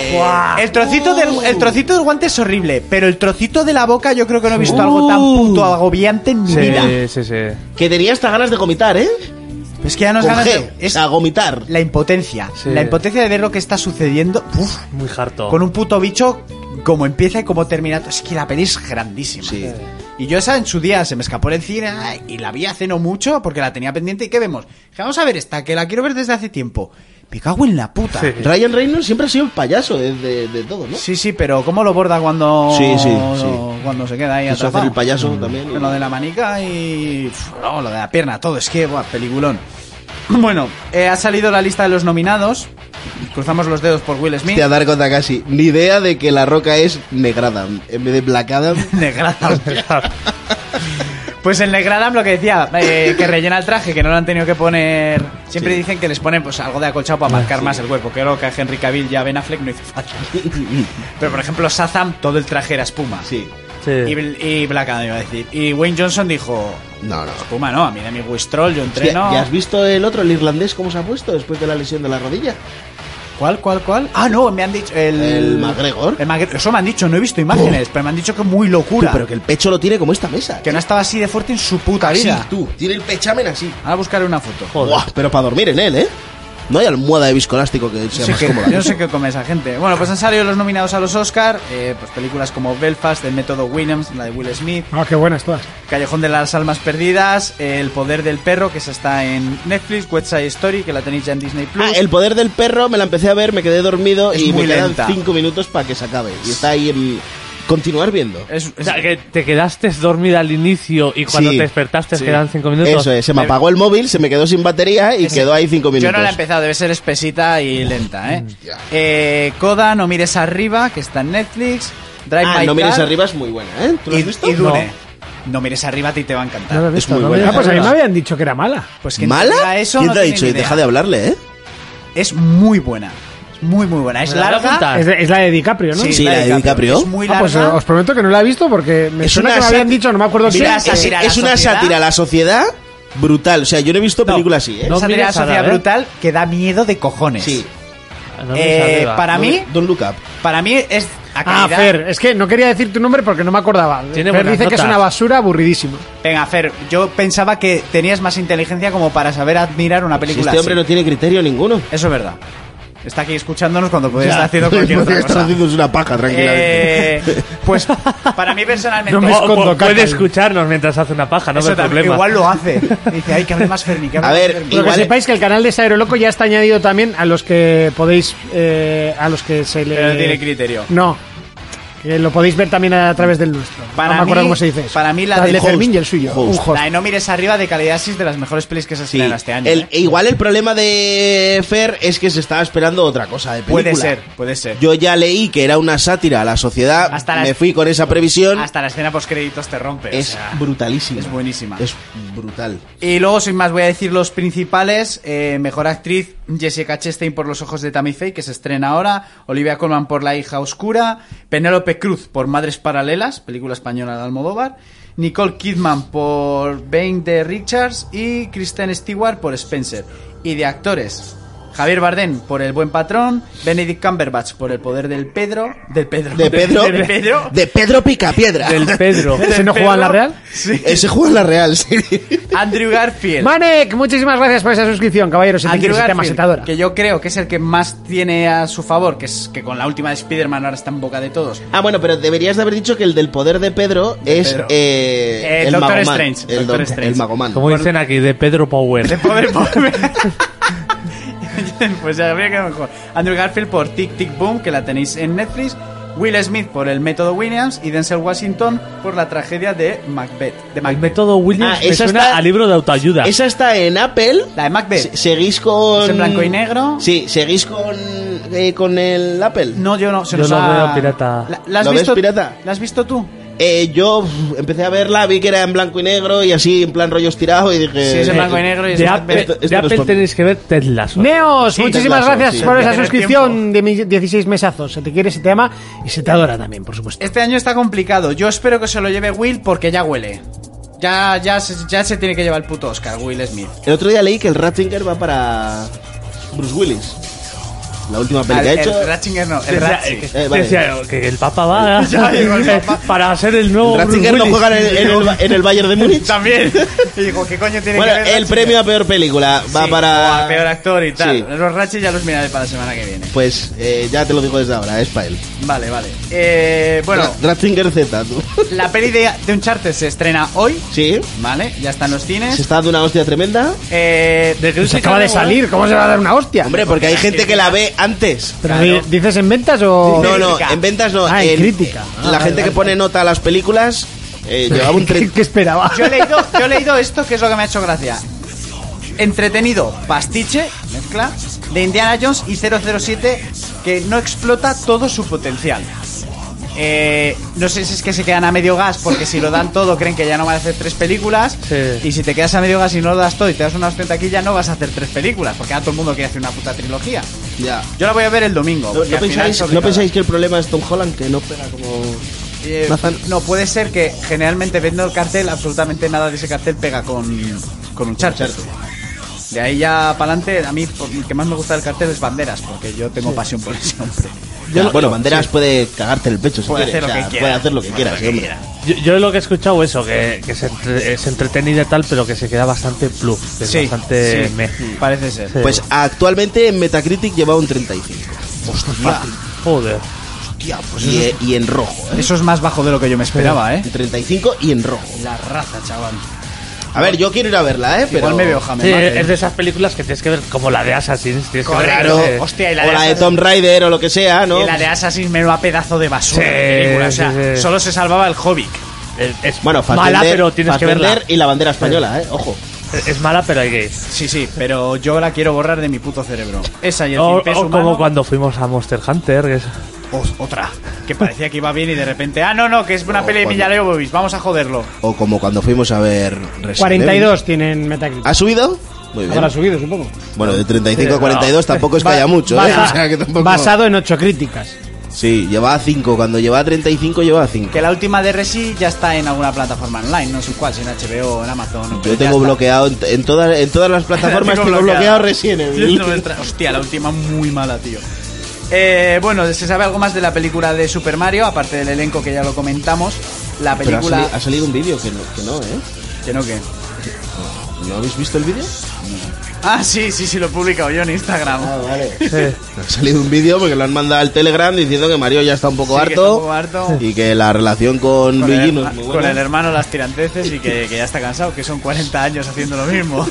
el trocito, del, el trocito del guante es horrible, pero el trocito de la boca yo creo que no he visto algo tan puto agobiante en mi vida.
sí, sí, sí.
Que tenía hasta ganas de vomitar, ¿eh?
Es que ya nos
Con
ganas
G,
de- es
a vomitar.
la impotencia,
Sí.
la impotencia de ver lo que está sucediendo uf,
Muy harto.
con un puto bicho como empieza y como termina. Es que la peli es grandísima.
Sí.
Y yo esa en su día se me escapó en el cine ay, y la vi hace no mucho porque la tenía pendiente. ¿Y qué vemos? Dije, Vamos a ver esta, que la quiero ver desde hace tiempo. Me cago en la puta.
Sí.
Ryan Reynolds siempre ha sido el payaso de, de- de todo, ¿no?
Sí, sí, pero ¿cómo lo borda cuando,
Sí, sí, sí.
cuando se queda ahí
Quiso
atrapado? Mm.
hacer el payaso también.
Lo de la manica y... pf, no, lo de la pierna, todo. Es que, buah, peliculón. Bueno, eh, ha salido la lista de los nominados. Cruzamos los dedos por Will Smith.
Hostia, dar cuenta casi. Ni idea de que la roca es negrada. En vez de blacada.
Negradam. pues el Negradam lo que decía, eh, que rellena el traje, que no lo han tenido que poner. Siempre dicen que les ponen pues algo de acolchado para marcar más el cuerpo. Creo que a Henry Cavill y a Ben Affleck no hizo falta. Pero por ejemplo, Sazam, todo el traje era espuma.
Sí.
Sí.
Y, Bl- y Black Adam iba a decir. Y Wayne Johnson dijo:
No, no.
Espuma no, a mí de mi Wistrol, yo
Hostia,
entreno.
¿Ya has visto el otro, el irlandés, cómo se ha puesto después de la lesión de la rodilla?
¿Cuál, cuál, cuál? Ah, no, me han dicho. El,
El McGregor.
el Magre- Eso me han dicho, no he visto imágenes, pero me han dicho que muy
Tú,
locura.
pero que el pecho lo tiene como esta mesa.
Que no estaba así de fuerte en su puta
Así,
vida.
tú. Tiene el pechamen así.
Ahora buscaré una foto.
Joder.
Buah, pero para dormir en él, ¿eh? No hay almohada de viscoelástico que sea
Sí
más
que-
cómoda.
yo no sé qué come esa gente. Bueno, pues han salido los nominados a los Oscar. eh, pues películas como Belfast, del método Williams, la de Will Smith,
Ah, qué buenas todas.
Callejón de las Almas Perdidas, eh, El Poder del Perro, que esa está en Netflix, West Side Story, que la tenéis ya en Disney Plus.
Ah, el poder del perro me la empecé a ver, me quedé dormido
Es
y me
muy
quedan
lenta.
cinco minutos para que se acabe. Y está ahí en continuar viendo.
Es-
O
es-
sea, que te quedaste dormida al inicio y cuando
Sí.
te despertaste
Sí.
quedan 5 minutos.
Eso es, se me apagó el móvil, se me quedó sin batería y quedó ahí cinco minutos.
Yo no la he empezado, debe ser espesita y lenta, ¿eh? Eh, Coda, No mires arriba, que está en Netflix. Drive
Ah,
My
no mires
Car
arriba es muy buena, ¿eh? ¿Tú lo
y,
has visto?
y Dune. No. mires arriba, a ti te va a encantar.
No lo he
Es
visto,
muy
no lo he
buena.
Ah,
visto.
pues a mí me habían dicho que era mala.
Pues quien te diga
¿Mala?
Eso
¿Quién
no
te ha
tiene
dicho?
ni
Y
idea.
deja de hablarle, ¿eh?
Es muy buena. Es muy, muy buena. Es
Me la voy a
larga.
apuntar. Ah.
Es, de- es la de DiCaprio, ¿no?
Sí, la de DiCaprio.
Es muy
Ah, pues eh,
larga.
os prometo que no la he visto porque me
Es
suena
una
que me habían
sat-
dicho, no me acuerdo si
Mira,
es-
esa- sátira a la
es una
sociedad.
sátira a la sociedad brutal. O sea, yo no he visto
No.
películas así, ¿eh?
No
Esa
mires
tarea
arriba,
social
¿eh?
brutal que da miedo de cojones.
Sí.
Ah, no me
Eh,
sabía.
para
Don't-
mí,
Don't Look Up.
para mí es a
Ah,
calidad.
Fer, es que no quería decir tu nombre porque no me acordaba.
Tiene
Fer
buenas
dice que es
notas.
una basura aburridísima.
Venga, Fer, yo pensaba que tenías más inteligencia como para saber admirar una
Si
película
este hombre
así.
no tiene criterio ninguno.
Eso es verdad. Está aquí escuchándonos cuando podría
Ya.
estar haciendo cualquier
Podría
otra
estar
cosa.
haciendo una paja, tranquilamente.
Eh, pues para mí personalmente...
No me
O-
escondo,
pu-
caca.
puede escucharnos mientras hace una paja, no
Eso
hay
también,
problema.
igual lo hace. Dice, ay, que hable más Fermi, que hable
A
más
ver,
Fermi.
Pero que
Igual-
sepáis que el canal de Saero Loco ya está añadido también a los que podéis. eh, a los que se le.
Pero no tiene criterio.
No. Que lo podéis ver también a través del nuestro.
Para
no me acuerdo
mí-
cómo se dice. eso.
para mí la
de
del host.
Fermín y el suyo.
Host.
Un host.
La de No mires arriba de calidad 6 de las mejores pelis que se
Sí.
estrenan este año.
El-
¿eh?
e igual el problema de Fer es que se estaba esperando otra cosa de película.
Puede ser, puede ser.
Yo ya leí que era una sátira a la sociedad.
Hasta la-
Me fui con esa previsión.
Hasta la escena post créditos te rompe. o
es
sea.
brutalísima.
es buenísima.
Es brutal.
Y luego, sin más, voy a decir los principales. Eh, mejor actriz, Jessica Chastain por Los ojos de Tammy Faye, que se estrena ahora. Olivia Colman por La hija oscura. Penélope Cruz por Madres paralelas, película española de Almodóvar. Nicole Kidman por Bane de Richards. Y Kristen Stewart por Spencer. Y de actores, Javier Bardem por El buen patrón. Benedict Cumberbatch por El poder del Pedro. Del Pedro.
De Pedro.
De Pedro.
De Pedro Picapiedra.
Del Pedro.
¿Ese no juega en la Real?
Sí.
Ese juego en la Real, sí.
Andrew Garfield.
Manek, muchísimas gracias por esa suscripción, caballeros.
Andrew
77
Garfield,
macetadora.
que yo creo que es el que más tiene a su favor, que es que con la última de Spider-Man ahora está en boca de todos.
Ah, bueno, pero deberías de haber dicho que el del poder de Pedro es
Pedro.
eh,
Eh,
el
Doctor
Magoman.
Strange,
El,
Doctor
doc-
Strange.
el Magoman.
Como dicen aquí, de Pedro Power.
De poder por- pues ya habría quedado mejor. Andrew Garfield por Tic Tic Boom, que la tenéis en Netflix. Will Smith por El Método Williams y Denzel Washington por la tragedia de Macbeth. De
El
Macbeth.
método Williams
Ah,
me
esa
suena
está-
a libro de autoayuda.
Esa está en Apple.
La de Macbeth.
Se- ¿Seguís con.
¿Es en blanco y negro?
Sí, ¿seguís con, eh, con el Apple?
No, yo no. Se
Yo
nos
lo
ha-
veo pirata.
¿La, la has
¿Lo ves
visto,
pirata?
¿La has visto tú?
Eh, yo uf, empecé a verla, vi que era en blanco y negro y así, en plan rollos tirados y dije...
Sí, es en
eh,
blanco y negro y es
de
en
Apple,
esto- esto
de
no es
Apple
por-
tenéis que ver Ted Lasso.
Neos,
Sí,
muchísimas
Ted Lasso,
gracias
sí.
por
Ya
esa
tienes
suscripción de mis 16 mesazos. Se te quiere, se te ama y se te adora también, por supuesto.
Este año está complicado. Yo espero que se lo lleve Will porque ya huele. Ya, ya, se- ya se tiene que llevar el puto Oscar, Will Smith.
El otro día leí que el Ratzinger va para Bruce Willis. La última peli
El,
que ha
el
hecho...
Ratzinger no, el
Decía,
Ratzi.
que-
Eh, vale.
decía que el Papa va
Ya llegó el Papa.
para ser el
El
nuevo Bruce
Ratzinger no
Willis.
juega en el, en el, en el Bayern de Múnich.
También. Y digo, ¿qué coño tiene
Bueno,
que ver
el
Ratzinger?
premio a peor película va
Sí,
para...
o a peor actor y tal.
Sí.
Los Ratchis ya los miraré para la semana que viene.
Pues eh, ya te lo digo desde ahora, es para él.
Vale, vale. Eh, bueno,
Ra- Ratzinger Z, tú.
la peli de, de Uncharted se estrena hoy.
Sí,
Vale, ya está en los cines.
se está dando una hostia tremenda.
Eh,
Se acaba de salir, ¿cómo se va a dar una hostia?
Hombre, porque hay gente que la ve antes.
Pero
claro.
di- ¿Dices en ventas o.?
No, no,
Crítica.
en ventas no.
Ah, en
en-
crítica. Ah,
la
vale,
gente que pone nota a las películas eh, llevaba un
¿Qué,
30.
qué esperaba?
Yo he, leído, yo he leído esto, que es lo que me ha hecho gracia. Entretenido, pastiche, mezcla, de Indiana Jones y 007, que no explota todo su potencial. Eh, no sé si es que se quedan a medio gas, porque si lo dan todo creen que ya no van a hacer tres películas.
Sí.
Y si te quedas a medio gas y no lo das todo y te das una ostenta aquí, ya no vas a hacer tres películas, porque ahora todo el mundo quiere hacer una puta trilogía.
Ya.
Yo la voy a ver el domingo.
¿No,
porque
no
al final
pensáis,
es
no
obligada.
pensáis que el problema es Tom Holland? Que no pega como.
Eh,
Nathan.
no, puede ser que generalmente viendo el cartel, absolutamente nada de ese cartel pega con, con un charter. De ahí ya para adelante, a mí por- el que más me gusta del cartel es Banderas, porque yo tengo pasión por ese hombre.
Ya, bueno, Banderas puede cagarte en el pecho si
Puede
quiere,
hacer lo
o sea,
que quiera.
Puede hacer lo que quiera, sí, hombre.
Yo, yo lo que he escuchado eso, que, que es, entre- es entretenida y tal, pero que se queda bastante plug, que es bastante
sí,
meh.
parece ser.
Sí.
Pues actualmente en Metacritic lleva un 35.
Joder.
y, eh, y en rojo, ¿eh?
Eso es más bajo de lo que yo me esperaba, ¿eh?
En 35 y en rojo.
La raza, chaval.
A ver, yo quiero ir a verla, ¿eh? Pero...
Igual me veo James
Sí,
Mace.
es de esas películas que tienes que ver como la de Assassin's. Tienes que ver-
Claro,
eh,
hostia, y la
o
de
la de
esas-
Tom Rider o lo que sea, ¿no?
Y la de Assassin's menuda pedazo de basura.
Sí,
de película, o sea,
sí, sí.
solo se salvaba el Hobbit.
eh, es
Bueno,
mala,
Fassbender-
pero tienes que verla.
Fassbender y la bandera española, ¿eh? Ojo.
Es- Es mala, pero hay que ir.
Sí, sí, pero yo la quiero borrar de mi puto cerebro. Esa y el
O,
cien pies
o
humano.
como cuando fuimos a Monster Hunter. que es-
Os- otra. Que parecía que iba bien y de repente, ah, no, no, que es una peli de
cuando-
Millán Bovis, vamos a joderlo.
O como cuando fuimos a ver Resident
42 tienen Metacritic.
Evil.
Ah,
¿Ha subido? Muy bien.
Habrá
¿eh?
subido, supongo.
Bueno, de 35
Sí,
a 42 tampoco es que haya mucho, ¿eh?
Basa-
O sea, que tampoco-
Basado en 8 críticas.
Sí, llevaba 5. Cuando llevaba 35, llevaba 5.
Que la última de Resi ya está en alguna plataforma online, no sé cuál, si en HBO, en Amazon. pero
Yo
ya
tengo
está.
bloqueado en, en todas, en todas las plataformas,
Tengo
tengo bloqueado,
bloqueada.
Resident
Sí,
Evil.
no me entra- Hostia, la última muy mala, tío. Eh, bueno, se sabe algo más de la película de Super Mario, aparte del elenco que ya lo comentamos. La
Pero ha,
película.
sali- ha salido un vídeo que no, que no, ¿eh?
que no, que-
¿No habéis visto el vídeo?
Ah, sí, sí, sí, lo he publicado yo en Instagram.
Ah, vale.
sí.
Ha salido un vídeo porque lo han mandado al Telegram diciendo que Mario ya está un poco
Sí, que está un
harto.
poco harto.
Y que la relación
Con
con, Luigi
el,
no es muy
con el
buena.
hermano las tiranteces y que, que ya está cansado, que son 40 años haciendo lo mismo.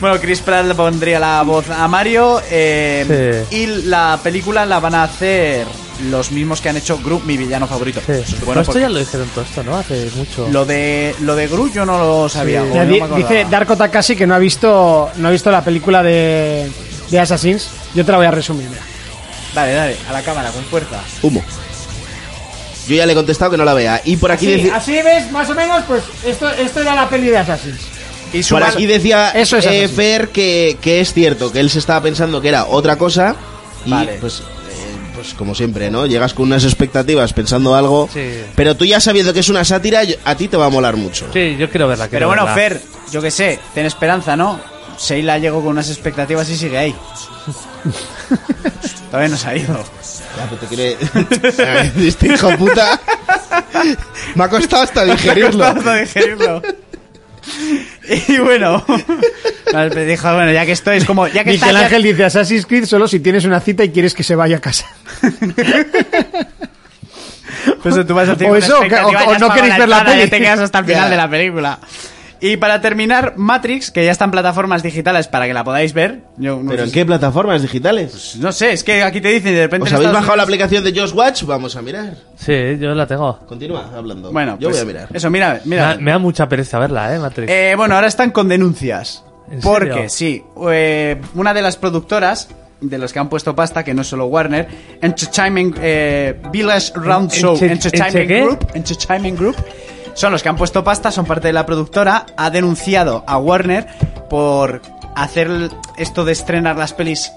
bueno, Chris Pratt le pondría la voz a Mario eh,
Sí.
y la película la van a hacer los mismos que han hecho Gru, mi villano favorito.
Sí.
Eso es
No,
bueno
esto ya
porque
lo dijeron todo esto, ¿no? Hace mucho.
lo de lo de Gru yo no lo sabía. o
Ya
no
di-
me acordaba.
dice Darko Takashi que no ha visto no ha visto la película de, de Assassins. Yo te la voy a resumir. mira.
Dale, dale, a la cámara con fuerza.
Humo. Yo ya le he contestado que no la vea. Y por
Ah,
aquí,
Sí,
deci-
así ves, más o menos, pues esto, esto era la peli de Assassins.
Y
por
suban-
aquí decía
Eso es
eh,
así.
Fer que, que es cierto, que él se estaba pensando que era otra cosa. Y
Vale.
pues, eh, pues como siempre, ¿no? Llegas con unas expectativas pensando algo.
Sí.
Pero tú ya sabiendo que es una sátira, yo- a ti te va a molar mucho.
Sí, yo quiero verla.
Pero
quiero
bueno,
verla.
Fer, yo que sé, ten esperanza, ¿no? Seila llegó con unas expectativas y sigue ahí. Todavía no se ha ido.
Ya, pero te quiere- este hijo de puta. Me ha costado hasta digerirlo.
Para digerirlo. Y bueno, Nos dijo, bueno, ya que estoy, es como, ya que está,
Miguel
ya-
Ángel dice Assassin's Creed solo si tienes una cita y quieres que se vaya a casa.
Pues tú vas a tener
O
una
eso, o que- o-
expectativa,
o
ya
no
has
queréis
pagado
ver la
entrada,
peli.
ya te quedas hasta el final
Ya.
de la película. Y para terminar, Matrix, que ya está en plataformas digitales para que la podáis ver. Yo no
¿Pero
sé
en
si-
qué plataformas digitales?
No sé, es que aquí te dicen y de repente.
¿Os
en
habéis
Estados
bajado la aplicación de Just Watch? Vamos a mirar.
Sí, yo la tengo.
Continúa hablando.
Bueno,
yo
pues,
voy a mirar.
Eso, mira,
Me
mira.
da, me da mucha pereza verla, ¿eh, Matrix?
Eh, bueno, ahora están con denuncias.
¿En
Porque,
serio?
sí, eh, una de las productoras de los que han puesto pasta, que no es solo Warner, Entertainment eh, Village Round
Enche-
Show, Entertainment
¿Enche qué?
Group, Entertainment Group, son los que han puesto pasta, son parte de la productora, ha denunciado a Warner por hacer l- esto de estrenar las pelis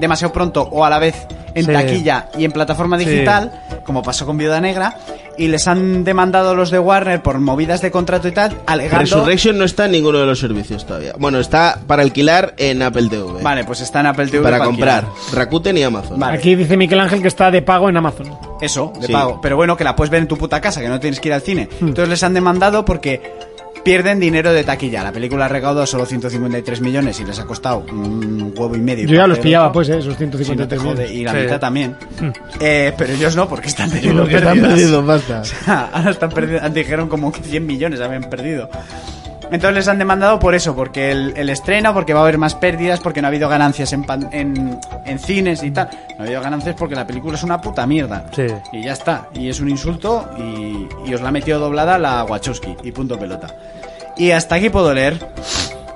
demasiado pronto o a la vez en
Sí.
taquilla y en plataforma
Sí.
digital, como pasó con Viuda Negra, y les han demandado los de Warner por movidas de contrato y tal, alegando...
Resurrection no está en ninguno de los servicios todavía. Bueno, está para alquilar en Apple TV.
Vale, pues está en Apple TV.
Para
alquilar.
comprar Rakuten y Amazon.
Vale.
Aquí dice Miguel Ángel que está de pago en Amazon.
Eso, de
Sí.
pago. Pero bueno, que la puedes ver en tu puta casa, que no tienes que ir al cine.
Hmm.
Entonces les han demandado porque pierden dinero de taquilla. La película ha recaudado solo 153 millones y les ha costado un huevo y medio.
Yo ya los
Pero-
pillaba, pues, eh, esos
Sí, no te
153
jode, y la
Sí. Mm.
mitad también. Eh, pero ellos no, porque están teniendo
Porque están
pérdidas.
perdiendo pasta.
Ahora están perdiendo. antes Dijeron como que 100 millones habían perdido. Entonces les han demandado por eso, porque el, el estreno, porque va a haber más pérdidas, porque no ha habido ganancias en, pan- en, en cines y tal. No ha habido ganancias porque la película es una puta mierda.
Sí.
Y ya está. Y es un insulto y, y os la ha metido doblada la Wachowski. Y punto pelota. Y hasta aquí puedo leer.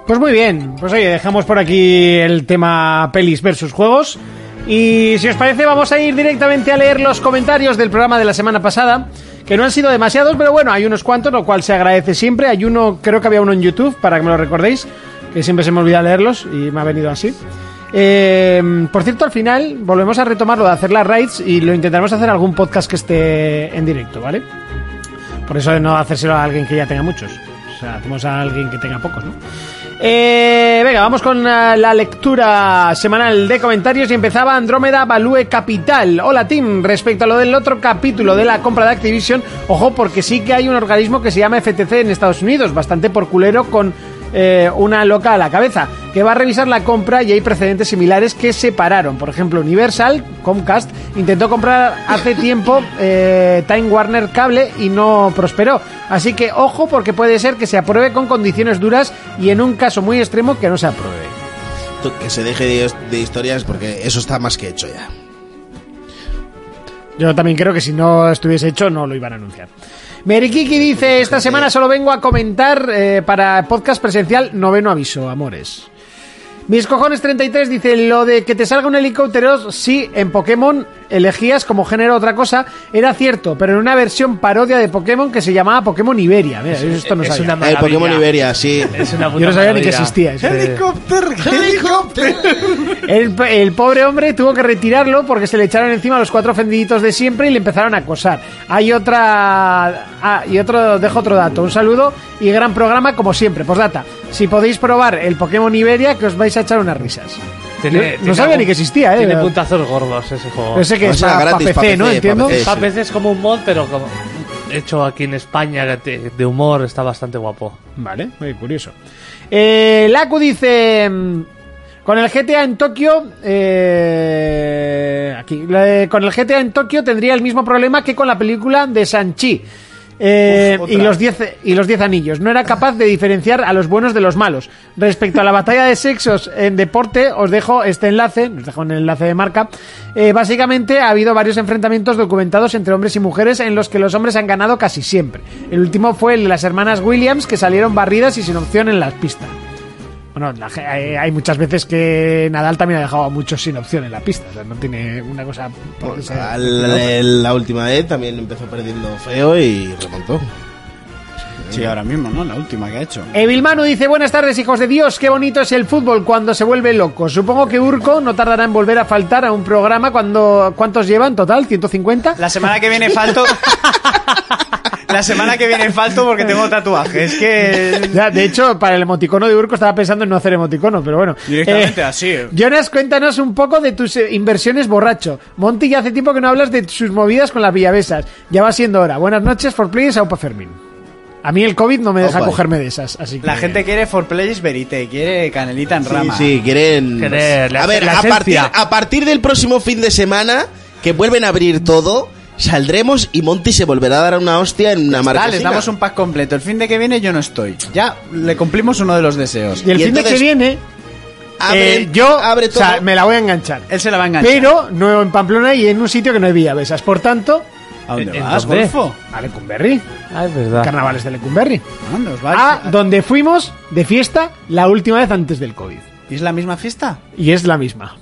Pues muy bien, pues oye, dejamos por aquí el tema pelis versus juegos. Y si os parece, vamos a ir directamente a leer los comentarios del programa de la semana pasada, que no han sido demasiados, pero bueno, hay unos cuantos, lo cual se agradece siempre. Hay uno, creo que había uno en YouTube, para que me lo recordéis, que siempre se me olvida leerlos y me ha venido así. Eh, por cierto, al final volvemos a retomar lo de hacer las raids y lo intentaremos hacer algún podcast que esté en directo, ¿vale? Por eso de no hacérselo a alguien que ya tenga muchos. O sea, hacemos a alguien que tenga pocos, ¿no? Eh, venga, vamos con ah, la lectura semanal de comentarios y empezaba Andrómeda Balúe Capital. Hola, Tim. Respecto a lo del otro capítulo de la compra de Activision, ojo, porque sí que hay un organismo que se llama FTC en Estados Unidos, bastante por culero con eh, una loca a la cabeza, que va a revisar la compra y hay precedentes similares que separaron. Por ejemplo, Universal, Comcast, intentó comprar hace tiempo eh, Time Warner Cable y no prosperó. Así que ojo porque puede ser que se apruebe con condiciones duras y en un caso muy extremo que no se apruebe.
Tú, Que se deje de, de historias porque eso está más que hecho ya.
Yo también creo que si no estuviese hecho no lo iban a anunciar.
Pues
Merikiki dice, esta semana solo vengo a comentar eh, para podcast presencial noveno aviso, amores. Mis cojones 33 dice, lo de que te salga un helicóptero, sí, en Pokémon elegías como género otra cosa, era cierto, pero en una versión parodia de Pokémon que se llamaba Pokémon Iberia. Mira, esto no
es
sabía. Eh,
una
El
maravilla.
Pokémon Iberia, sí.
Es una puta
Yo no sabía ni
maravilla.
que existía. eso.
¡Helicóptero!
El, el pobre hombre tuvo que retirarlo porque se le echaron encima los cuatro ofendiditos de siempre y le empezaron a acosar. Hay otra. ah, y otro, dejo otro dato. Un saludo y gran programa como siempre. Postdata, si podéis probar el Pokémon Iberia, que os vais a echar unas risas.
Tiene-
Yo no
tiene
sabía
algún-
ni que existía, ¿eh?
Tiene puntazos gordos ese juego.
Pero sé que
O
es
sea,
para
gratis,
PC,
pa'
¿no?
PC,
Entiendo.
pa' PC.
A veces como un mod, pero como hecho aquí en España de de humor, está bastante guapo.
Vale, muy curioso. Eh, Laku dice... mm, Con el GTA en Tokio... eh, aquí. la- con el GTA en Tokio tendría el mismo problema que con la película de Sanchi. Eh,
Uf,
y
otra.
los 10 y los 10 anillos. No era capaz de diferenciar a los buenos de los malos. Respecto a la batalla de sexos en deporte, os dejo este enlace, nos dejo un enlace de marca. Eh, básicamente ha habido varios enfrentamientos documentados entre hombres y mujeres en los que los hombres han ganado casi siempre. El último fue el de las hermanas Williams que salieron barridas y sin opción en las pistas. Bueno, la ge- hay hay muchas veces que Nadal también ha dejado a muchos sin opción en la pista. O sea, no tiene una cosa... por qué ser-
La, la última vez también empezó perdiendo feo y remontó.
Sí, ahora mismo, ¿no? La última que ha hecho.
Evilmanu dice, buenas tardes hijos de Dios, qué bonito es el fútbol cuando se vuelve loco. Supongo que Urco no tardará en volver a faltar a un programa cuando... ¿Cuántos llevan total? ¿150?
La semana que viene falto. La semana que viene falto porque tengo tatuaje. Es que.
Ya, de hecho, para el emoticono de Urco estaba pensando en no hacer emoticono, pero bueno.
Directamente
Eh,
así.
Jonas, cuéntanos un poco de tus eh, inversiones borracho. Monty, ya hace tiempo que no hablas de sus movidas con las villavesas. Ya va siendo hora. Buenas noches, for players, Aupa Fermín. A mí el COVID no me deja
Aupa.
cogerme de esas, así que...
La gente quiere For Players Verite, quiere Canelita en
Sí,
Rama.
sí, quieren.
Querer, la-
a ver,
la
a, partir,
esencia.
a partir del próximo fin de semana, que vuelven a abrir todo, saldremos y Monty se volverá a dar una hostia en una marca.
Pues Dale, damos un pack completo. El fin de que viene yo no estoy. Ya le cumplimos uno de los deseos.
Y el
Y
fin de
entonces-
que viene,
Abre,
eh, yo
abre
o
todo.
sea, me la voy a enganchar.
Él se la va a enganchar.
Pero no en Pamplona y en un sitio que no hay villavesas. Por tanto,
¿A dónde
eh,
¿En
vas,
dónde?
Golfo?
a Lecumberri,
Ah, es verdad.
carnavales de Lecumberri.
¿A dónde os vais?
A donde fuimos de fiesta la última vez antes del COVID.
¿Es la misma fiesta?
Y es la misma.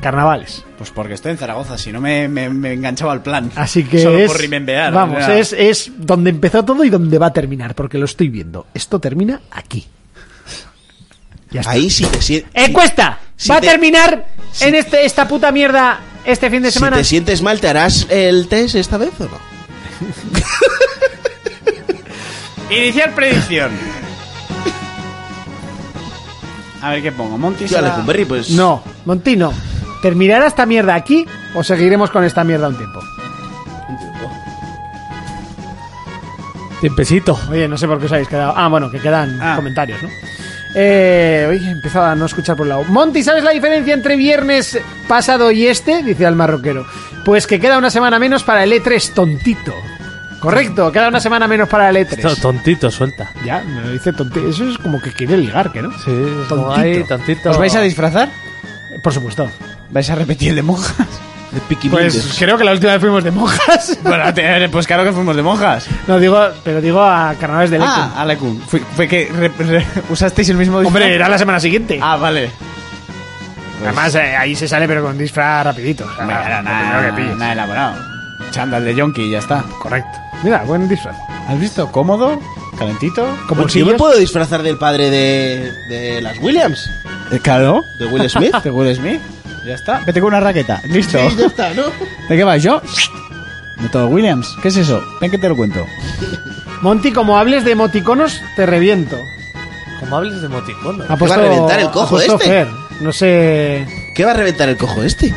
Carnavales.
Pues porque estoy en Zaragoza, si no me, me- me enganchaba al plan.
Así que
Solo
es,
por remembear.
vamos,
o sea.
es, es donde empezó todo y donde va a terminar, porque lo estoy viendo. Esto termina aquí. Ya está.
Ahí sí te sien-
¡Eh, cuesta!
Si
va
te-
a terminar en este, esta puta mierda este fin de
Si
semana.
te sientes mal, ¿te harás el test esta vez o no?
Iniciar predicción. A ver qué pongo. Monty
Yo a
se la-
Lecumberri, pues.
No, Montino, ¿terminará esta mierda aquí o seguiremos con esta mierda un tiempo?
Tiempecito.
Oye, no sé por qué os habéis quedado. Ah, bueno, que quedan
Ah.
comentarios, ¿no? Eh, oye, he empezado a no escuchar por un lado. Monty, ¿sabes la diferencia entre viernes pasado y este? Dice al marroquero. Pues que queda una semana menos para el E3, tontito. Correcto, queda una semana menos para el E3.
To- Tontito, suelta.
ya, me lo dice tontito. Eso es como que quiere ligar, ¿que no?
Sí, es como,
Tontito.
ay, tontito.
¿Os vais a disfrazar?
Por supuesto.
¿Vais a repetir el de monjas?
El Peaky
Pues
Blinders.
creo que la última vez fuimos de monjas.
Bueno, te- pues claro que fuimos de monjas.
No, digo, pero digo a carnavales de Lecum.
Ah, Alecum. Fue, fue que re- re- usasteis el mismo disfraz.
Hombre, era la semana siguiente.
Ah, vale.
Además, eh, ahí se sale, pero con disfraz rapidito. O sea,
Hombre,
lo
nada,
primero
nada,
que pilles.
nada elaborado. Chándal de yonki y ya está.
Correcto. Mira, buen disfraz.
¿Has visto? Cómodo, calentito.
Como
Pues yo me puedo disfrazar del padre de, de las Williams,
Eh, Claro. ¿Eh?
de Will Smith.
¿Te Will Smith? Ya está. Vete con una raqueta. Listo.
Sí, ya está, ¿no?
¿De qué vas yo? De todo Williams. ¿Qué es eso? Ven que te lo cuento.
Monty, como hables de emoticonos, te reviento.
Como hables de moticono.
Ha
a reventar el cojo
ha puesto
este.
Fer. No sé.
¿Qué va a reventar el cojo este?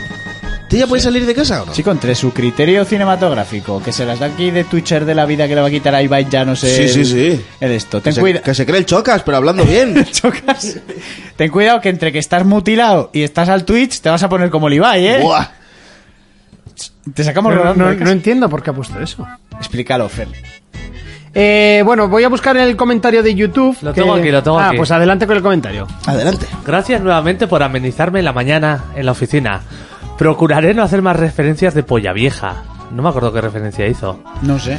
¿Tú ya puedes salir de casa o no?
Chico, entre su criterio cinematográfico, que se las da aquí de Twitcher de la vida que le va a quitar a Ibai, ya no sé.
Sí, sí,
el-
sí.
El esto.
que,
Ten,
se,
cuida-
que se cree el chocas, pero hablando bien.
chocas. Ten cuidado que entre que estás mutilado y estás al Twitch, te vas a poner como el Ibai, ¿eh?
Buah.
Te sacamos
No,
rodando
no-
de casa.
no entiendo por qué ha puesto eso.
Explícalo, Fer.
Eh, bueno, voy a buscar el comentario de YouTube.
Lo tengo aquí, lo tengo
ah,
aquí.
pues adelante con el comentario.
Adelante.
Gracias nuevamente por amenizarme la mañana en la oficina. Procuraré no hacer más referencias de polla vieja. No me acuerdo qué referencia hizo.
No sé.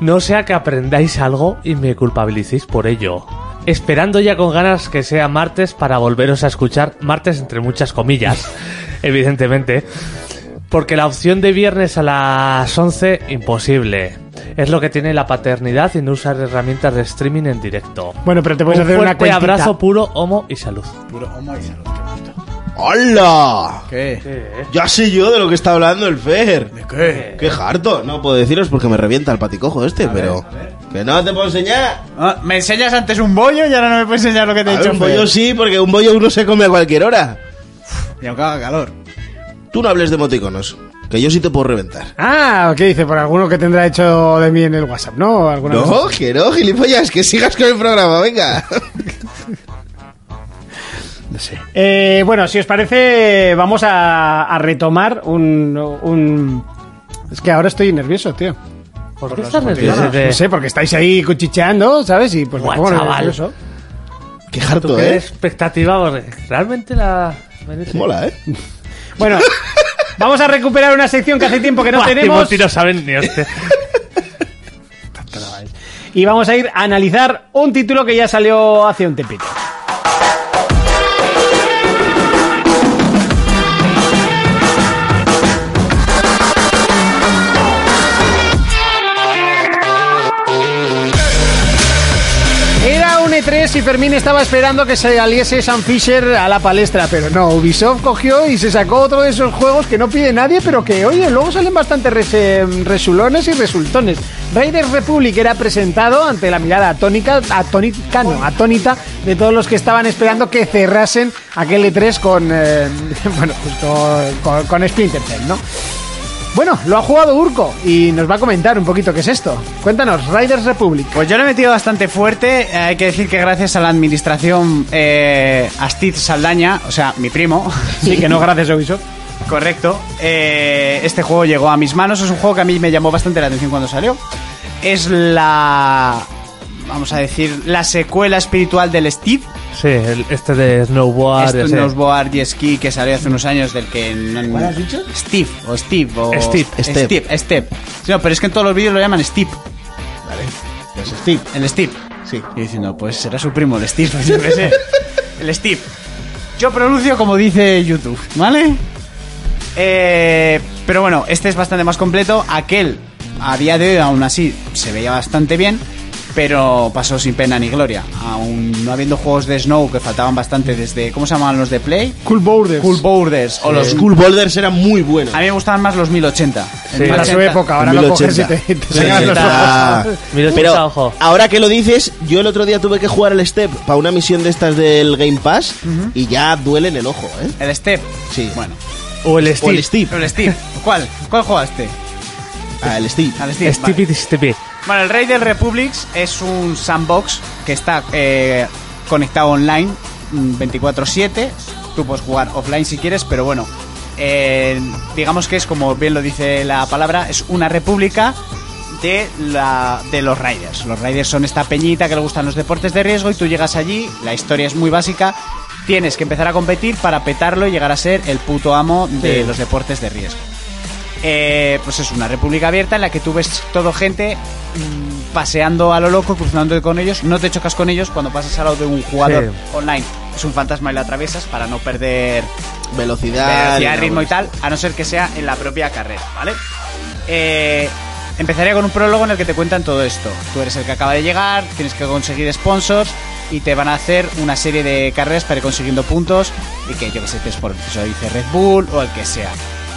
No sea que aprendáis algo y me culpabilicéis por ello. Esperando ya con ganas que sea martes para volveros a escuchar, martes entre muchas comillas, evidentemente. Porque la opción de viernes a las 11, imposible. Es lo que tiene la paternidad y no usar herramientas de streaming en directo.
Bueno, pero te puedes
Un
hacer una
fuerte
cuentita.
abrazo puro, homo y salud.
Puro homo y salud.
¡Hola!
¿Qué?
Ya sé yo de lo que está hablando el Fer.
¿Qué?
¡Qué harto! No puedo deciros porque me revienta el paticojo este, pero... ¡Que no te puedo enseñar!
Ah, ¿Me enseñas antes un bollo y ahora no me puedes enseñar lo que te he
A ver,
dicho?
un
Fer?
bollo sí, porque un bollo uno se come a cualquier hora.
Y aunque haga calor.
Tú no hables de emoticonos, que yo sí te puedo reventar.
Ah, ¿qué dice? Por alguno que tendrá hecho de mí en el WhatsApp, ¿no? ¿Alguna
No,
cosa?
que no, gilipollas, que sigas con el programa, venga.
Eh, bueno, si os parece, vamos a, a retomar un, un. Es que ahora estoy nervioso, tío.
¿Por qué estás nervioso?
Claro, No sé, porque estáis ahí cuchicheando, ¿sabes? Y pues me
Buah,
pongo
chaval.
nervioso.
Qué
¿Tú
harto,
qué
¿eh?
expectativa? Porque realmente la... merece.
Mola, ¿eh?
Bueno, vamos a recuperar una sección que hace tiempo que no
Buah,
tenemos.
Timothy no saben ni hostia.
Y vamos a ir a analizar un título que ya salió hace un tiempito. Era un E3 y Fermín estaba esperando que saliese Sam Fisher a la palestra, pero no, Ubisoft cogió y se sacó otro de esos juegos que no pide nadie, pero que, oye, luego salen bastante res- eh, resulones y resultones. Raiders Republic era presentado ante la mirada atónica, atónica, no, atónita de todos los que estaban esperando que cerrasen aquel E3 con, eh, bueno, pues con, con- con Splinter Cell, ¿no? Bueno, lo ha jugado Urco y nos va a comentar un poquito qué es esto. Cuéntanos, Raiders Republic.
Pues yo lo he metido bastante fuerte. eh, hay que decir que gracias a la administración eh, Astiz Saldaña, o sea, mi primo,
Sí, que no gracias a Ubisoft.
Correcto. Eh, este juego llegó a mis manos. Es un juego que a mí me llamó bastante la atención cuando salió. Es la. Vamos a decir, la secuela espiritual del Steve.
Sí, el- este de
Ah,
Snowboard.
Este
ese.
snowboard y esquí que salió hace unos años del que. no-
¿Cuál has dicho?
Steve, o Steve, o.
Steve,
Steve.
Steve, Steve. Sí, no, pero es que en todos los vídeos lo llaman Steve.
Es pues Steve.
El Steve.
Sí.
Y diciendo, pues será su primo, el Steve, pues yo qué sé. El Steve. Yo pronuncio como dice YouTube, ¿vale? Eh, pero bueno, este es bastante más completo. Aquel, a día de hoy, aún así, se veía bastante bien. Pero pasó sin pena ni gloria. Aún no habiendo juegos de Snow que faltaban bastante desde. ¿Cómo se llamaban los de Play?
Cool Borders.
Cool Borders. O los.
Los Cool Boulders eran muy buenos.
A mí me gustaban más los 1080. El
Para su
1080.
época, ahora lo coges y te, te pegas los ojos.
1080.
Mira,
Pero
chuta, ojo.
ahora que lo dices, yo el otro día tuve que jugar al Step para una misión de estas del Game Pass y ya duele en el ojo, ¿eh?
El Steve.
Sí.
Bueno.
O el
O
Steve.
el Steve.
El Steve. ¿Cuál? ¿Cuál jugaste?
Ah, el Steve.
Al Steve. vale.
Steve, Steve.
Bueno, el Rey del Republics es un sandbox que está eh, conectado online mm, 24-7. Tú puedes jugar offline si quieres, pero bueno, eh, digamos que es como bien lo dice la palabra, es una república de, la, de los Raiders. Los Raiders son esta peñita que le gustan los deportes de riesgo y tú llegas allí, la historia es muy básica. Tienes que empezar a competir para petarlo y llegar a ser el puto amo de los deportes de riesgo. Eh, pues es una república abierta en la que tú ves todo gente mm, paseando a lo loco, cruzando con ellos, no te chocas con ellos cuando pasas al lado de un jugador
Sí.
online. Es un fantasma y lo atraviesas para no perder
Velocidad.
velocidad,
y-
ritmo y tal, a no ser que sea en la propia carrera, ¿vale? Eh, empezaría con un prólogo en el que te cuentan todo esto. Tú eres el que acaba de llegar, tienes que conseguir sponsors y te van a hacer una serie de carreras para ir consiguiendo puntos y que yo que sé, te sponsorice Red Bull o el que sea.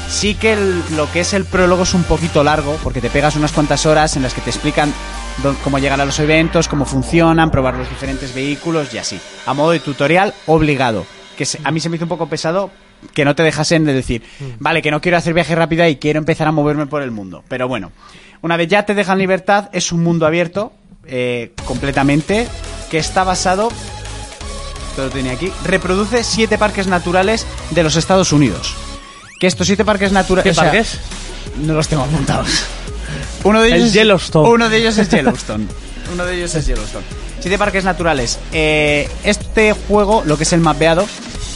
Sí que el- lo que es el prólogo es un poquito largo porque te pegas unas cuantas horas en las que te explican dó- cómo llegar a los eventos, cómo funcionan, probar los diferentes vehículos y así. A modo de tutorial obligado, que se- a mí se me hizo un poco pesado que no te dejasen de decir, vale, que no quiero hacer viaje rápido y quiero empezar a moverme por el mundo. Pero bueno, una vez ya te dejan libertad, es un mundo abierto eh, completamente que está basado, todo lo tenía aquí, reproduce siete parques naturales de los Estados Unidos. Que estos siete parques
¿Qué
naturales...
parques?
No los tengo apuntados. Uno de ellos
El
es,
Yellowstone.
Uno de ellos es Yellowstone. uno de ellos es Yellowstone. Siete parques naturales. Eh, este juego, lo que es el mapeado,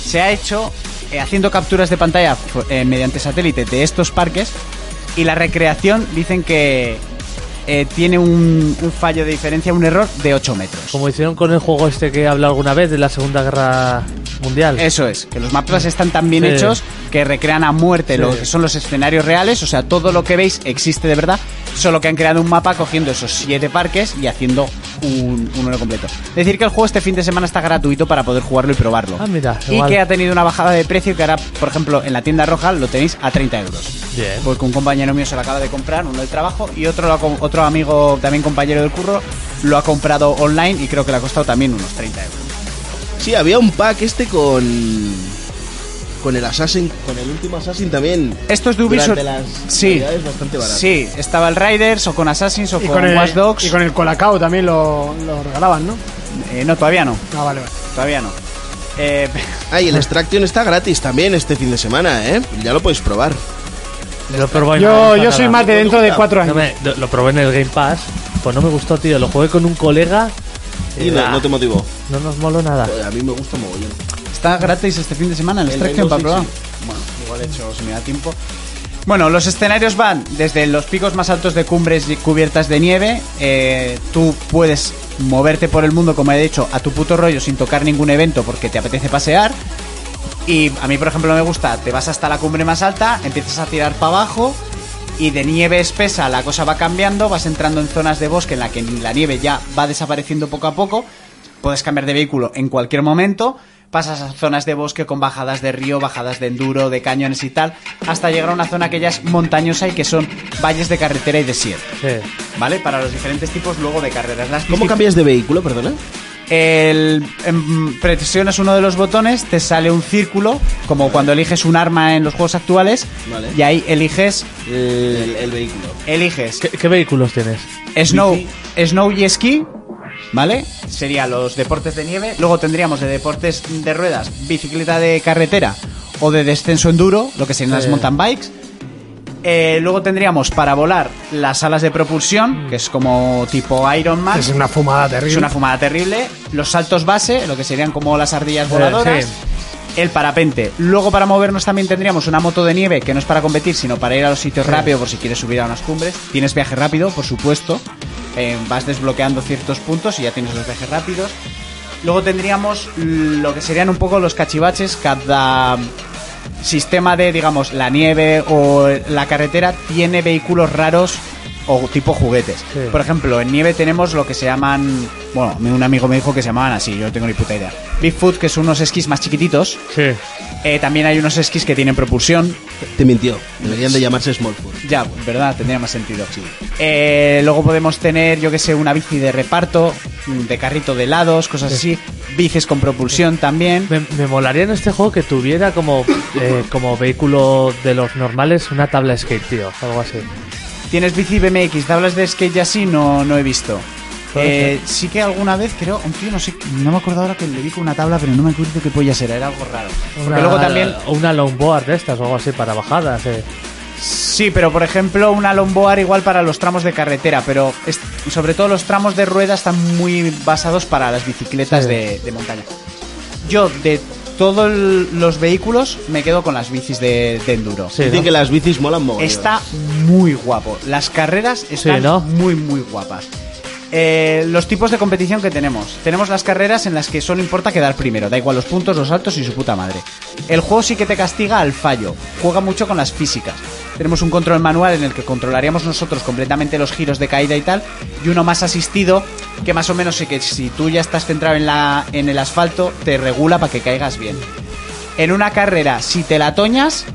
se ha hecho eh, haciendo capturas de pantalla eh, mediante satélite de estos parques y la recreación dicen que eh, tiene un, un fallo de diferencia, un error de 8 metros.
Como hicieron con el juego este que he hablado alguna vez de la Segunda Guerra Mundial.
Eso es, que los mapas están tan bien
Sí.
hechos que recrean a muerte lo que son los escenarios reales, o sea, todo lo que veis existe de verdad, solo que han creado un mapa cogiendo esos siete parques y haciendo un, un uno completo. Decir que el juego este fin de semana está gratuito para poder jugarlo y probarlo.
Ah, mira,
y
igual.
que ha tenido una bajada de precio y que ahora, por ejemplo, en la tienda roja lo tenéis a 30 euros.
Bien.
Porque un compañero mío se lo acaba de comprar, uno del trabajo, y otro, lo ha com- otro amigo, también compañero del curro, lo ha comprado online y creo que le ha costado también unos 30 euros.
Sí, había un pack este con. Con el Assassin, con el último Assassin también.
Esto es de Ubisoft.
Durante las
sí.
navidades bastante barato.
Sí, estaba el Riders o con Assassins o
Y
con,
con, el,
Watch Dogs.
y con el Colacao también lo, lo regalaban, ¿no?
Eh, no, todavía no.
Ah, vale, vale.
Todavía no. Eh,
Ah, y el Extraction está gratis también este fin de semana, ¿eh? Ya lo podéis probar.
Yo lo probé en
Yo,
la
yo
empanada.
soy más de dentro de cuatro
No
años.
me- lo- lo probé en el Game Pass. Pues no me gustó, tío. Lo jugué con un colega.
Y no,
nah,
no te motivó.
no nos moló nada.
Joder, A mí me gusta mogollón.
está gratis este fin de semana el
El
Extraction
Rainbow
para
Six,
probar.
sí.
Bueno, igual he hecho, si me da tiempo. Bueno, los escenarios van desde los picos más altos de cumbres y cubiertas de nieve. eh, tú puedes moverte por el mundo, como he dicho, a tu puto rollo sin tocar ningún evento porque te apetece pasear. Y a mí, por ejemplo, me gusta, te vas hasta la cumbre más alta, empiezas a tirar para abajo y de nieve espesa la cosa va cambiando, vas entrando en zonas de bosque en la que la nieve ya va desapareciendo poco a poco, puedes cambiar de vehículo en cualquier momento, pasas a zonas de bosque con bajadas de río, bajadas de enduro, de cañones y tal, hasta llegar a una zona que ya es montañosa y que son valles de carretera y desierto,
Sí.
¿vale? Para los diferentes tipos luego de carreras. Las
¿Cómo
bici-
cambias de vehículo, perdona?
el, em, presionas uno de los botones, te sale un círculo, como cuando eliges un arma en los juegos actuales,
Vale.
y ahí eliges. eh,
El, el vehículo.
eliges
¿Qué, qué vehículos tienes?
snow, snow y esquí, ¿vale? Sería los deportes de nieve. Luego tendríamos de deportes de ruedas, bicicleta de carretera o de descenso enduro, lo que serían las mountain bikes. Eh, luego tendríamos para volar las alas de propulsión, que es como tipo Iron Man.
Es una fumada terrible.
Es una fumada terrible. Los saltos base, lo que serían como las
Eh,
ardillas voladoras.
sí.
El parapente. Luego para movernos también tendríamos una moto de nieve, que no es para competir, sino para ir a los sitios rápido por si quieres subir a unas cumbres. Tienes viaje rápido, por supuesto. Eh, vas desbloqueando ciertos puntos y ya tienes los viajes rápidos. Luego tendríamos lo que serían un poco los cachivaches. Cada sistema de, digamos, la nieve o la carretera tiene vehículos raros o tipo juguetes.
Sí.
Por ejemplo, en nieve tenemos lo que se llaman. Bueno, un amigo me dijo que se llamaban así, yo no tengo ni puta idea. Bigfoot, que son unos esquís más chiquititos.
Sí.
Eh, también hay unos esquís que tienen propulsión.
Te mintió. Deberían de llamarse Smallfoot.
Ya, ¿verdad? Tendría más sentido. Eh, luego podemos tener, yo que sé, una bici de reparto, de carrito de lados, cosas así. Bicis con propulsión también.
Me, me molaría en este juego que tuviera como, eh, como vehículo de los normales una tabla skate, tío. Algo así.
Tienes bici BMX, tablas de skate y así no, no he visto. Eh, sí que alguna vez creo, un tío, no sé, no me acuerdo ahora que le di con una tabla, pero no me acuerdo qué polla era, era algo raro. Porque
Una-
luego también,
Una longboard de estas o algo así para bajadas. eh.
sí, pero por ejemplo, una lomboar igual para los tramos de carretera, pero es- sobre todo los tramos de rueda están muy basados para las bicicletas de, de montaña. Yo, de todos los vehículos, me quedo con las bicis de, de enduro.
Sí,
Dicen
¿no?
que las bicis molan mogollón.
Está muy guapo. Las carreras están
Sí, ¿no?
muy, muy guapas. Eh, los tipos de competición que tenemos. Tenemos las carreras en las que solo importa quedar primero. Da igual los puntos, los saltos y su puta madre. El juego sí que te castiga al fallo. Juega mucho con las físicas. Tenemos un control manual en el que controlaríamos nosotros completamente los giros de caída y tal. Y uno más asistido que más o menos sí que si tú ya estás centrado en, la, en el asfalto, te regula para que caigas bien. En una carrera, si te la toñas,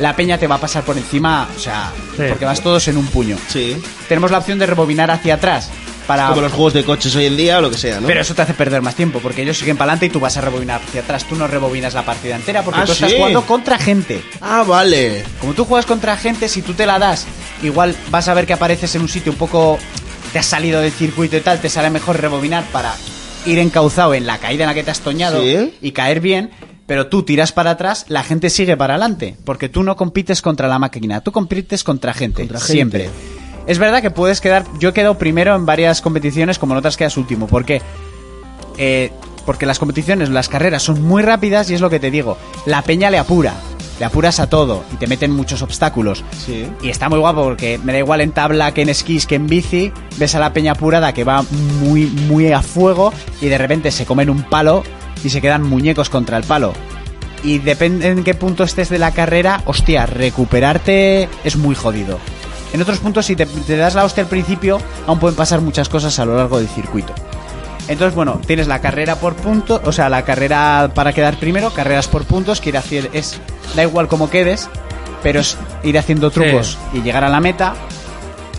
la peña te va a pasar por encima, o sea,
Sí.
porque vas todos en un puño.
Sí.
Tenemos la opción de rebobinar hacia atrás para...
Como los juegos de coches hoy en día o lo que sea, ¿no?
Pero eso te hace perder más tiempo, porque ellos siguen para adelante y tú vas a rebobinar hacia atrás. Tú no rebobinas la partida entera porque
Ah,
tú estás
sí.
jugando contra gente.
Ah, vale.
Como tú juegas contra gente, si tú te la das, igual vas a ver que apareces en un sitio un poco. Te has salido del circuito y tal, te sale mejor rebobinar para ir encauzado en la caída en la que te has toñado
Sí.
y caer bien. Pero tú tiras para atrás, la gente sigue para adelante. Porque tú no compites contra la máquina, tú compites contra gente. siempre. Es verdad que puedes quedar. Yo he quedado primero en varias competiciones, como en otras quedas último. Porque eh, porque las competiciones, las carreras son muy rápidas y es lo que te digo, la peña le apura, le apuras a todo y te meten muchos obstáculos.
Sí.
Y está muy guapo porque me da igual en tabla que en esquís que en bici, ves a la peña apurada que va muy, muy a fuego y de repente se comen un palo y se quedan muñecos contra el palo. Y depende en qué punto estés de la carrera, hostia, recuperarte es muy jodido. En otros puntos, si te, te das la hostia al principio, aún pueden pasar muchas cosas a lo largo del circuito. Entonces, bueno, tienes la carrera por puntos, o sea, la carrera para quedar primero, carreras por puntos, que ir hacia es da igual cómo quedes, pero es ir haciendo trucos y llegar a la meta.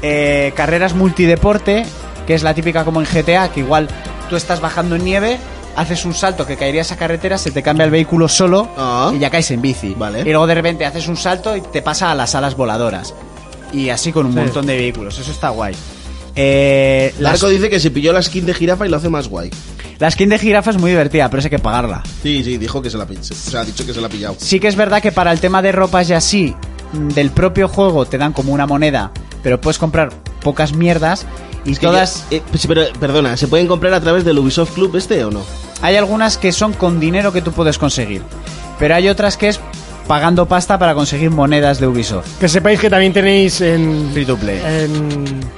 Eh, carreras multideporte, que es la típica como en GTA, que igual tú estás bajando en nieve, haces un salto que caerías a carretera, se te cambia el vehículo solo
Ah.
y ya caes en bici.
Vale.
Y luego de repente haces un salto y te pasa a las alas voladoras. Y así con un montón de vehículos, eso está guay. Eh, las-
Larco dice que se pilló la skin de jirafa y lo hace más guay.
la skin de jirafa es muy divertida, pero eso hay que pagarla.
Sí, sí, dijo que se la pinche. O sea, ha dicho que se la ha pillado.
Sí que es verdad que para el tema de ropas y así, mm, del propio juego te dan como una moneda, pero puedes comprar pocas mierdas y
Que
todas...
ya- eh, pues, pero, perdona, ¿se pueden comprar a través del Ubisoft Club este o no?
Hay algunas que son con dinero que tú puedes conseguir, pero hay otras que es pagando pasta para conseguir monedas de Ubisoft.
Que sepáis que también tenéis en,
Free to play.
en-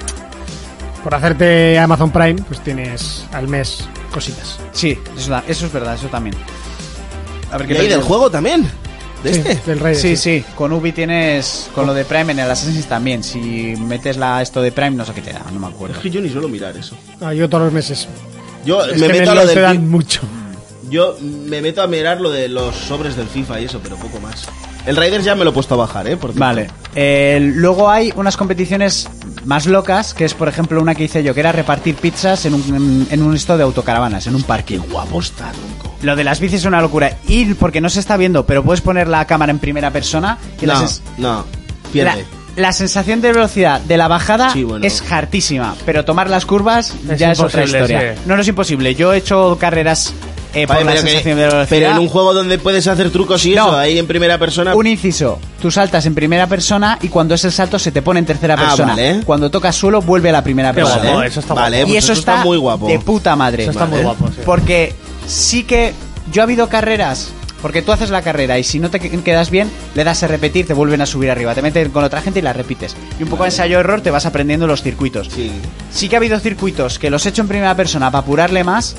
Por hacerte Amazon Prime, pues tienes al mes cositas.
Sí, eso, da- eso es verdad, eso también. A ver
¿Y ahí del juego también? ¿De
Sí,
este?
Del rey.
Sí, sí, con Ubi tienes, con lo de Prime en el Assassin's también. Si metes la esto de Prime, no sé qué te da, no me acuerdo.
Es que yo ni suelo mirar eso.
Ah, yo todos los meses.
Yo
Es
me
que en
meto a
el
lo
LOL te
del
dan
fi-
mucho.
Yo me meto a mirar lo de los sobres del FIFA y eso, pero poco más. El Raiders ya me lo he puesto a bajar, ¿eh? Por cierto.
Vale. Eh, luego hay unas competiciones más locas, que es por ejemplo una que hice yo, que era repartir pizzas en un, en un esto de autocaravanas, en un parking.
Guapo está, tronco.
Lo de las bicis es una locura. Y porque no se está viendo, pero puedes poner la cámara en primera persona y la,
No,
sens-
no. Pierde.
la- la sensación de velocidad de la bajada
Sí, bueno.
es hartísima, pero tomar las curvas
Es
ya es otra
imposible,
historia.
sí.
No, no es imposible. Yo he hecho carreras eh, por
Vale,
la
pero, que-
sensación de velocidad.
pero en un juego donde puedes hacer trucos y
No.
eso, ahí en primera persona.
Un inciso, tú saltas en primera persona y cuando es el salto se te pone en tercera
Ah,
persona.
vale.
Cuando tocas suelo vuelve a la primera
Qué
persona.
guapo, eso está
Vale,
guapo.
y
pues
eso, está,
muy guapo.
de puta madre.
Eso está muy
Vale.
guapo, sí.
Porque sí que yo ha habido carreras, porque tú haces la carrera y si no te que- quedas bien, le das a repetir, te vuelven a subir arriba, te meten con otra gente y la repites. Y un poco de ensayo-error te vas aprendiendo los circuitos.
Sí.
Sí que ha habido circuitos que los he hecho en primera persona para apurarle más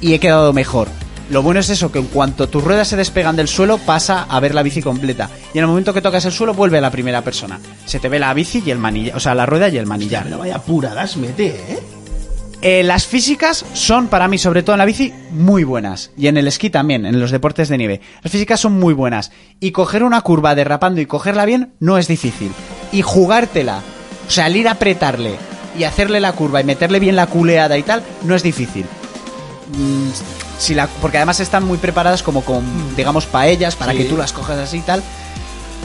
y he quedado mejor. Lo bueno es eso, que en cuanto tus ruedas se despegan del suelo, pasa a ver la bici completa. Y en el momento que tocas el suelo, vuelve a la primera persona. Se te ve la bici y el manillar, o sea, la rueda y el manillar.
vaya apuradas, mete, ¿eh?
Eh, las físicas son para mí, sobre todo en la bici, muy buenas. Y en el esquí también, en los deportes de nieve. Las físicas son muy buenas. Y coger una curva derrapando y cogerla bien no es difícil. Y jugártela, o sea, el ir a apretarle y hacerle la curva y meterle bien la culeada y tal, no es difícil. Mm, si la- porque además están muy preparadas como con, digamos, paellas para que tú las cojas así y tal.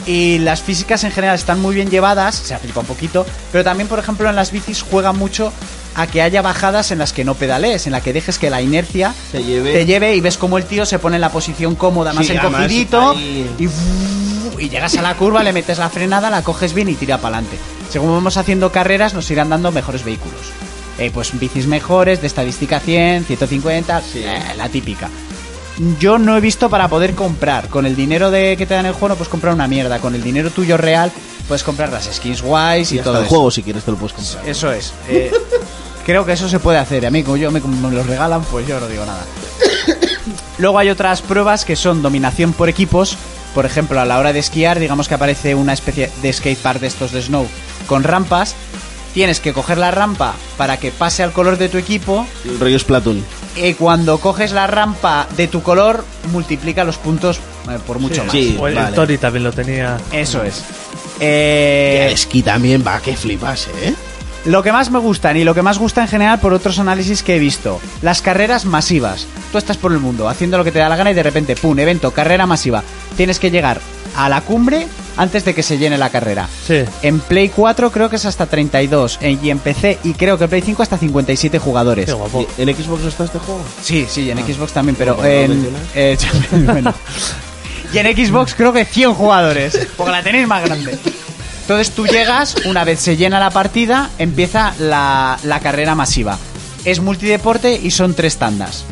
Y las físicas en general están muy bien llevadas, se aplica un poquito, pero también, por ejemplo, en las bicis juega mucho a que haya bajadas en las que no pedalees, en la que dejes que la inercia
Te lleve.
te lleve y ves como el tío se pone en la posición cómoda, más
Sí, además,
encogidito,
ahí-
y, y llegas a la curva, le metes la frenada, la coges bien y tira para adelante. Según vamos haciendo carreras, nos irán dando mejores vehículos. Eh, pues bicis mejores, de estadística 100, 150, eh, la típica. Yo no he visto para poder comprar. Con el dinero de que te dan el juego no puedes comprar una mierda. Con el dinero tuyo real puedes comprar las skins guays y,
Y
todo
hasta el
eso.
juego, si quieres, te lo puedes comprar.
Eso es. Eh, creo que eso se puede hacer. A mí, como, yo, me, como me los regalan, pues yo no digo nada. Luego hay otras pruebas que son dominación por equipos. Por ejemplo, a la hora de esquiar, digamos que aparece una especie de skatepark de estos de snow con rampas. Tienes que coger la rampa para que pase al color de tu equipo.
El rollo Splatoon.
Y cuando coges la rampa de tu color, multiplica los puntos eh, por mucho más.
Sí,
O el, el
vale.
Tori también lo tenía.
Eso es.
Eh,
Eh,
El esquí también va, que flipas, ¿eh?
Lo que más me gustan y lo que más gusta en general por otros análisis que he visto, las carreras masivas. Tú estás por el mundo haciendo lo que te da la gana y de repente, ¡pum!, evento, carrera masiva. Tienes que llegar a la cumbre antes de que se llene la carrera.
Sí.
En Play 4 creo que es hasta 32 en- y en PC y creo que en Play 5 hasta 57 jugadores.
Qué guapo.
¿En Xbox está este juego?
Sí, sí, y en Xbox también, pero
Bueno,
en-
no mencionas.
eh, bueno. Y en Xbox creo que 100 jugadores, porque la tenéis más grande. Entonces tú llegas, una vez se llena la partida, empieza la, la carrera masiva. Es multideporte y son tres tandas.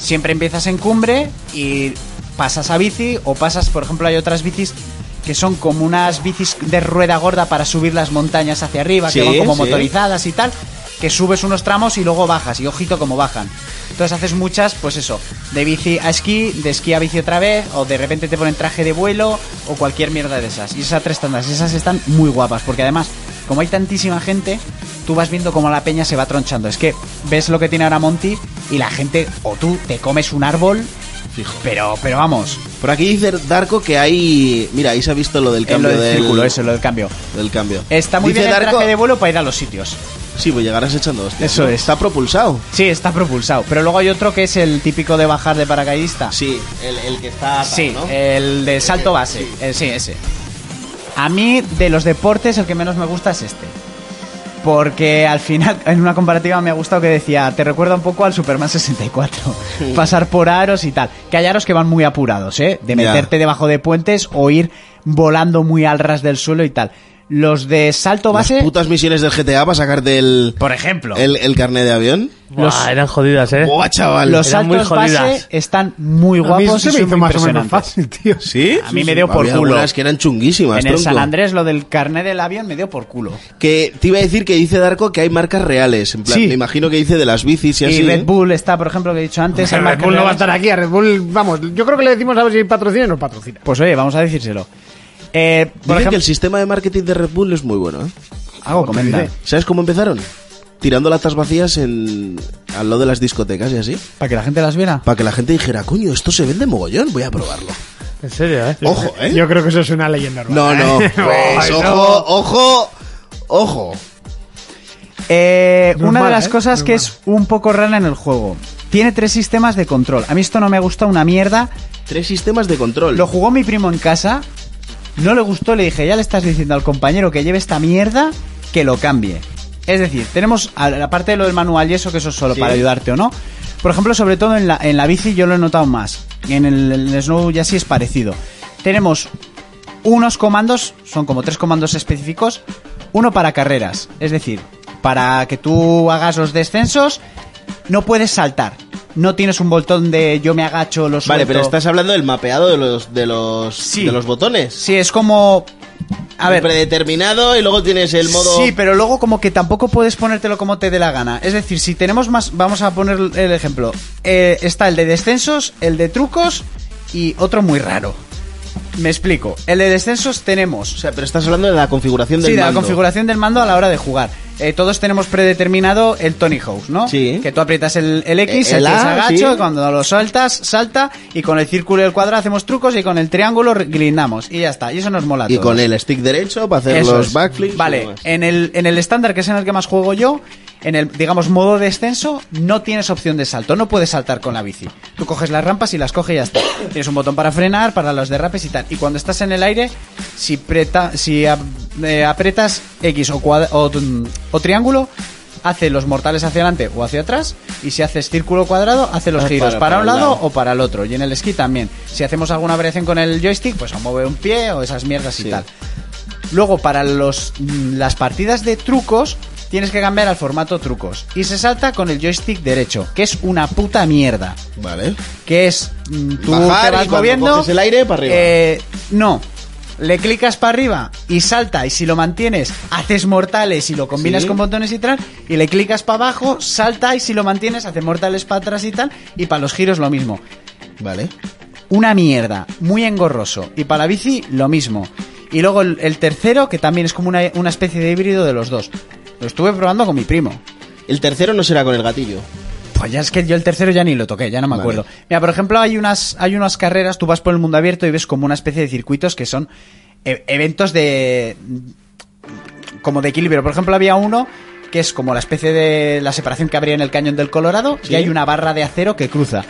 Siempre empiezas en cumbre y pasas a bici o pasas, por ejemplo, hay otras bicis que son como unas bicis de rueda gorda para subir las montañas hacia arriba, que
Sí,
van como
sí.
motorizadas motorizadas y tal, que subes unos tramos y luego bajas, y ojito como bajan. Entonces haces muchas, pues eso, de bici a esquí, de esquí a bici otra vez, o de repente te ponen traje de vuelo, o cualquier mierda de esas. Y esas tres tandas, esas están muy guapas, porque además, como hay tantísima gente, tú vas viendo cómo la peña se va tronchando. Es que ves lo que tiene ahora Monty y la gente, o tú, te comes un árbol,
Fijo.
pero, pero vamos,
Por aquí dice Darko que hay. Mira, ahí se ha visto lo del
en eh, lo
cambio
del
del
círculo, eso, lo del cambio.
Del cambio.
Está muy
Dice
bien el
Darko-
traje de vuelo para ir a los sitios.
Sí, pues llegarás echando hostias.
Eso
¿no?
es.
Está propulsado.
Sí, está propulsado. Pero luego hay otro que es el típico de bajar de paracaidista.
Sí, el, el que está. atado,
Sí, eh,
¿no?
el de salto base. Eh, Sí. ese. A mí, de los deportes, el que menos me gusta es este. Porque al final, en una comparativa me ha gustado que decía, te recuerda un poco al Superman 64. Pasar por aros y tal. Que hay aros que van muy apurados, ¿eh? De
Ya.
meterte debajo de puentes o ir volando muy al ras del suelo y tal. Los de salto
Las
base,
putas misiones del GTA para sacarte el.
por ejemplo.
El, el carnet de avión.
Buah,
Los-
eran jodidas, ¿eh?
Buah, chaval.
los
eran muy
saltos base
jodidas.
están muy
A mí
guapos
se
y
me
son
hizo
muy
más o menos
impresionantes.
fácil, tío.
¿Sí?
A mí me dio por
Había
culo.
algunas que eran chunguísimas.
En el
tronco.
San Andrés lo del carnet del avión me dio por culo.
Que te iba a decir que dice Darko que hay marcas reales. En plan,
Sí.
me imagino que dice de las bicis y,
Y
así. ¿eh?
Red Bull está, por ejemplo, que he dicho antes. hay
Red
marcas
Bull no va a
reales.
estar aquí. A Red Bull, vamos, yo creo que le decimos a ver si patrocina o no patrocina.
Pues oye, vamos a decírselo. Eh,
Dicen
por
que
ejemplo,
el sistema de marketing de Red Bull es muy bueno. ¿eh?
algo comenta.
¿Sabes cómo empezaron? Tirando latas vacías en al lado de las discotecas y así.
Para que la gente las viera.
Para que la gente dijera, coño, esto se vende mogollón, voy a probarlo.
En serio, ¿eh?
Ojo, ¿eh?
Yo creo que eso es una leyenda urbana.
No, no.
¿eh?
Pues,
Ay, no.
ojo, ojo, ojo.
Eh, una de
Normal,
las
¿eh?
cosas que es un poco rara en el juego. Tiene tres sistemas de control. A mí esto no me gusta una mierda.
Tres sistemas de control.
Lo jugó mi primo en casa. No le gustó, le dije, ya le estás diciendo al compañero que lleve esta mierda, que lo cambie. Es decir, tenemos, a- aparte de lo del manual y eso, que eso es solo para ayudarte o no, Por ejemplo, sobre todo en la, en la bici yo lo he notado más. En el, en el Snow Yassi es parecido. Tenemos unos comandos, son como tres comandos específicos, uno para carreras, es decir, para que tú hagas los descensos, no puedes saltar. No tienes un botón de yo me agacho, los
Vale, pero estás hablando del mapeado de los de los
Sí.
de los botones.
Sí, es como... A ver,
predeterminado y luego tienes el modo
Sí, pero luego como que tampoco puedes ponértelo como te dé la gana. Es decir, si tenemos más, vamos a poner el ejemplo. Eh, está el de descensos, el de trucos y otro muy raro. Me explico. El de descensos tenemos
O sea, pero estás hablando de la configuración del
Sí, de la
mando.
configuración del mando a la hora de jugar. Eh, todos tenemos predeterminado el Tony House, ¿no?
Sí.
Que tú aprietas el, el X,
Eh,
el,
el A,
agacho,
sí.
cuando lo sueltas, salta, y con el círculo y el cuadrado hacemos trucos, y con el triángulo re- glindamos, y ya está. Y eso nos mola a
Y
todos.
con el stick derecho para hacer
Eso
los
es.
backflips. y
Vale,
demás.
en el, en el estándar, que es en el que más juego yo, en el, digamos, modo descenso, no tienes opción de salto, no puedes saltar con la bici. Tú coges las rampas y las coges y ya está. Tienes un botón para frenar, para los derrapes y tal. Y cuando estás en el aire, si, preta- si a- eh, apretas X o, cuad- o, mm, o triángulo, hace los mortales hacia adelante o hacia atrás. Y si haces círculo o cuadrado, hace los
Ah,
giros para,
para- para
un
un
lado,
lado.
o para el otro. Y en el esquí también. Si hacemos alguna variación con el joystick, pues o mueve un pie o esas mierdas y
Sí.
tal. Luego, para los, mm, las partidas de trucos, tienes que cambiar al formato trucos. Y se salta con el joystick derecho, que es una puta mierda.
Vale.
Que es. mm, Tú
Bajar
te vas
y cuando
moviendo.
coges el aire, para arriba.
eh, no. Le clicas para arriba y salta, y si lo mantienes, haces mortales y lo combinas
Sí.
con botones y tal, y le clicas para abajo, salta y si lo mantienes, hace mortales para atrás y tal, y para los giros lo mismo
Vale.
una mierda, muy engorroso. Y para la bici, lo mismo. Y luego el, el tercero, que también es como una, una especie de híbrido de los dos. Lo estuve probando con mi primo.
El tercero no será con el gatillo.
Pues ya es que yo el tercero ya ni lo toqué, ya no me
Vale.
acuerdo. Mira, por ejemplo, hay unas, hay unas carreras, tú vas por el mundo abierto y ves como una especie de circuitos que son e- eventos de. como de equilibrio. Por ejemplo, había uno que es como la especie de la separación que habría en el cañón del Colorado y hay una barra de acero que cruza.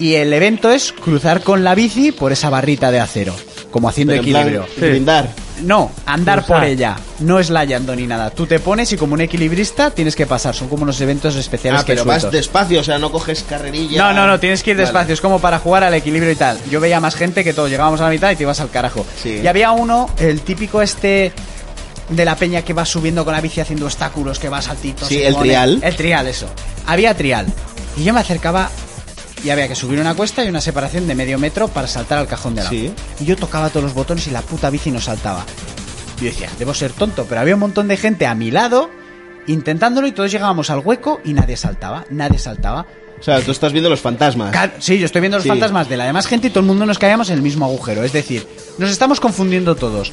Y el evento es cruzar con la bici por esa barrita de acero, como haciendo
Pero en plan,
equilibrio.
brindar.
No, andar
Cruzar.
por ella. No es layando ni nada. Tú te pones y como un equilibrista tienes que pasar. Son como unos eventos especiales
Ah,
que
pero
sueltos.
vas despacio, o sea, no coges carrerilla.
No, no, no, tienes que ir
Vale.
despacio, es como para jugar al equilibrio y tal. Yo veía más gente que todo, llegábamos a la mitad y te ibas al carajo.
Sí.
Y había uno, el típico este de la peña que va subiendo con la bici haciendo obstáculos, que va a saltitos.
Sí,
se
el trial.
El trial, eso. Había trial. Y yo me acercaba y había que subir una cuesta y una separación de medio metro para saltar al cajón de la
Sí.
Y yo tocaba todos los botones y la puta bici no saltaba. Yo decía, debo ser tonto, pero había un montón de gente a mi lado intentándolo y todos llegábamos al hueco y nadie saltaba, nadie saltaba.
O sea, tú estás viendo los fantasmas.
Claro, sí, yo estoy viendo los
Sí.
fantasmas de la demás gente y todo el mundo nos caíamos en el mismo agujero. Es decir, nos estamos confundiendo todos.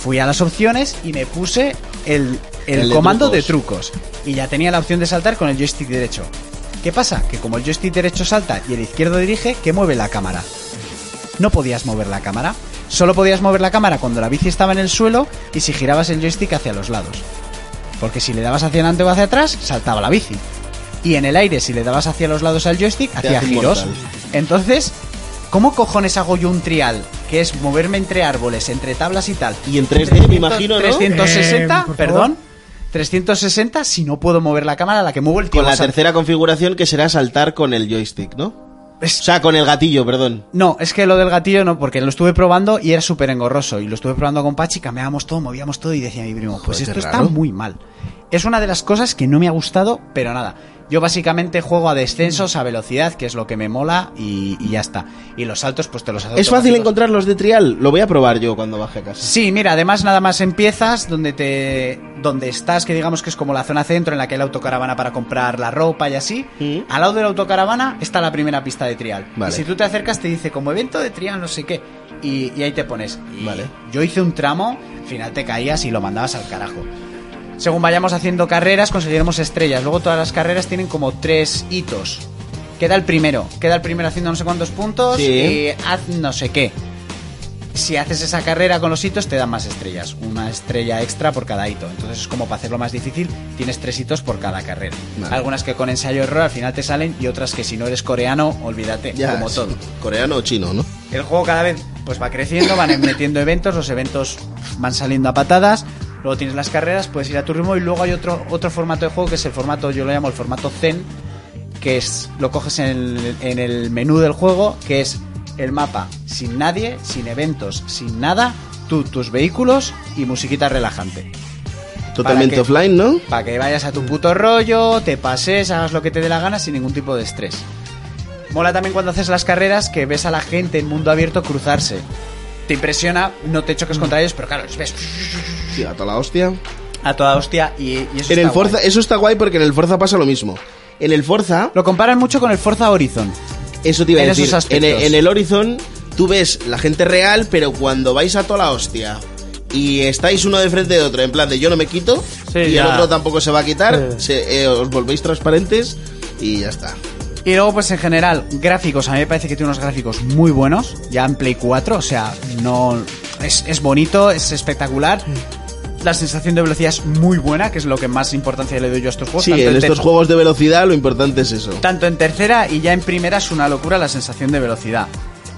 Fui a las opciones y me puse el, el
Mm. El de
comando de trucos. Y ya tenía la opción de saltar con el joystick derecho. ¿Qué pasa? Que como el joystick derecho salta y el izquierdo dirige, que mueve la cámara. No podías mover la cámara. Solo podías mover la cámara cuando la bici estaba en el suelo y si girabas el joystick hacia los lados. Porque si le dabas hacia adelante o hacia atrás, saltaba la bici. Y en el aire, si le dabas hacia los lados al joystick, hacía
hace un
giros.
mortal.
Entonces, ¿cómo cojones hago yo un trial? Que es moverme entre árboles, entre tablas y tal.
Y en 3D, me imagino, ¿no?
360,
Eh, por favor.
perdón. 360 si no puedo mover la cámara a la que muevo el tío.
Con la
O sea,
tercera configuración que será saltar con el joystick, ¿no?
es-
O sea, con el gatillo, perdón.
No, es que lo del gatillo no, porque lo estuve probando y era súper engorroso. Y lo estuve probando con Pachi, cambiábamos todo, movíamos todo y decía mi primo, pues
Joder,
esto
qué
está
raro.
muy mal. Es una de las cosas que no me ha gustado, pero nada. Yo básicamente juego a descensos, a velocidad, que es lo que me mola y, y ya está. Y los saltos pues te los haces.
Es fácil encontrar los de trial. Lo voy a probar yo cuando baje a casa.
Pues Sí, mira, además nada más empiezas donde te donde estás, que digamos que es como la zona centro en la que hay la autocaravana para comprar la ropa y así.
Sí.
Al lado de la autocaravana está la primera pista de trial.
Mm. Vale.
Y si tú te acercas te dice como evento de trial no sé qué y, y ahí te pones. Y
Vale.
Yo hice un tramo, al final te caías y lo mandabas al carajo. Según vayamos haciendo carreras, conseguiremos estrellas. Luego todas las carreras tienen como tres hitos. Queda el primero. Queda el primero haciendo no sé cuántos puntos
Sí.
y haz no sé qué. Si haces esa carrera con los hitos, te dan más estrellas. Una estrella extra por cada hito. Entonces es como para hacerlo más difícil, tienes tres hitos por cada carrera.
Vale.
Algunas que con ensayo-error al final te salen y otras que si no eres coreano, olvídate, como
sí.
todo.
Coreano o chino, ¿no?
El juego cada vez pues va creciendo, van metiendo eventos, los eventos van saliendo a patadas, luego tienes las carreras, puedes ir a tu ritmo y luego hay otro, otro formato de juego que es el formato, yo lo llamo el formato Zen, que es lo coges en el, en el menú del juego, que es el mapa sin nadie, sin eventos, sin nada, tú, tus vehículos y musiquita relajante.
Totalmente
que-
offline, ¿no?
Para que vayas a tu puto rollo, te pases, hagas lo que te dé la gana sin ningún tipo de estrés. Mola también cuando haces las carreras que ves a la gente en mundo abierto cruzarse. Te impresiona, no te choques contra ellos, pero claro, los ves
Sí, a toda la hostia.
a toda hostia y, y eso
En el
está guay.
Forza, eso está guay porque en el Forza pasa lo mismo. En el Forza,
Lo comparan mucho con el Forza Horizon.
eso te iba a
en
decir.
esos
en, el,
aspectos.
en el Horizon, tú ves la gente real, pero cuando vais a toda la hostia y estáis uno de frente de otro, en plan de yo no me quito
Sí,
y el
ya.
otro tampoco se va a quitar,
Sí.
se- eh, os volvéis transparentes y ya está.
Y luego, pues en general, gráficos. A mí me parece que tiene unos gráficos muy buenos. Ya en Play 4, o sea, no. Es, es bonito, es espectacular.
Mm.
La sensación de velocidad es muy buena, que es lo que más importancia le doy yo a estos juegos.
Sí,
tanto
en
el
estos
te-
juegos de velocidad lo importante es eso.
Tanto en tercera y ya en primera es una locura la sensación de velocidad.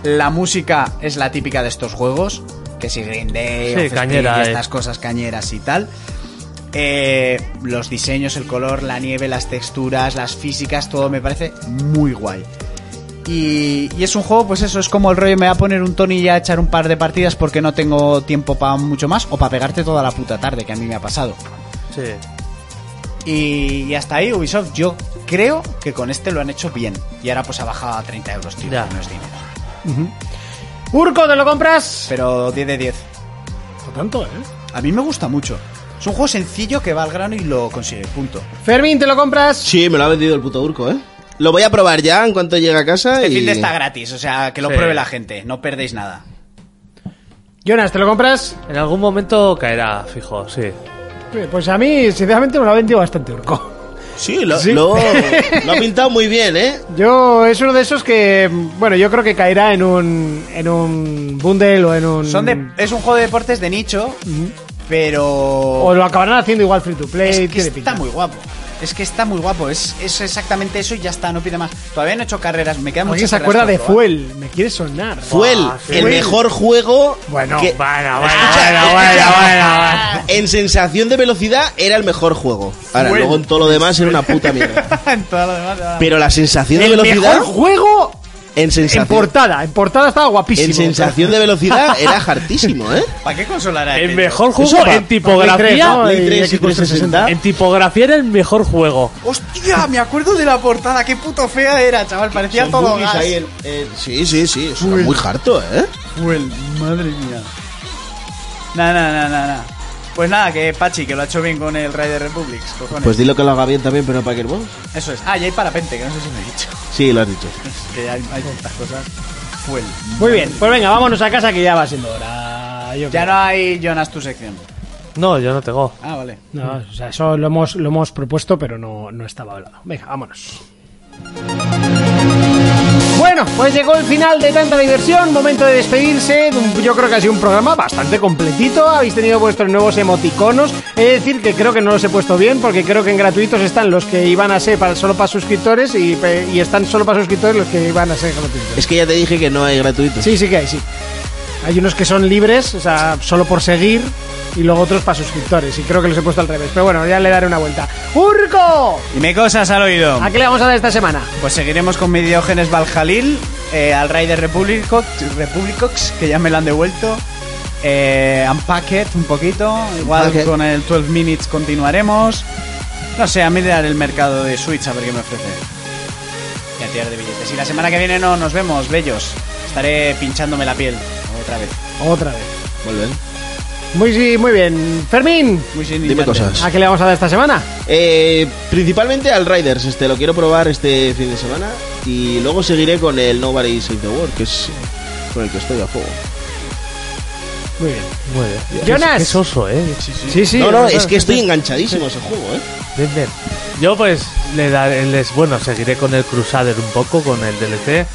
La música es la típica de estos juegos, que si Green Day,
Sí,
Offspring
cañera,
y
eh.
estas cosas cañeras y tal. Eh, los diseños, el color, la nieve, las texturas, las físicas, todo me parece muy guay. Y, y es un juego, pues eso, es como el rollo, me va a poner un Tony y a echar un par de partidas porque no tengo tiempo para mucho más o para pegarte toda la puta tarde que a mí me ha pasado.
Sí.
Y, y hasta ahí Ubisoft, yo creo que con este lo han hecho bien. Y ahora pues ha bajado a 30 euros, tío.
Ya.
que No es dinero.
Urco, ¿te lo compras?
Pero 10 de 10.
No tanto, ¿eh?
A mí me gusta mucho. Es un juego sencillo que va al grano y lo consigue, punto.
Fermín, ¿te lo compras?
Sí, me lo ha vendido el puto urco, ¿eh? Lo voy a probar ya en cuanto llegue a casa
Este
y...
fin de está gratis, o sea, que lo
Sí.
pruebe la gente, no perdéis nada.
Jonas, ¿te lo compras?
En algún momento caerá, fijo, sí.
Eh, Pues a mí, sinceramente, me lo ha vendido bastante Urco.
Sí, lo,
Sí.
Lo, lo ha pintado muy bien, ¿eh?
Yo, es uno de esos que, bueno, yo creo que caerá en un, en un bundle o en un...
Son de, es un juego de deportes de nicho, pero...
O lo acabarán haciendo igual free to play.
es que
tiene
está
pinta.
muy guapo. Es que está muy guapo, es, es exactamente eso y ya está, no pide más. Todavía no he hecho carreras, me quedan
Alguien
muchas
se acuerda de
carreras por probar.
Fuel, me quiere sonar.
Fuel, el mejor juego.
Bueno,
que-
Bueno,
Escucha, escucha. En sensación de velocidad era el mejor juego. Ahora,
Fuel.
luego en todo lo demás era una puta mierda.
En todo lo demás, ahora-
Pero la sensación de
El
velocidad.
mejor juego
En
en
sensación,
portada. En portada estaba guapísimo.
en sensación de velocidad era hartísimo, ¿eh?
¿Para qué consolar a
El
aquello?
mejor juego
Eso va.
en tipografía.
Play 3 y
Xbox
360.
En tipografía era el mejor juego.
¡Hostia! Me acuerdo de la portada, qué puto fea era, chaval. Parecía
Son
todo
boogies
gas.
ahí, eh. el- el- sí, sí, sí. Eso era muy harto, ¿eh?
Fuel, madre mía. Nah, nah, nah, nah, nah. Pues nada, que Pachi, que lo ha hecho bien con el Rider Republics, cojones.
Pues dilo que lo haga bien también, pero para que el boss.
Eso es. Ah, y hay parapente, que no sé si me he dicho.
Sí, lo has dicho.
Que hay, hay tantas cosas. Fuel.
Muy bien, pues venga, vámonos a casa que ya va siendo hora. yo
Ya
creo.
no hay Jonas tu sección.
No, yo no tengo.
Ah, vale.
No, o sea, eso lo hemos, lo hemos propuesto, pero no, no estaba hablado. Venga, vámonos. Bueno, pues llegó el final de tanta diversión, momento de despedirse. Yo creo que ha sido un programa bastante completito. Habéis tenido vuestros nuevos emoticonos. He de decir que creo que no los he puesto bien, porque creo que en gratuitos están los que iban a ser para, solo para suscriptores y, pe- y están solo para suscriptores los que iban a ser gratuitos.
Es que ya te dije que no hay gratuito.
Sí, sí que hay, sí. Hay unos que son libres, o sea, solo por seguir, y luego otros para suscriptores. Y creo que los he puesto al revés. Pero bueno, ya le daré una vuelta. ¡Urco!
Y me cosas al oído.
¿A qué le vamos a dar esta semana?
Pues seguiremos con mi Diógenes Valjalil, eh, al Rey de Republicox, Republicox, que ya me lo han devuelto. Eh, Unpacked un poquito, igual
Unpacked.
con el 12 Minutes continuaremos. No sé, a mirar el mercado de Switch a ver qué me ofrece. Y a tirar de billetes. Y la semana que viene no nos vemos, bellos. Estaré pinchándome la piel otra vez.
Otra vez.
Muy bien.
Muy, sí, muy bien. Fermín,
Muy sin
Dime
intentos.
cosas.
¿a qué le vamos a dar esta semana?
Eh, principalmente al Riders, este lo quiero probar este fin de semana y luego seguiré con el Nobody Save the World, que es con el que estoy a fuego.
Muy bien.
Muy bien.
Jonas.
Qué soso, eh.
Sí, sí.
no, no,
nosotros-
es que estoy enganchadísimo a ese juego, ¿eh?
Bien, bien. Yo pues le daré, les, bueno, seguiré con el Crusader un poco, con el DLC.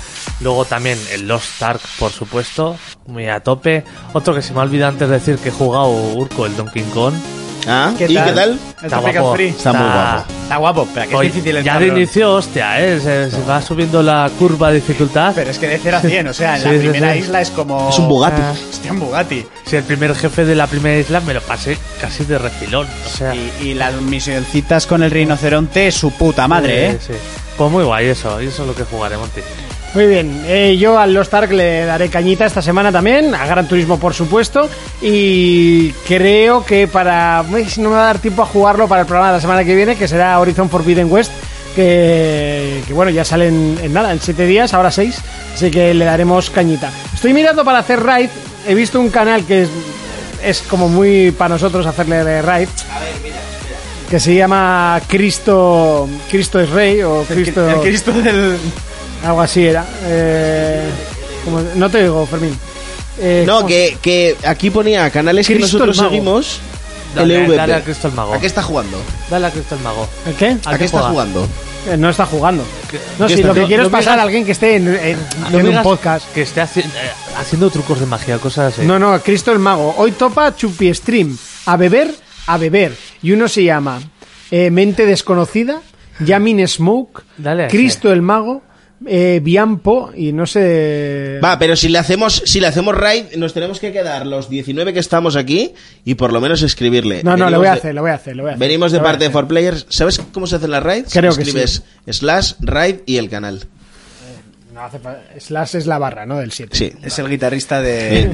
Luego también el Lost Ark, por supuesto, muy a tope. Otro que se me ha olvidado antes decir que he jugado Urco, el Donkey Kong.
Ah, ¿y qué tal?
El Tropical Free.
Está muy guapo.
Está guapo, pero que es
Oye,
difícil el
ya de
cabrón.
inicio, hostia, eh, se, se va subiendo la curva de dificultad.
Pero es que de 0 a 100, o sea, en
Sí,
la
sí,
primera
sí.
isla es como...
Es un Bugatti.
Hostia, un Bugatti.
Si el primer jefe de la primera isla me lo pasé casi de refilón. O sea,
Y, y las misioncitas con el rinoceronte, su puta madre, ¿eh?
Sí, sí. Pues muy guay eso, y eso es lo que jugaré, Monty.
Muy bien, eh, yo al Lost Ark le daré cañita esta semana también, a Gran Turismo por supuesto, y creo que para... uy, si no me va a dar tiempo a jugarlo para el programa de la semana que viene, que será Horizon Forbidden West, que, que, bueno, ya sale en, en nada, en 7 días, ahora 6, así que le daremos cañita. Estoy mirando para hacer raid, he visto un canal que es, es como muy para nosotros hacerle de raid. Que se llama Cristo. Cristo es Rey o Cristo.
El Cristo del.
Algo así era. Eh, como- no te digo, Fermín. Eh,
No,
¿cómo-
que, que aquí ponía canales que
Cristo
nosotros
el Mago.
seguimos.
Dale,
LVP.
dale al Cristo el Mago.
¿A qué está jugando?
Dale al Cristo el Mago.
¿El qué?
¿A
¿A
qué
qué está
juega?
jugando?
Eh, no está jugando. No,
qué
sí,
está
lo que
haciendo?
quiero es
No
pasar
digas-
a alguien que esté en, en-
No
en
me
un
digas
podcast.
Que esté haci- eh, haciendo trucos de magia, cosas así.
No, no, Cristo el Mago. Hoy topa Chupi Stream. A beber, a beber. Y uno se llama eh, Mente Desconocida, Yamin Smoke,
Dale a ese.
Cristo el Mago, eh, Biampo y no sé...
Va, pero si le hacemos, si le hacemos raid, nos tenemos que quedar los 19 que estamos aquí y por lo menos escribirle.
no, no, lo voy a
Venimos de-
hacer, lo voy a hacer, lo voy a hacer.
Venimos de
Lo voy a
parte de
hacer.
4Players. ¿Sabes cómo se hacen las raids?
Creo que
Escribes slash raid y el canal.
No hace fa- Slash es la barra, ¿no? Del 7.
Sí.
Es el guitarrista de.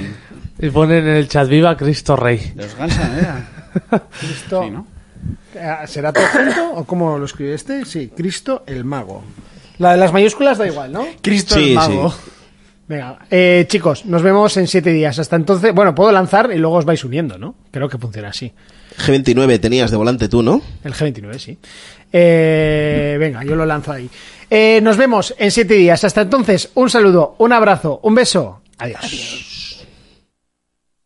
Y ponen en el chat viva Cristo Rey.
Los Guns N' Roses. ¿eh?
Cristo. Eh, ¿Será todo junto o cómo lo escribe este? Sí, Cristo el Mago. La de las mayúsculas da igual, ¿no?
Cristo
Sí,
el Mago.
sí.
Venga, eh, chicos, nos vemos en siete días. Hasta entonces, bueno, puedo lanzar y luego os vais uniendo, ¿no? Creo que funciona así.
G29 tenías de volante tú, ¿no?
El G29, sí. Eh, venga, yo lo lanzo ahí. Eh, nos vemos en siete días. Hasta entonces, un saludo, un abrazo, un beso. Adiós.